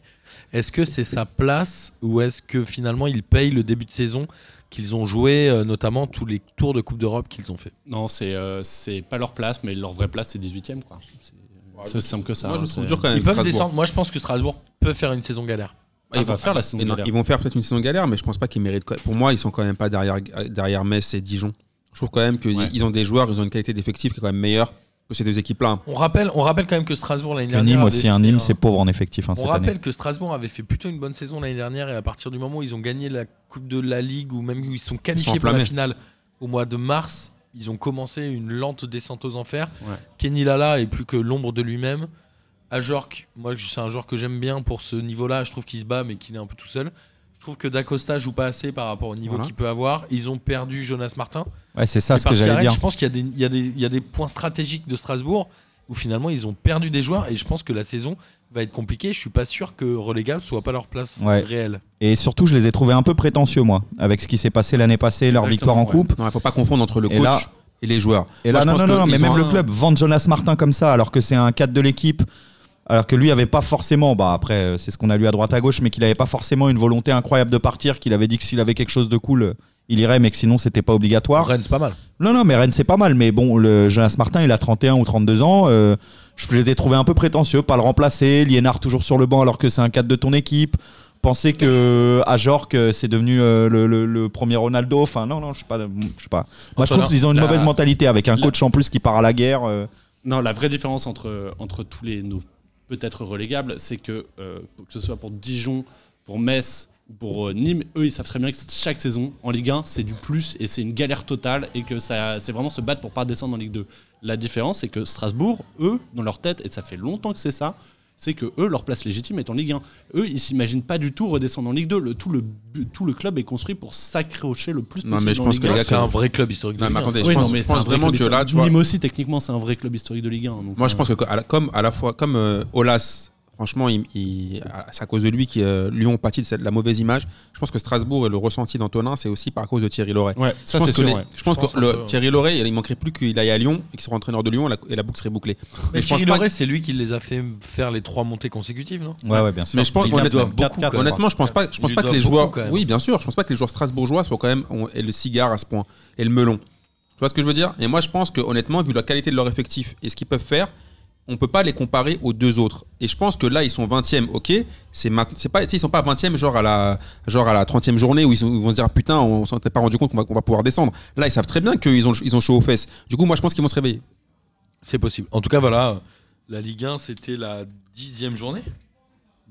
S3: Est-ce que c'est sa place ou est-ce que finalement ils payent le début de saison qu'ils ont joué, euh, notamment tous les tours de Coupe d'Europe qu'ils ont fait
S5: non, c'est euh, c'est pas leur place, mais leur vraie place c'est 18ème, quoi. C'est c'est aussi simple que ça.
S4: Moi, je
S5: hein,
S4: trouve
S5: c'est-
S4: dur quand même.
S3: Ils peuvent
S4: Strasbourg.
S3: descendre. Moi, je pense que Strasbourg peut faire une saison galère.
S5: Ah,
S4: ils
S5: ils vont
S4: vont-
S5: faire la saison
S4: Et non,
S5: galère.
S4: ils vont faire peut-être une saison galère, mais je pense pas qu'ils méritent. Pour moi, ils sont quand même pas derrière, derrière Metz et Dijon. Je trouve quand même qu'ils
S5: Ouais.
S4: ont des joueurs, ils ont une qualité d'effectif qui est quand même meilleure que ces deux équipes-là. hein.
S3: On rappelle, on rappelle quand même que Strasbourg l'année
S6: Que
S3: dernière.
S6: Nîmes
S3: avait
S6: aussi, un
S3: fait
S6: Nîmes,
S3: un-
S6: c'est pauvre en effectif hein,
S3: On
S6: cette
S3: rappelle
S6: année.
S3: que Strasbourg avait fait plutôt une bonne saison l'année dernière et à partir du moment où ils ont gagné la Coupe de la Ligue ou même où ils sont qualifiés pour la
S4: enflammés.
S3: finale au mois de mars, ils ont commencé une lente descente aux enfers.
S5: Ouais.
S3: Kenny Lala est plus que l'ombre de lui-même. Ajork, moi c'est un joueur que j'aime bien pour ce niveau-là, je trouve qu'il se bat mais qu'il est un peu tout seul. Je trouve que Dacosta joue pas assez par rapport au niveau
S4: Voilà.
S3: qu'il peut avoir. Ils ont perdu Jonas Martin.
S6: Ouais, c'est ça
S3: Et
S6: ce que
S3: par
S6: j'allais
S3: Pierre-Henri,
S6: dire.
S3: Je pense qu'il y a, des, il y a des- il y a des points stratégiques de Strasbourg où finalement ils ont perdu des joueurs et je pense que la saison va être compliquée. Je suis pas sûr que relégable soit pas leur place
S6: Ouais.
S3: réelle.
S6: Et surtout, je les ai trouvés un peu prétentieux, moi, avec ce qui s'est passé l'année passée, leur
S5: Exactement,
S6: victoire en
S5: ouais.
S6: coupe.
S4: Non, il faut pas confondre entre le
S6: Et
S4: coach
S6: là-
S4: et les joueurs.
S6: Et
S4: Moi,
S6: là,
S4: je
S6: non,
S4: pense
S6: non, non,
S4: que
S6: mais
S4: ils
S6: même
S4: ont
S6: le
S4: un-
S6: club, vendre Jonas Martin comme ça, alors que c'est un cadre de l'équipe, alors que lui avait pas forcément, bah après, euh, c'est ce qu'on a lu à droite à gauche, mais qu'il avait pas forcément une volonté incroyable de partir, qu'il avait dit que s'il avait quelque chose de cool, euh, il irait, mais que sinon, c'était pas obligatoire.
S3: Rennes, c'est pas mal.
S6: Non, non, mais Rennes, c'est pas mal, mais bon, le Jonas Martin, il a 31 ou 32 ans, euh, je les ai trouvés un peu prétentieux, pas le remplacer, Liénard toujours sur le banc, alors que c'est un cadre de ton équipe. Penser que à Jorque euh, c'est devenu euh, le, le- le premier Ronaldo, enfin non non je sais pas, je sais pas. Moi je
S5: Antonin,
S6: trouve qu'ils ont une
S5: la-
S6: mauvaise mentalité avec un
S5: la-
S6: coach en plus qui part à la guerre. euh,
S5: Non, la vraie différence entre, entre tous les nos peut-être relégables, c'est que euh, que ce soit pour Dijon, pour Metz ou pour euh, Nîmes, eux ils savent très bien que chaque saison en Ligue 1 c'est du plus et c'est une galère totale et que ça c'est vraiment se battre pour pas descendre en Ligue 2. La différence c'est que Strasbourg, eux, dans leur tête et ça fait longtemps que c'est ça, c'est que eux leur place légitime est en Ligue 1. Eux ils s'imaginent pas du tout redescendre en Ligue 2. Le, tout le bu- tout le club est construit pour s'accrocher le plus
S4: Non,
S5: possible
S4: mais je
S5: en
S4: pense
S5: Ligue
S4: que les
S5: 1.
S4: gars,
S3: C'est un vrai club historique. de
S4: Non, mais
S3: Ligue un.
S4: attendez,
S5: Oui,
S4: je pense,
S5: non, mais
S4: je
S5: c'est un
S4: pense
S5: vrai
S4: vraiment
S5: club
S4: que là,
S5: historique.
S4: tu vois,
S5: Nîmes aussi, techniquement, c'est un vrai club historique de Ligue 1. donc,
S4: moi je
S5: euh,
S4: pense que à la- comme à la fois, comme euh, Olas, franchement, il- il- c'est à cause de lui que euh, Lyon pâtit de cette- la mauvaise image. Je pense que Strasbourg et le ressenti d'Antonin, c'est aussi par cause de Thierry Loret.
S5: Ouais,
S4: je
S5: ça
S4: pense
S5: c'est
S4: que,
S5: sûr.
S4: les-
S5: ouais.
S4: je pense
S3: Je pense
S4: que le-
S3: un peu, ouais.
S4: Thierry Loret, il manquerait plus qu'il aille à Lyon et qu'il soit entraîneur de Lyon la- et la boucle serait bouclée.
S3: Mais
S4: je pense
S3: Thierry
S4: pas
S3: Loret, c'est lui qui les a fait faire les trois montées consécutives, non
S6: Ouais ouais bien sûr.
S4: Mais je pense
S6: Ils
S4: qu'on
S6: doivent
S4: doit
S6: même
S3: beaucoup,
S6: 4-4,
S3: quoi.
S6: je crois.
S4: Honnêtement, je pense pas, je
S3: Ils
S4: pense
S3: lui
S4: pas que
S3: doivent
S4: les
S3: beaucoup,
S4: joueurs,
S3: quand même.
S4: oui, bien sûr, je pense pas que les joueurs strasbourgeois soient quand même ont- aient le cigare à ce point et le melon. Tu vois ce que je veux dire Et moi, je pense que honnêtement, vu la qualité de leur effectif et ce qu'ils peuvent faire, on peut pas les comparer aux deux autres. Et je pense que là, ils sont 20e, ok. C'est ma- c'est pas, tu sais, ils sont pas 20e, genre à la, genre à la 30e journée où ils, sont- ils vont se dire putain, on s'en était pas rendu compte qu'on va, qu'on va pouvoir descendre. Là, ils savent très bien qu'ils ont, ils ont chaud aux fesses. Du coup, moi, je pense qu'ils vont se réveiller.
S3: C'est possible. En tout cas, voilà, euh, la Ligue 1, c'était la dixième journée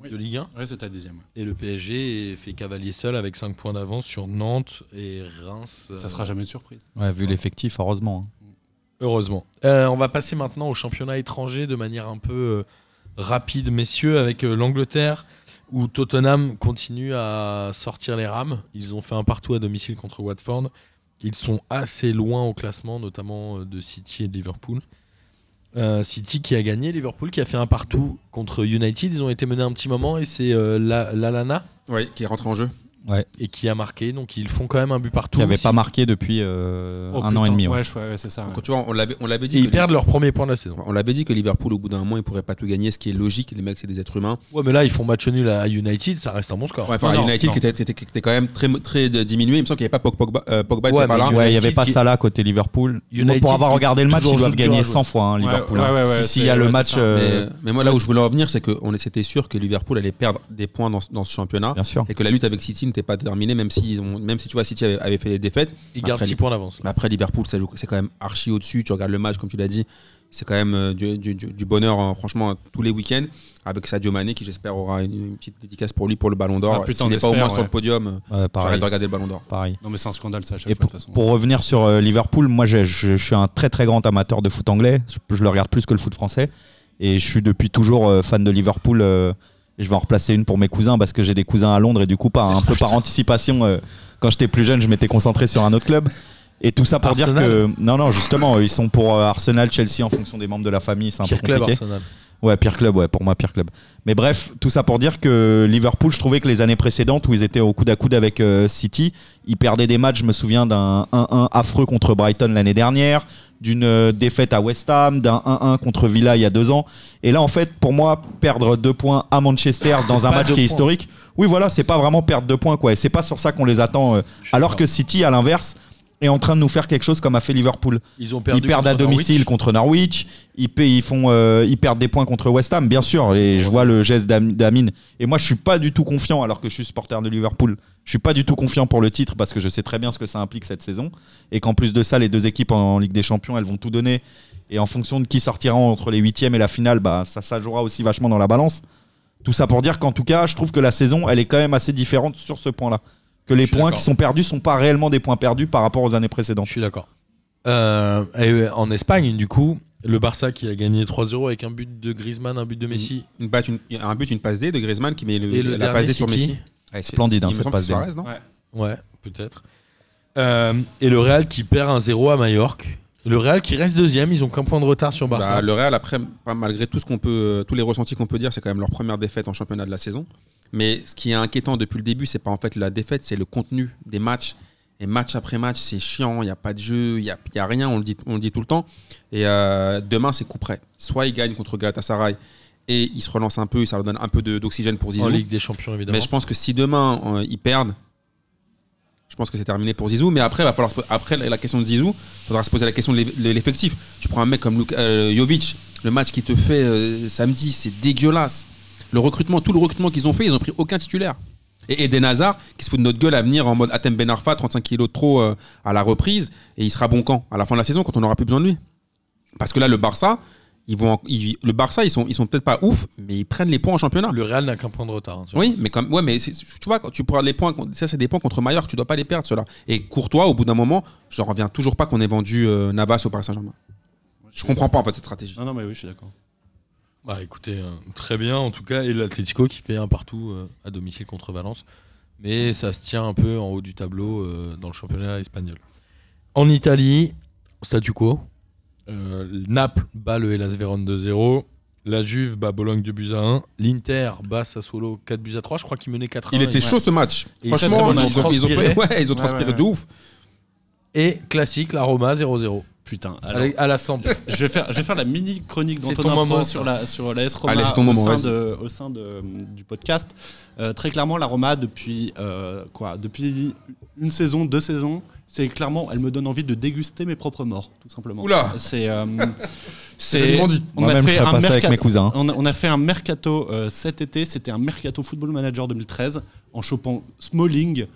S5: Oui.
S3: de Ligue 1.
S5: Ouais, c'est ta dixième.
S3: Et le PSG fait cavalier seul avec 5 points d'avance sur Nantes et Reims. euh,
S5: Ça sera jamais une surprise.
S6: Ouais, vu l'effectif, heureusement. hein.
S3: Heureusement. Euh, on va passer maintenant au championnat étranger de manière un peu euh, rapide, messieurs, avec euh, l'Angleterre, où Tottenham continue à sortir les rames. Ils ont fait un partout à domicile contre Watford. Ils sont assez loin au classement, notamment euh, de City et de Liverpool. Euh, City qui a gagné, Liverpool qui a fait un partout contre United. Ils ont été menés un petit moment et c'est euh, La- Lalana
S4: Oui, qui rentre en jeu.
S3: et qui a marqué. Donc ils font quand même un but partout.
S6: Qui n'avait
S3: Si-
S6: pas marqué depuis euh,
S5: Oh,
S6: un an et
S5: putain,
S6: demi. ouais.
S5: Ouais, je- ouais, ouais, c'est ça. Ah ouais.
S4: Donc, tu vois, on l'avait, on l'avait
S3: et
S4: dit.
S3: ils
S4: que-
S3: perdent leur premier point de la saison.
S4: On l'avait dit que Liverpool, au bout d'un moment, ils pourraient pas tout gagner, ce qui est logique. Les mecs, c'est des êtres humains.
S3: Ouais, mais là ils font match nul à United, ça reste un bon score.
S4: Ouais, enfin,
S5: Non, non,
S4: United
S5: non.
S4: qui était, était- qui était quand même très, très diminué. Il me semble qu'il n'y avait pas Pogba, euh, Pogba était
S3: Ouais,
S4: pas
S3: mais
S4: là.
S3: United
S6: Ouais, il n'y avait pas
S3: qui-
S6: ça là côté Liverpool.
S3: United
S6: Moi, pour avoir
S3: qui-
S6: regardé le match,
S3: toujours
S6: ils doivent
S3: dur à
S6: gagner
S3: jouer.
S6: 100 fois, hein,
S5: Ouais,
S6: Liverpool.
S5: ouais,
S6: hein.
S5: ouais,
S6: Si-
S5: ouais,
S6: S'il y
S5: c'est-
S6: a le
S5: ouais,
S6: match,
S5: c'est ça.
S6: euh,
S4: Mais, mais moi, là où je voulais en venir, c'est qu'on c'était sûr que Liverpool allait perdre des points dans, ce- dans ce championnat
S6: bien sûr.
S4: et que la lutte avec City n'était pas terminée, même, s'ils ont, même si tu vois, City avait, avait fait des défaites.
S3: Ils gardent
S4: Après,
S3: 6 points d'avance. là.
S4: Mais après, Liverpool, ça joue- c'est quand même archi au-dessus. Tu regardes le match, comme tu l'as dit, c'est quand même euh, du, du- du- du bonheur, hein, franchement, tous les week-ends. Avec Sadio Mané, qui j'espère aura une, une petite dédicace pour lui, pour le Ballon
S5: Ah,
S4: d'Or.
S5: putain,
S4: S'il n'est pas au
S5: j'espère,
S4: moins sur
S5: ouais.
S4: le podium, euh,
S6: Ouais,
S4: j'arrête
S6: pareil.
S4: de regarder le Ballon d'or.
S6: pareil.
S5: Non, mais c'est un scandale ça à chaque
S6: Et
S5: fois de
S6: pour,
S5: toute façon.
S6: pour revenir sur euh, Liverpool, moi j'ai- je, je suis un très très grand amateur de foot anglais. Je, je le regarde plus que le foot français. Et je suis depuis toujours euh, fan de Liverpool. euh, et je vais en replacer une pour mes cousins parce que j'ai des cousins à Londres et du coup, par, un peu par anticipation, euh, quand j'étais plus jeune, je m'étais concentré sur un autre club. Et tout ça pour dire que.
S3: Arsenal
S6: Non, non, justement, ils sont pour euh, Arsenal, Chelsea en fonction des membres de la famille. C'est un
S3: Pire
S6: peu compliqué.
S3: club Arsenal.
S6: Ouais, pire club, ouais, pour moi, pire club. Mais bref, tout ça pour dire que Liverpool, je trouvais que les années précédentes où ils étaient au coude à coude avec euh, City, ils perdaient des matchs. Je me souviens d'un 1-1 affreux contre Brighton l'année dernière, d'une euh, défaite à West Ham, d'un 1-1 contre Villa il y a deux ans. Et là, en fait, pour moi, perdre deux points à Manchester dans un
S3: pas
S6: match qui
S3: deux
S6: est
S3: points.
S6: historique, oui, voilà, c'est pas vraiment perdre deux points, quoi. Et c'est pas sur ça qu'on les attend. euh,
S3: Je suis
S6: alors
S3: d'accord.
S6: que City, à l'inverse, est en train de nous faire quelque chose comme a fait Liverpool
S3: ils ont perdu
S6: ils perdent à
S3: contre Norwich.
S6: domicile contre Norwich, ils, paient- ils font, euh, ils perdent des points contre West Ham, bien sûr. Et je vois le geste d'Am- d'Amine. Et moi, je suis pas du tout confiant, alors que je suis supporter de Liverpool. Je suis pas du tout confiant pour le titre parce que je sais très bien ce que ça implique cette saison. Et qu'en plus de ça, les deux équipes en Ligue des Champions, elles vont tout donner. Et en fonction de qui sortira entre les huitièmes et la finale, bah, ça, ça jouera aussi vachement dans la balance. Tout ça pour dire qu'en tout cas, je trouve que la saison, elle est quand même assez différente sur ce point-là. Que les
S3: Je suis
S6: points
S3: d'accord.
S6: qui sont perdus sont pas réellement des points perdus par rapport aux années précédentes.
S3: Je suis d'accord. Euh, et en Espagne, du coup, le Barça qui a gagné 3-0 avec un but de Griezmann, un but de Messi.
S4: Une batte, une- un but, une passe D de Griezmann qui met le,
S3: Et le
S4: la
S3: dernier,
S4: passe D
S3: c'est
S4: sur
S3: qui
S4: Messi.
S6: Splendide, hein,
S4: Il me
S6: cette
S4: semble que
S6: passe
S4: c'est
S6: D.
S4: Suarez, non
S5: Ouais.
S3: Ouais, peut-être. Euh, et le Real qui perd 1-0 à Majorque. Le Real qui reste deuxième, ils ont qu'un point de retard sur
S4: Bah,
S3: Barça.
S4: le Real, après, pas- malgré tout ce qu'on peut, euh, tous les ressentis qu'on peut dire, c'est quand même leur première défaite en championnat de la saison. Mais ce qui est inquiétant depuis le début, c'est pas en fait la défaite, c'est le contenu des matchs. Et match après match, c'est chiant, il n'y a pas de jeu, il n'y a, y a rien, on le, dit, on le dit tout le temps. Et euh, demain, c'est coup près. Soit ils gagnent contre Galatasaray et ils se relancent un peu, ça leur donne un peu de- d'oxygène pour
S3: en
S4: Zizou.
S3: Ligue des Champions, évidemment.
S4: Mais je pense que si demain euh, ils perdent, je pense que c'est terminé pour Zizou. Mais après, va falloir se po- après la la question de Zizou, il faudra se poser la question de l'eff- de l'effectif. Tu prends un mec comme Luka- euh, Jovic, le match qu'il te fait euh, samedi, c'est dégueulasse. Le recrutement, tout le recrutement qu'ils ont fait, ils ont pris aucun titulaire. Et Eden Hazard, qui se fout de notre gueule à venir en mode Atem Ben Arfa, 35 kilos de trop euh, à la reprise, et il sera bon quand À la fin de la saison, quand on n'aura plus besoin de lui. Parce que là, le Barça, ils vont, en- ils- le Barça, ils sont, ils sont peut-être pas ouf, mais ils prennent les points en championnat.
S3: Le Real n'a qu'un point de retard. hein, sur
S4: Oui, mais comme ouais, mais c'est- tu vois, quand tu prends les points, contre- ça c'est des points contre Mallorca, tu dois pas les perdre ceux-là. Et Courtois, au bout d'un moment, je reviens toujours pas qu'on ait vendu euh, Navas au Paris Saint-Germain. Je comprends pas en fait cette stratégie.
S5: Non, non, mais oui, je suis d'accord.
S3: Bah écoutez, euh, très bien en tout cas, et l'Atlético qui fait un partout euh, à domicile contre Valence, mais ça se tient un peu en haut du tableau euh, dans le championnat espagnol. En Italie, statu quo, euh, Naples bat le Hellas Vérone 2-0, la Juve bat Bologne 2 buts à 1, l'Inter bat Sassuolo 4 buts à 3, je crois qu'il menait 4
S4: Il était chaud ce match.
S3: Et
S4: Franchement,
S3: ils sont très
S4: ils ont, ils ont-
S3: bons, ils ont
S4: ouais, ils ont transpiré
S5: ouais, ouais.
S4: de ouf.
S3: Et classique, la Roma 0-0.
S5: Putain. alors,
S3: Allez, à la sample.
S5: je, vais faire, je vais faire la mini chronique
S3: C'est ton
S5: d'Antonin
S3: moment,
S5: Pro
S3: ça.
S5: sur la, sur la S Roma
S4: Allez, c'est ton
S5: au,
S4: moment,
S5: sein
S4: vas-y.
S5: de- au sein de- du podcast. Euh, très clairement, la Roma, depuis, euh, quoi, depuis une saison, deux saisons, c'est clairement, elle me donne envie de déguster mes propres morts, tout simplement.
S4: Oula
S5: C'est. euh,
S3: joliment dit.
S5: On a
S6: Moi-même, je
S5: fait
S6: ferais
S5: un
S6: pas ça avec
S5: mercato-
S6: mes cousins.
S5: on a, on a fait un mercato euh, cet été, c'était un mercato Football Manager 2013, en chopant Smalling,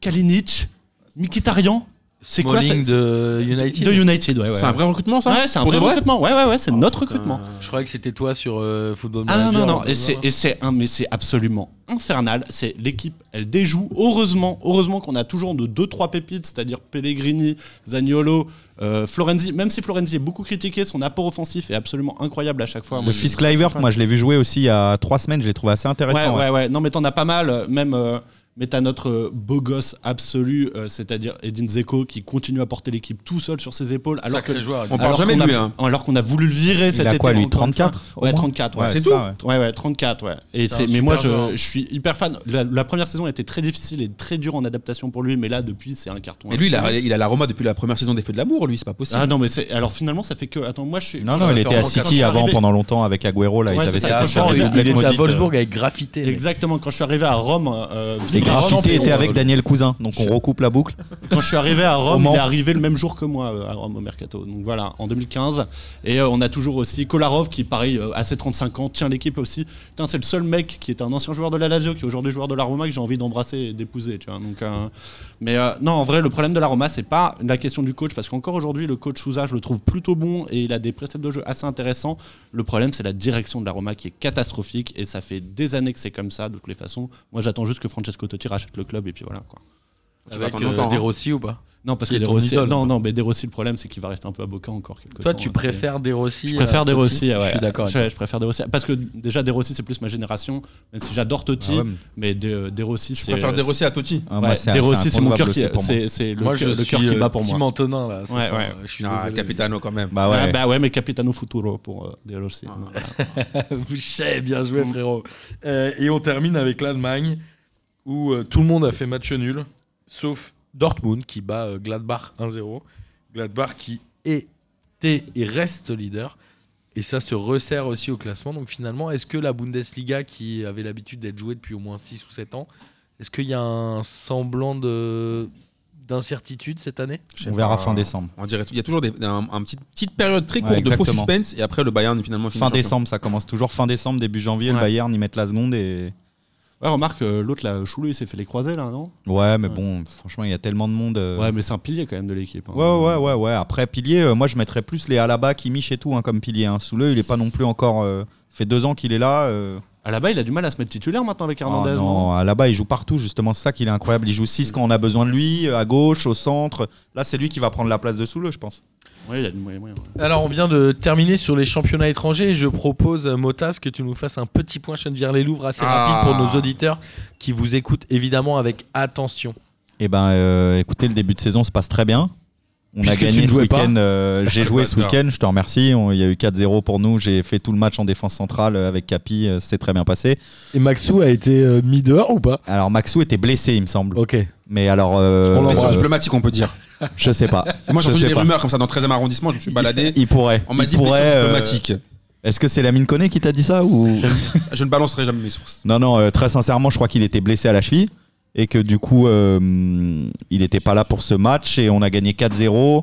S5: Kalinic, Mikitarian. C'est quoi
S3: Smalling
S5: ça
S3: de United
S5: De United, ouais. ouais,
S2: C'est un
S5: ouais.
S2: vrai recrutement, ça
S5: Ouais, c'est un
S2: Pour
S5: vrai
S2: de vrai
S5: recrutement. Ouais, ouais, ouais, c'est notre recrutement.
S3: Je croyais que c'était toi sur euh, Football
S5: Ah non,
S3: Manager.
S5: non, non, et c'est, et c'est un, mais c'est absolument infernal. C'est l'équipe, elle déjoue. Heureusement, heureusement qu'on a toujours de 2-3 pépites, c'est-à-dire Pellegrini, Zaniolo, euh, Florenzi. Même si Florenzi est beaucoup critiqué, son apport offensif est absolument incroyable à chaque fois.
S6: Le
S5: Moi, je-
S6: fils Clivert, moi je l'ai vu jouer aussi il y a trois semaines, je l'ai trouvé assez
S5: Ouais,
S6: intéressant. ouais.
S5: ouais, ouais. Non, mais t'en as pas mal. euh, Même, euh, mais t'as notre euh, beau gosse absolu, euh, c'est-à-dire Edin Zeko, qui continue à porter l'équipe tout seul sur ses épaules. Alors que.
S3: joueur.
S4: On parle
S5: alors
S4: jamais
S5: qu'on
S4: de
S5: a-
S4: lui, hein.
S5: Alors qu'on a voulu le virer
S6: Il
S5: cet
S6: a
S5: été.
S6: quoi lui
S5: encore une fois.
S6: 34 au
S5: Ouais,
S6: moins
S5: 34, ouais.
S6: Ouais,
S5: c'est
S6: ça,
S5: tout.
S6: ouais.
S5: Ouais, ouais, 34, ouais. Et
S3: C'est
S5: c'est-
S3: un
S5: mais moi,
S3: super
S5: je,
S3: joueur.
S5: je suis hyper fan. La, la première saison a été très difficile et très dure en adaptation pour lui, mais là, depuis, c'est un carton.
S4: Mais lui, il a,
S5: absolu.
S4: il a l'aroma depuis la première saison des Feux de l'amour, lui, c'est pas possible.
S5: Ah non, mais c'est. Alors finalement, ça fait que. Attends, moi, je suis.
S6: Non,
S3: Ça
S6: non, il
S3: fait
S6: était à
S3: encore
S5: quand je suis
S6: City avant
S5: arrivé.
S6: pendant longtemps avec Agüero. Là,
S5: Ouais,
S6: ils
S5: c'est
S6: avaient
S5: ça,
S6: cette
S5: quand je suis
S6: espèce de
S5: arrivé,
S3: il
S6: doublette
S3: était à
S6: maudite,
S3: Wolfsburg avec Graffité. mec.
S5: Exactement, quand je suis arrivé à Rome. euh,
S6: Et
S5: vivre à Rome,
S6: Graffiti
S5: c'est-
S6: était avec Daniel Cousin, donc on
S5: Je-
S6: recoupe la boucle.
S5: Quand je suis arrivé à
S6: Au
S5: Rome,
S6: Mans.
S5: il est arrivé le même jour que moi euh, à Rome au Mercato. Donc voilà, en 2015. Et euh, on a toujours aussi Kolarov qui, pareil, euh, à ses 35 ans, tient l'équipe aussi. Putain, c'est le seul mec qui est un ancien joueur de la Lazio, qui est aujourd'hui joueur de la Roma, que j'ai envie d'embrasser et d'épouser. Tu vois. Donc, euh, mais euh, non, en vrai, le problème de la Roma, c'est pas la question du coach, parce qu'encore aujourd'hui, le coach Souza, je le trouve plutôt bon et il a des préceptes de jeu assez intéressants. Le problème, c'est la direction de la Roma qui est catastrophique et ça fait des années que c'est comme ça, de toutes les façons. Moi, j'attends juste que Francesco Totti rachète le club et puis voilà. Quoi.
S4: Tu vas
S3: Avec
S4: attendre
S3: euh,
S4: longtemps,
S3: De
S4: hein.
S3: Rossi ou pas
S5: Non, parce
S3: Qui
S5: que
S3: est
S5: De
S3: ton
S5: Rossi,
S3: idole,
S5: non,
S3: quoi.
S5: non, mais De Rossi, le problème, c'est qu'il va rester un peu à Boca encore quelques
S3: Toi,
S5: temps.
S3: tu
S5: Et-
S3: préfères De Rossi
S5: Je préfère
S3: à
S5: De
S3: Totti
S5: Rossi, ouais.
S3: Je suis d'accord. avec
S5: Je, je préfère De Rossi. Parce que déjà, De Rossi, c'est plus ma génération, même si j'adore Totti,
S6: Ah ouais, mais-
S5: mais De, De Rossi,
S4: Je
S5: c'est.
S4: préfère des Rossi à Totti.
S5: ouais,
S6: Ah, moi, c'est-
S5: De
S6: c'est
S5: Rossi, c'est mon cœur
S6: inconcevable
S5: qui,
S6: aussi pour
S5: c'est-
S6: moi.
S5: c'est le,
S3: Moi,
S5: cœur-
S3: je
S5: le
S3: suis
S5: cœur qui
S3: euh,
S5: bat pour
S3: Team
S5: moi.
S3: Antonin, là. ce
S5: Ouais,
S3: soir.
S5: ouais.
S3: Je suis
S4: Ah,
S3: désolé.
S4: Capitano, quand même.
S6: Bah
S5: Ah,
S6: ouais. Ah.
S5: bah ouais, mais Capitano Futuro pour euh, De Rossi. Voilà.
S3: Boucher, bien joué, frérot. Euh, et on termine avec l'Allemagne, où euh, tout le monde a fait match nul, sauf Dortmund qui bat euh, Gladbach 1-0. Gladbach qui était et reste leader. Et ça se resserre aussi au classement. Donc finalement, est-ce que la Bundesliga, qui avait l'habitude d'être jouée depuis au moins 6 ou 7 ans, est-ce qu'il y a un semblant de d'incertitude cette année
S4: Je sais
S6: On verra
S4: pas.
S6: fin décembre.
S4: On dirait, il y a toujours des, un, un petit, petite période très courte
S6: Ouais,
S4: de faux
S6: exactement.
S4: suspense et après le Bayern finalement finit
S6: Fin
S4: champion.
S6: décembre, ça commence toujours. Fin décembre, début janvier, le
S5: Ouais.
S6: Bayern, ils mettent la seconde et.
S5: Ouais, remarque, euh, l'autre, là, Choulou, il s'est fait les croisés, là, non
S6: Ouais, mais bon, franchement, il y a tellement de monde. euh,
S5: Ouais, mais c'est un pilier quand même de l'équipe. hein.
S6: Ouais, ouais, ouais, ouais. Après, pilier, euh, moi, je mettrais plus les Alaba, Kimmich et tout hein, comme pilier. Hein. Souleux, il est pas non plus encore. euh, ça fait deux ans qu'il est là. euh.
S5: À la base, Ah, il a du mal à se mettre titulaire maintenant avec Hernandez.
S6: Ah
S5: non
S6: non, Alaba, il joue partout, justement. C'est ça qu'il est incroyable. Il joue 6 quand on a besoin de lui, euh, à gauche, au centre. Là, c'est lui qui va prendre la place de Souleux, je pense.
S5: Ouais, il a du moyen. moyen, ouais.
S3: Alors, on vient de terminer sur les championnats étrangers. Je propose, euh, Motas, que tu nous fasses un petit point Chenevière-les-Louvres assez
S4: Ah.
S3: rapide pour nos auditeurs qui vous écoutent évidemment avec attention.
S6: Eh ben, euh, écoutez, le début de saison se passe très bien. On
S3: Puisque
S6: a
S3: tu ne
S6: gagné ce
S3: jouais
S6: week-end. euh, j'ai joué ce
S4: bâtard.
S6: week-end, je te remercie. On- Il y a eu 4-0 pour nous. J'ai fait tout le match en défense centrale euh, avec Capi. euh, C'est très bien passé.
S3: Et Maxou a été euh, mis dehors ou pas
S6: Alors, Maxou était blessé, il me semble.
S3: Ok.
S6: Mais alors, euh,
S3: Oh. On l'embrasse.
S4: Blessure
S6: euh,
S4: diplomatique, on peut dire.
S6: je sais
S4: Moi,
S6: pas.
S4: j'ai
S6: Je
S4: entendu
S6: sais
S4: des
S6: pas.
S4: rumeurs comme ça dans le 13e arrondissement, je me suis baladé.
S6: Il pourrait.
S4: On m'a
S6: Il
S4: dit
S6: pourrait,
S4: blessure
S6: euh,
S4: diplomatique.
S6: Est-ce que c'est la mine qui t'a dit ça ou
S4: Je ne balancerai jamais mes sources.
S6: Non, non. euh, très sincèrement, je crois qu'il était blessé à la cheville et que du coup, euh, il n'était pas là pour ce match et on a gagné 4-0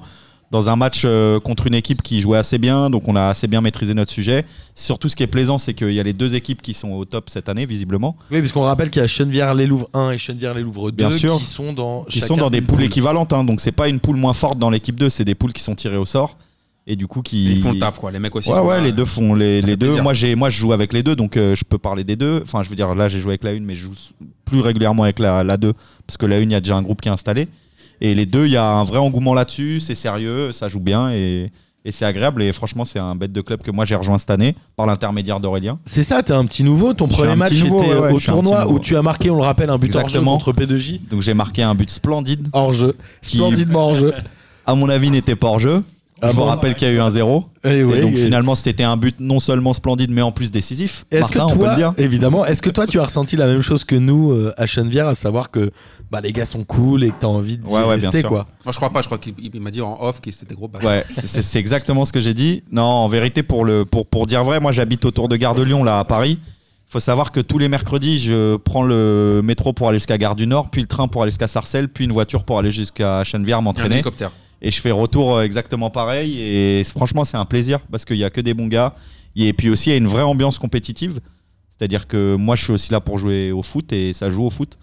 S6: dans un match euh, contre une équipe qui jouait assez bien. Donc, on a assez bien maîtrisé notre sujet. Surtout, ce qui est plaisant, c'est qu'il y a les deux équipes qui sont au top cette année, visiblement,
S3: Oui, parce qu'on rappelle qu'il y a Chenevière-les-Louvres 1 et Chenevière-les-Louvres 2
S6: Bien sûr.
S3: qui sont dans,
S6: qui
S3: chacun
S6: sont dans des
S3: une
S6: poules
S3: poule.
S6: équivalentes. hein. donc, c'est pas une poule moins forte dans l'équipe 2, c'est des poules qui sont tirées au sort et du coup qui
S4: Ils font le taf, quoi. Les mecs aussi.
S6: Ouais,
S4: sont
S6: ouais,
S4: là.
S6: les deux font les,
S4: Ça
S6: les
S4: fait
S6: deux.
S4: plaisir.
S6: Moi, j'ai, moi, je joue avec les deux, donc euh, je peux parler des deux. Enfin, je veux dire, là, j'ai joué avec la une, mais je joue s- plus régulièrement avec la, la deux parce que la une, il y a déjà un groupe qui est installé. Et les deux, il y a un vrai engouement là-dessus. C'est sérieux, ça joue bien et, et c'est agréable. Et franchement, c'est un bête de club que moi j'ai rejoint cette année par l'intermédiaire d'Aurélien.
S3: C'est ça, t'es un petit nouveau. Ton
S6: Je suis
S3: premier
S6: un
S3: match
S6: petit nouveau,
S3: était euh,
S6: ouais, ouais,
S3: au
S6: je suis un
S3: tournoi
S6: petit nouveau.
S3: où tu as marqué, on le rappelle, un but hors jeu
S6: Exactement.
S3: contre P2J.
S6: Donc j'ai marqué un but splendide
S3: Hors jeu.
S6: qui,
S3: Splendidement hors jeu.
S6: à mon avis, n'était pas hors jeu.
S3: Ah
S6: je vous
S3: bon
S6: rappelle qu'il y a eu un 0
S3: Eh
S6: Et
S3: oui,
S6: donc
S3: et-
S6: finalement, c'était un but non seulement splendide, mais en plus décisif.
S3: Est-ce que
S6: Martin, on peut le dire
S3: toi, évidemment, est-ce que toi tu as ressenti la même chose que nous euh, à Chenevière, à savoir que bah, les gars sont cool et que t'as envie de
S6: Ouais, ouais, bien
S3: rester
S6: sûr.
S3: quoi
S4: Moi, je crois pas. Je crois qu'il il m'a dit en off qu'il c'était gros bâtard.
S6: Ouais, c'est c'est exactement ce que j'ai dit. Non, en vérité, pour, le, pour, pour dire vrai, moi j'habite autour de Gare de Lyon, là à Paris. faut savoir que tous les mercredis, je prends le métro pour aller jusqu'à Gare du Nord, puis le train pour aller jusqu'à Sarcelles, puis une voiture pour aller jusqu'à Chennevières
S4: Il y a un
S6: m'entraîner.
S4: hélicoptère.
S6: Et je fais retour euh, exactement pareil. Et c- franchement, c'est un plaisir parce qu'il n'y a que des bons gars. Et puis aussi, il y a une vraie ambiance compétitive. C'est-à-dire que moi, je suis aussi là pour jouer au foot et ça joue au foot.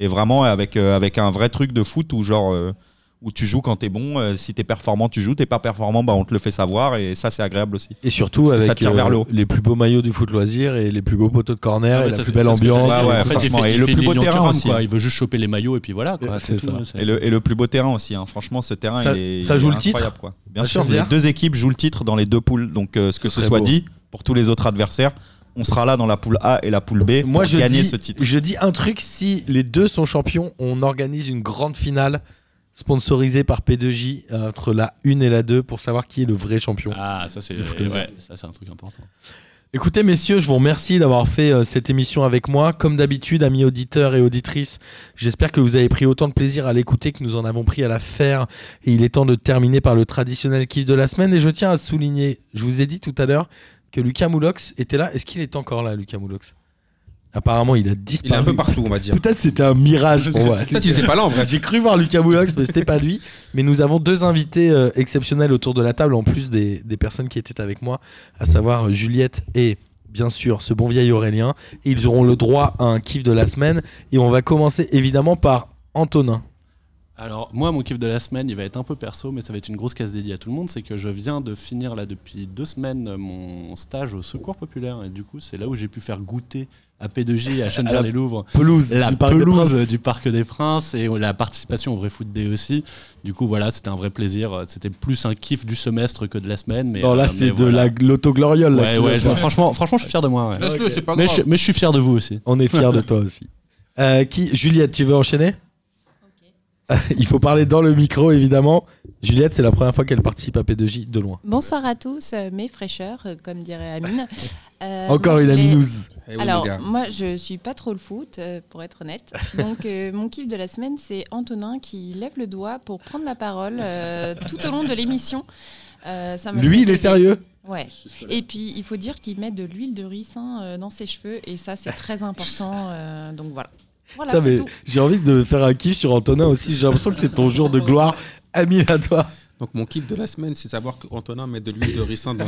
S6: Et vraiment, avec, euh, avec un vrai truc de foot où, genre, euh, où tu joues quand t'es bon. euh, si t'es performant, tu joues. T'es pas performant, bah, on te le fait savoir. Et ça, c'est agréable aussi.
S3: Et surtout
S6: Parce que ça
S3: avec euh,
S6: tire vers le haut.
S3: les plus beaux maillots du foot loisir et les plus beaux poteaux de corner
S5: Ah,
S3: et
S5: mais
S3: la
S5: ça,
S3: plus
S5: c'est-
S3: belle
S5: c'est ce que j'allais
S3: ambiance.
S5: dire.
S6: Ouais, ouais,
S5: En fait, il
S6: franchement.
S5: fait-
S6: Et
S5: il
S6: le
S5: fait
S6: plus
S5: une
S6: beau
S5: union
S6: terrain
S5: Thuram,
S6: aussi.
S5: quoi. Il veut juste choper les maillots et puis voilà. quoi.
S3: hein. Ouais,
S5: C'est
S3: c'est
S5: tout,
S3: ça.
S5: hein, c'est-
S6: Et le, et le plus beau terrain aussi. hein. Franchement, ce terrain,
S3: Ça-
S6: il est,
S3: ça
S6: il
S3: joue
S6: est
S3: le titre
S6: incroyable, quoi. Bien
S3: Ça
S6: sûr,
S3: joue le
S6: les
S3: titre
S6: deux équipes jouent le titre dans les deux poules. Donc, euh, ce que
S3: Ce
S6: ce
S3: serait
S6: soit
S3: beau.
S6: dit, pour tous les autres adversaires, on sera là dans la poule A et la poule B
S3: Moi
S6: pour
S3: je
S6: gagner
S3: dis,
S6: ce titre.
S3: je dis un truc si les deux sont champions, on organise une grande finale sponsorisée par P2J euh, entre la 1 et la 2 pour savoir qui est le vrai champion.
S5: Ah, ça c'est
S3: Il faut le dire.
S5: ouais, ça, c'est un truc important.
S3: Écoutez, messieurs, je vous remercie d'avoir fait euh, cette émission avec moi. Comme d'habitude, amis auditeurs et auditrices, j'espère que vous avez pris autant de plaisir à l'écouter que nous en avons pris à la faire. Et il est temps de terminer par le traditionnel kiff de la semaine. Et je tiens à souligner, je vous ai dit tout à l'heure que Lucas Moulox était là. Est-ce qu'il est encore là, Lucas Moulox Apparemment, il a disparu.
S4: Il
S6: Bah
S4: est un peu partout, on va dire.
S3: Peut-être c'était un mirage pour moi.
S4: Peut-être qu'il était pas là en vrai.
S3: J'ai cru voir Lucas Moulox, mais c'était pas lui. Mais nous avons deux invités euh, exceptionnels autour de la table, en plus des, des personnes qui étaient avec moi, à savoir euh, Juliette et bien sûr ce bon vieil Aurélien. Et ils auront le droit à un kiff de la semaine. Et on va commencer évidemment par Antonin.
S5: Alors, moi, mon kiff de la semaine, il va être un peu perso, mais ça va être une grosse case dédiée à tout le monde. C'est que je viens de finir, là, depuis deux semaines, euh, mon stage au secours populaire. Et du coup, c'est là où j'ai pu faire goûter à P2J et à Chennevières-les-Louvres
S3: Pelouse.
S5: la
S3: du Parc des
S5: pelouse
S3: Princes.
S5: du Parc des Princes et la participation au vrai foot day aussi. Du coup, voilà, c'était un vrai plaisir. C'était plus un kiff du semestre que de la semaine. Mais,
S3: Non, là,
S5: euh,
S3: c'est
S5: mais
S3: de
S5: voilà.
S3: la- l'autogloriole. là,
S5: Ouais,
S3: qui-
S5: ouais, je- franchement, franchement, je suis fier de moi. ouais.
S4: Laisse-le, c'est pas
S5: Mais,
S4: grave.
S5: je, mais je suis fier de vous aussi.
S3: On est fiers de toi aussi. Euh, qui, Juliette, tu veux enchaîner Il faut parler dans le micro, évidemment. Juliette, c'est la première fois qu'elle participe à P2J de loin.
S2: Bonsoir à tous, euh, mes fraîcheurs, euh, comme dirait Amine. Euh,
S3: Encore
S2: moi,
S3: une
S2: je voulais-
S3: aminouse.
S4: Eh oui,
S2: Alors,
S4: les gars.
S2: moi, je suis pas trop le foot, euh, pour être honnête. Donc, euh, mon kiff de la semaine, c'est Antonin qui lève le doigt pour prendre la parole euh, tout au long de l'émission. Euh, ça m'a fait
S3: Lui, il est
S2: rêver.
S3: sérieux.
S2: Ouais. Et puis, il faut dire qu'il met de l'huile de ricin euh, dans ses cheveux, et ça, c'est très important. euh, donc, voilà. Voilà,
S3: Putain,
S2: c'est
S3: mais
S2: tout.
S3: J'ai envie de faire un kiff sur Antonin aussi. J'ai l'impression que c'est ton jour de gloire. Ami à toi.
S4: Donc, mon kiff de la semaine, c'est de savoir qu'Antonin met de l'huile de ricin dans.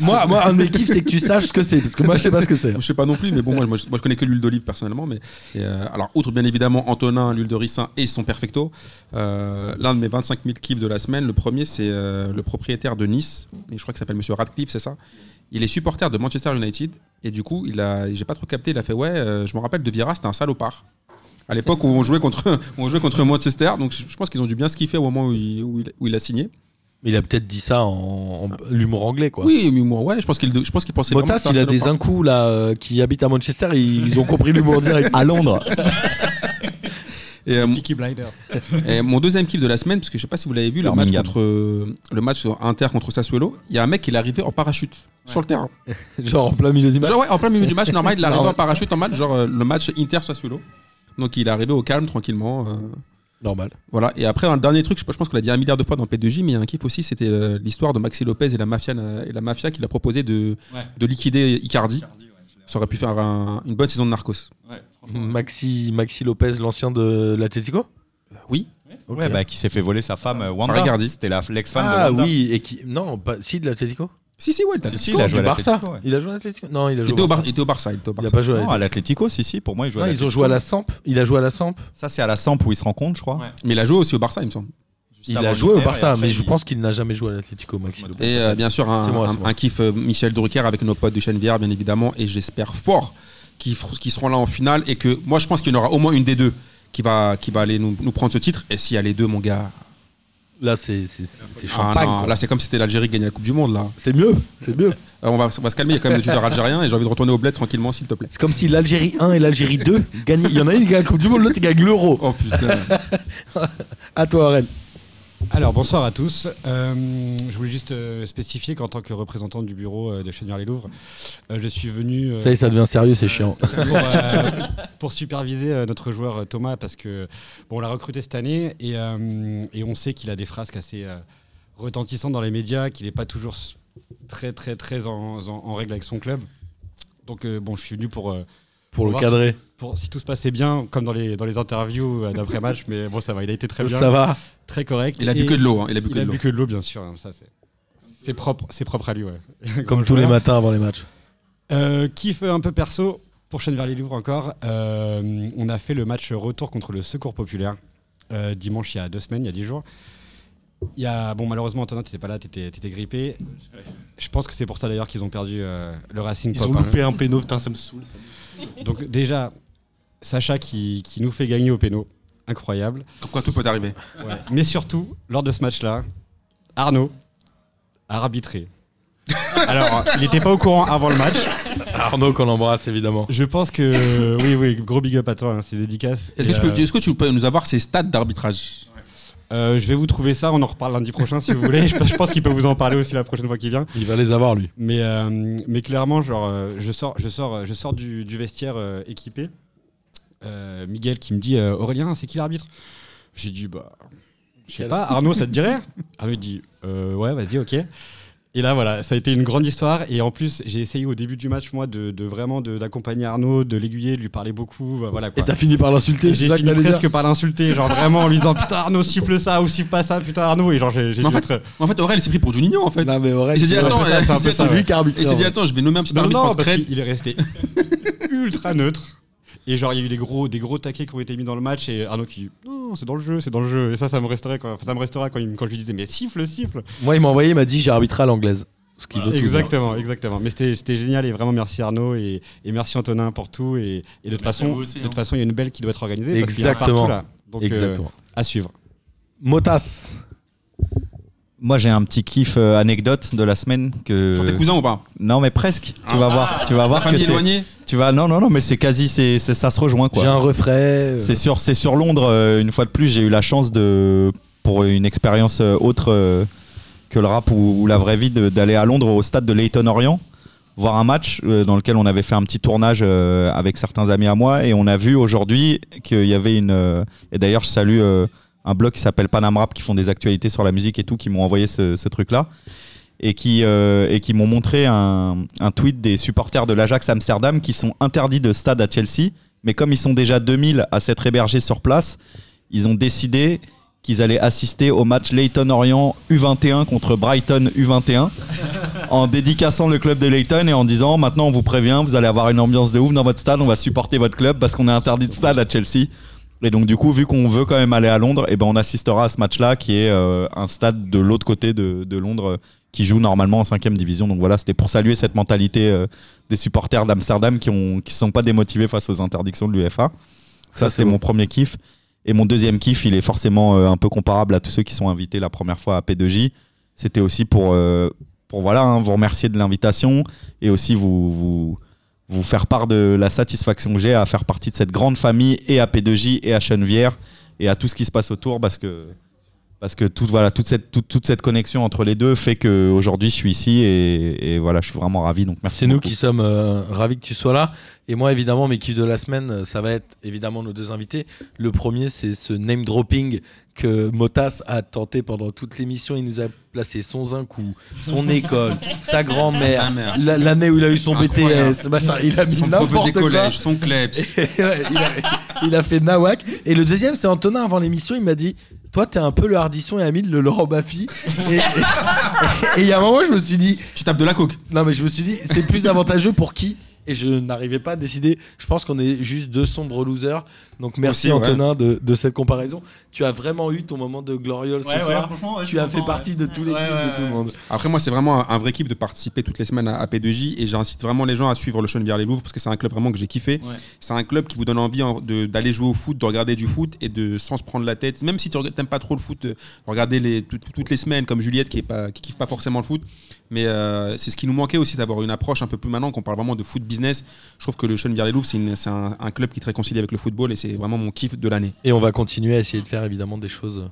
S3: Moi, moi, un de mes kiffs, c'est que tu saches ce que c'est. Parce que moi, je sais pas ce que c'est.
S4: Je sais pas non plus, mais bon, moi, je- moi, je connais que l'huile d'olive personnellement. Mais et, euh, alors, outre bien évidemment Antonin, l'huile de ricin et son perfecto, euh, l'un de mes 25 000 kiffs de la semaine, le premier, c'est euh, le propriétaire de Nice, et je crois qu'il s'appelle Monsieur Radcliffe, c'est ça Il est supporter de Manchester United, et du coup, il a, j'ai pas trop capté, il a fait ouais, euh, je me rappelle de Vieira, c'était un salopard. À l'époque où on jouait contre, on jouait contre Manchester, donc je je pense qu'ils ont dû bien se kiffer au moment où il- où il- où il a signé.
S3: Il a peut-être dit ça en, en l'humour anglais, quoi.
S4: Oui, mais moi, ouais, je pense qu'il je pense qu'il pensait vraiment que
S3: Bottas,
S4: c'était un
S3: il a des
S4: salopard.
S3: incous là euh, qui habitent à Manchester. Ils, ils ont compris l'humour direct.
S6: À Londres,
S4: Et, euh,
S5: Peaky Blinders.
S4: et mon deuxième kiff de la semaine, parce que je sais pas si vous l'avez vu, le match
S6: Birmingham.
S4: contre euh, le match Inter contre Sassuolo, il y a un mec qui est arrivé en parachute sur le terrain.
S3: Genre en plein milieu du match.
S4: Genre ouais, en plein milieu du match, normal, il est arrivé
S3: Normal.
S4: en parachute en match, genre euh, le match Inter Sassuolo. Donc il est arrivé au calme tranquillement. euh,
S3: Normal.
S4: voilà. Et après un dernier truc, je je pense qu'on l'a dit un milliard de fois dans P2J, mais il y a un kiff aussi, c'était euh, l'histoire de Maxi Lopez et la mafia euh, et la mafia qui l'a proposé de,
S5: Ouais.
S4: de liquider Icardi. Ça aurait pu faire un- une bonne saison de Narcos.
S3: Maxi, Maxi Lopez, l'ancien de l'Atletico.
S4: Oui.
S3: Ok.
S6: ouais, bah, qui s'est fait voler sa femme euh, Wanda.
S4: Regardi.
S6: C'était la- l'ex-femme
S3: ah
S6: de Wanda.
S3: oui, et qui. Non, pas, si de l'Atletico.
S4: Si si ouais, il t'a-
S6: Si, si, il a joué à
S3: Du Barça.
S6: l'Atletico, ouais.
S3: Il a joué à l'Atletico. Non, il a
S4: il
S3: joué.
S4: était
S3: au
S4: au Bar-
S3: Barça.
S4: il était au Barça, il était au
S3: Il a
S4: Barça.
S3: pas joué à
S6: Non, à
S3: l'Atletico.
S6: l'Atlético, si, si, pour moi, il joue
S3: Non,
S6: à
S3: ils ont joué à la
S6: l'Atlético.
S3: Samp. Il a joué à la Samp.
S6: Ça, c'est à la Samp où ils se rencontrent, je crois.
S5: Ouais.
S4: Mais il a joué aussi au Barça, il me semble.
S6: Juste
S3: Il
S6: avant
S3: a joué au
S6: l'Inter, et
S3: Barça,
S6: après,
S3: mais je
S6: il-
S3: pense qu'il n'a jamais joué à l'Atlético, Maxi Lopez.
S4: Et euh, bien sûr, un,
S3: C'est moi,
S4: un-
S3: c'est moi.
S4: un kiff euh, Michel Drucker avec nos potes de Chenevière, bien évidemment. Et j'espère fort qu'ils fer- qu'ils seront là en finale. Et que moi, je pense qu'il y en aura au moins une des deux qui va, qui va aller nous, nous prendre ce titre. Et s'il y a les deux, mon gars.
S3: Là, c'est c'est- c'est- c'est
S4: ah
S3: champagne.
S4: non,
S3: quoi.
S4: là, c'est comme si c'était l'Algérie qui gagnait la Coupe du Monde. là.
S3: c'est mieux, c'est mieux.
S4: Euh, on, va, on va se calmer, il y a quand même des tuteurs algériens. Et j'ai envie de retourner au bled tranquillement, s'il te plaît.
S3: C'est comme si l'Algérie 1 et l'Algérie 2 gagnaient. Il y en a une qui gagne la Coupe du Monde, l'autre qui gagne l'Euro.
S4: Oh putain.
S3: À toi, Aurel.
S7: Alors bonsoir à tous. Euh, je voulais juste euh, spécifier qu'en tant que représentant du bureau euh, de chez les Louvres, euh, je suis venu euh,
S3: Ça y est, ça devient sérieux, c'est chiant.
S7: pour, euh, pour superviser euh, notre joueur euh, Thomas parce que bon, on l'a recruté cette année et, euh, et on sait qu'il a des frasques assez euh, retentissantes dans les médias, qu'il n'est pas toujours s- très très très en, en- en règle avec son club. Donc euh, bon, je suis venu pour euh,
S3: Pour le
S7: Voir
S3: cadrer,
S7: pour si tout se passait bien, comme dans les dans les interviews euh, d'après match, mais bon ça va, il a été très bien,
S3: ça va.
S7: très correct.
S4: Il a bu
S7: Et-
S4: que de l'eau. hein, Il a bu
S7: il
S4: que
S7: a
S4: de l'eau.
S7: bu que de l'eau, bien sûr. hein, ça, c'est, c'est propre, c'est propre à lui, ouais.
S3: Comme
S7: Grand
S3: tous les
S7: joueur.
S3: matins avant les matchs.
S7: Euh, kiff un peu perso pour Chaîne vers les Louvres encore. euh, on a fait le match retour contre le Secours Populaire euh, dimanche il y a deux semaines, il y a dix jours. Il y a, bon, malheureusement, Antonin, t'étais pas là, t'étais, t'étais grippé. Je pense que c'est pour ça d'ailleurs qu'ils ont perdu euh, le Racing
S5: Ils
S7: Pop,
S5: ont
S7: hein.
S5: loupé un péno, putain, ça me saoule. ça me-
S7: Donc, déjà, Sacha qui, qui nous fait gagner au péno. Incroyable.
S4: Comme quoi tout peut arriver.
S7: Mais surtout, lors de ce match-là, Arnaud a arbitré. Alors, il n'était pas au courant avant le match.
S3: Arnaud qu'on embrasse évidemment.
S7: Je pense que. Oui, oui, gros big up à toi, hein, c'est dédicace.
S4: Est-ce
S7: Et,
S4: que, tu
S7: euh,
S4: peux- est-ce que tu peux nous avoir ces stats d'arbitrage
S7: euh, je vais vous trouver ça, on en reparle lundi prochain si vous voulez. Je, je pense qu'il peut vous en parler aussi la prochaine fois qu'il vient.
S3: Il va les avoir lui.
S7: Mais, euh, mais clairement, genre, euh, je sors, je sors, je sors du, du vestiaire euh, équipé. Euh, Miguel qui me dit euh, Aurélien, c'est qui l'arbitre J'ai dit bah, je sais pas. Arnaud, ça te dirait Arnaud il dit Euh, ouais, vas-y, ok. Et là, voilà, ça a été une grande histoire. Et en plus, j'ai essayé au début du match, moi, de, de vraiment de- d'accompagner Arnaud, de l'aiguiller, de lui parler beaucoup. bah, Voilà,
S3: Et
S7: quoi.
S3: t'as fini par l'insulter, c'est
S7: J'ai
S3: ça que
S7: fini
S3: t'allais dire
S7: presque par l'insulter, genre vraiment en lui disant putain Arnaud siffle ça ou siffle pas ça, putain Arnaud. Et genre j'ai j'ai
S4: Mais en
S7: dû être- euh,
S4: En fait, Aurel, il s'est pris pour Juninho, en fait.
S3: Non mais vrai,
S4: Il s'est dit,
S3: c'est-
S4: attends,
S7: c'est un
S4: euh,
S7: peu ça, c'est un peu
S4: il s'est
S7: ça,
S4: dit,
S3: c'est lui qui arbitre.
S4: il s'est dit, attends, je vais nommer un petit
S7: Non,
S4: arbitre
S7: non,
S4: France
S7: parce
S4: Crète.
S7: qu'il- il est resté ultra neutre. Et genre, il y a eu des gros, des gros taquets qui ont été mis dans le match. Et Arnaud qui dit Non, c'est dans le jeu, c'est dans le jeu. Et ça, ça me, resterait quand, enfin, ça me restera quand, il me- quand je lui disais Mais siffle, siffle
S3: Moi il m'a envoyé, il m'a dit j'ai arbitré à l'anglaise. Ce
S7: Ah,
S3: qui veut tout dire.
S7: Exactement, exactement. Mais c'était c'était génial. Et vraiment, merci Arnaud. Et, et merci Antonin pour tout. Et, et de toute
S5: Merci à
S7: façon,
S5: vous aussi,
S7: de
S5: hein.
S7: toute façon, il y a une belle qui doit être organisée. parce qu'il y en a
S3: Exactement.
S7: partout, là. Donc, euh,
S3: Exactement.
S7: à suivre.
S3: Motas.
S6: Moi, j'ai un petit kiff euh, anecdote de la semaine Euh, que.
S4: Sur tes cousins ou pas
S6: Non, mais presque. Tu vas voir. Tu vas
S4: Ah. La
S6: voir que
S4: famille
S6: c'est.
S4: éloignée
S6: Tu vas. Non, non, non, mais c'est quasi. C'est c'est- ça se rejoint quoi.
S3: J'ai un refrain. euh,
S6: C'est sur, c'est sur Londres, euh, une fois de plus, j'ai eu la chance de, pour une expérience euh, autre euh, que le rap ou, ou la vraie vie, de- d'aller à Londres au stade de Leyton Orient, voir un match euh, dans lequel on avait fait un petit tournage euh, avec certains amis à moi, et on a vu aujourd'hui qu'il y avait une... euh, et d'ailleurs, je salue euh, un blog qui s'appelle Panam Rap, qui font des actualités sur la musique et tout, qui m'ont envoyé ce, ce truc-là. Et qui, euh, et qui m'ont montré un, un tweet des supporters de l'Ajax Amsterdam qui sont interdits de stade à Chelsea mais comme ils sont déjà 2000 à s'être hébergés sur place, ils ont décidé qu'ils allaient assister au match Leyton Orient U21 contre Brighton U21 en dédicaçant le club de Leyton et en disant maintenant on vous prévient, vous allez avoir une ambiance de ouf dans votre stade, on va supporter votre club parce qu'on est interdit de stade à Chelsea. Et donc du coup, vu qu'on veut quand même aller à Londres, eh ben on assistera à ce match-là qui est euh, un stade de l'autre côté de, de Londres euh, qui joue normalement en cinquième division. Donc voilà, c'était pour saluer cette mentalité euh, des supporters d'Amsterdam qui ne qui sont pas démotivés face aux interdictions de l'UFA. Ça,
S3: Ça, c'est
S6: c'était mon premier kiff. Et mon deuxième kiff, il est forcément euh, un peu comparable à tous ceux qui sont invités la première fois à P2J. C'était aussi pour, euh, pour voilà, hein, vous remercier de l'invitation et aussi vous, vous, vous faire part de la satisfaction que j'ai à faire partie de cette grande famille et à P2J et à Chenevière et à tout ce qui se passe autour parce que, parce que tout, voilà, toute, cette, toute, toute cette connexion entre les deux fait qu'aujourd'hui je suis ici et, et voilà, je suis vraiment ravi. Donc merci
S3: C'est nous
S6: beaucoup.
S3: qui sommes euh, ravis que tu sois là. Et moi, évidemment, mes kiffs de la semaine, euh, ça va être évidemment nos deux invités. Le premier, c'est ce name dropping que Motas a tenté pendant toute l'émission. Il nous a placé son zincou, son école, sa
S4: Ma
S3: grand-mère,
S4: mère.
S3: la- l'année où il a eu son
S4: Incroyable.
S3: BTS, machin. Il a mis
S4: Son prof des
S3: n'importe quoi.
S4: collèges, son kleps.
S3: Ouais, il, a, il a fait Nawak. Et le deuxième, c'est Antonin avant l'émission. Il m'a dit Toi, t'es un peu le Hardisson et Amine, le Laurent Baffy. Et- et- et il y a un moment, je me suis dit
S4: Tu tapes de la coke.
S3: non, mais je me suis dit, c'est plus avantageux pour qui Et je n'arrivais pas à décider. Je pense qu'on est juste deux sombres losers. Donc merci
S4: Aussi, ouais.
S3: Antonin de, de cette comparaison. Tu as vraiment eu ton moment de gloriole ce soir. Tu as fait partie de tous les
S5: Ouais,
S3: kiffs
S5: ouais,
S3: de tout
S5: ouais.
S3: le monde.
S4: Après, moi, c'est vraiment un- un vrai kiff de participer toutes les semaines à, à P2J et j'incite vraiment les gens à suivre le Chenevière les Louvres parce que c'est un club vraiment que j'ai kiffé. C'est un club qui vous donne envie en- de- d'aller jouer au foot, de regarder du foot et de sans se prendre la tête. Même si tu n'aimes pas trop le foot, euh, regarder les, tout- tout- toutes les semaines comme Juliette qui est pas qui kiffe pas forcément le foot. Mais euh, c'est ce qui nous manquait aussi d'avoir une approche un peu plus maintenant qu'on parle vraiment de foot business. Je trouve que le Chenevière les Louvres, c'est une- c'est un, un club qui te réconcilie avec le football et c'est vraiment mon kiff de l'année.
S3: Et on va continuer à essayer de faire évidemment des choses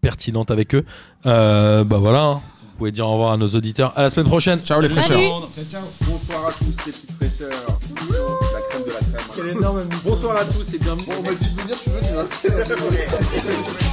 S3: pertinente avec eux. Euh, bah voilà, hein. vous pouvez dire au revoir à nos auditeurs. À la semaine prochaine.
S4: Ciao les
S2: Salut.
S4: fraîcheurs.
S1: Bonsoir à tous les petites fraîcheurs. La crème de la crème.
S8: énorme
S1: Bonsoir à tous et bienvenue.
S8: On m'a dit de venir, je suis venu.
S1: Bonsoir.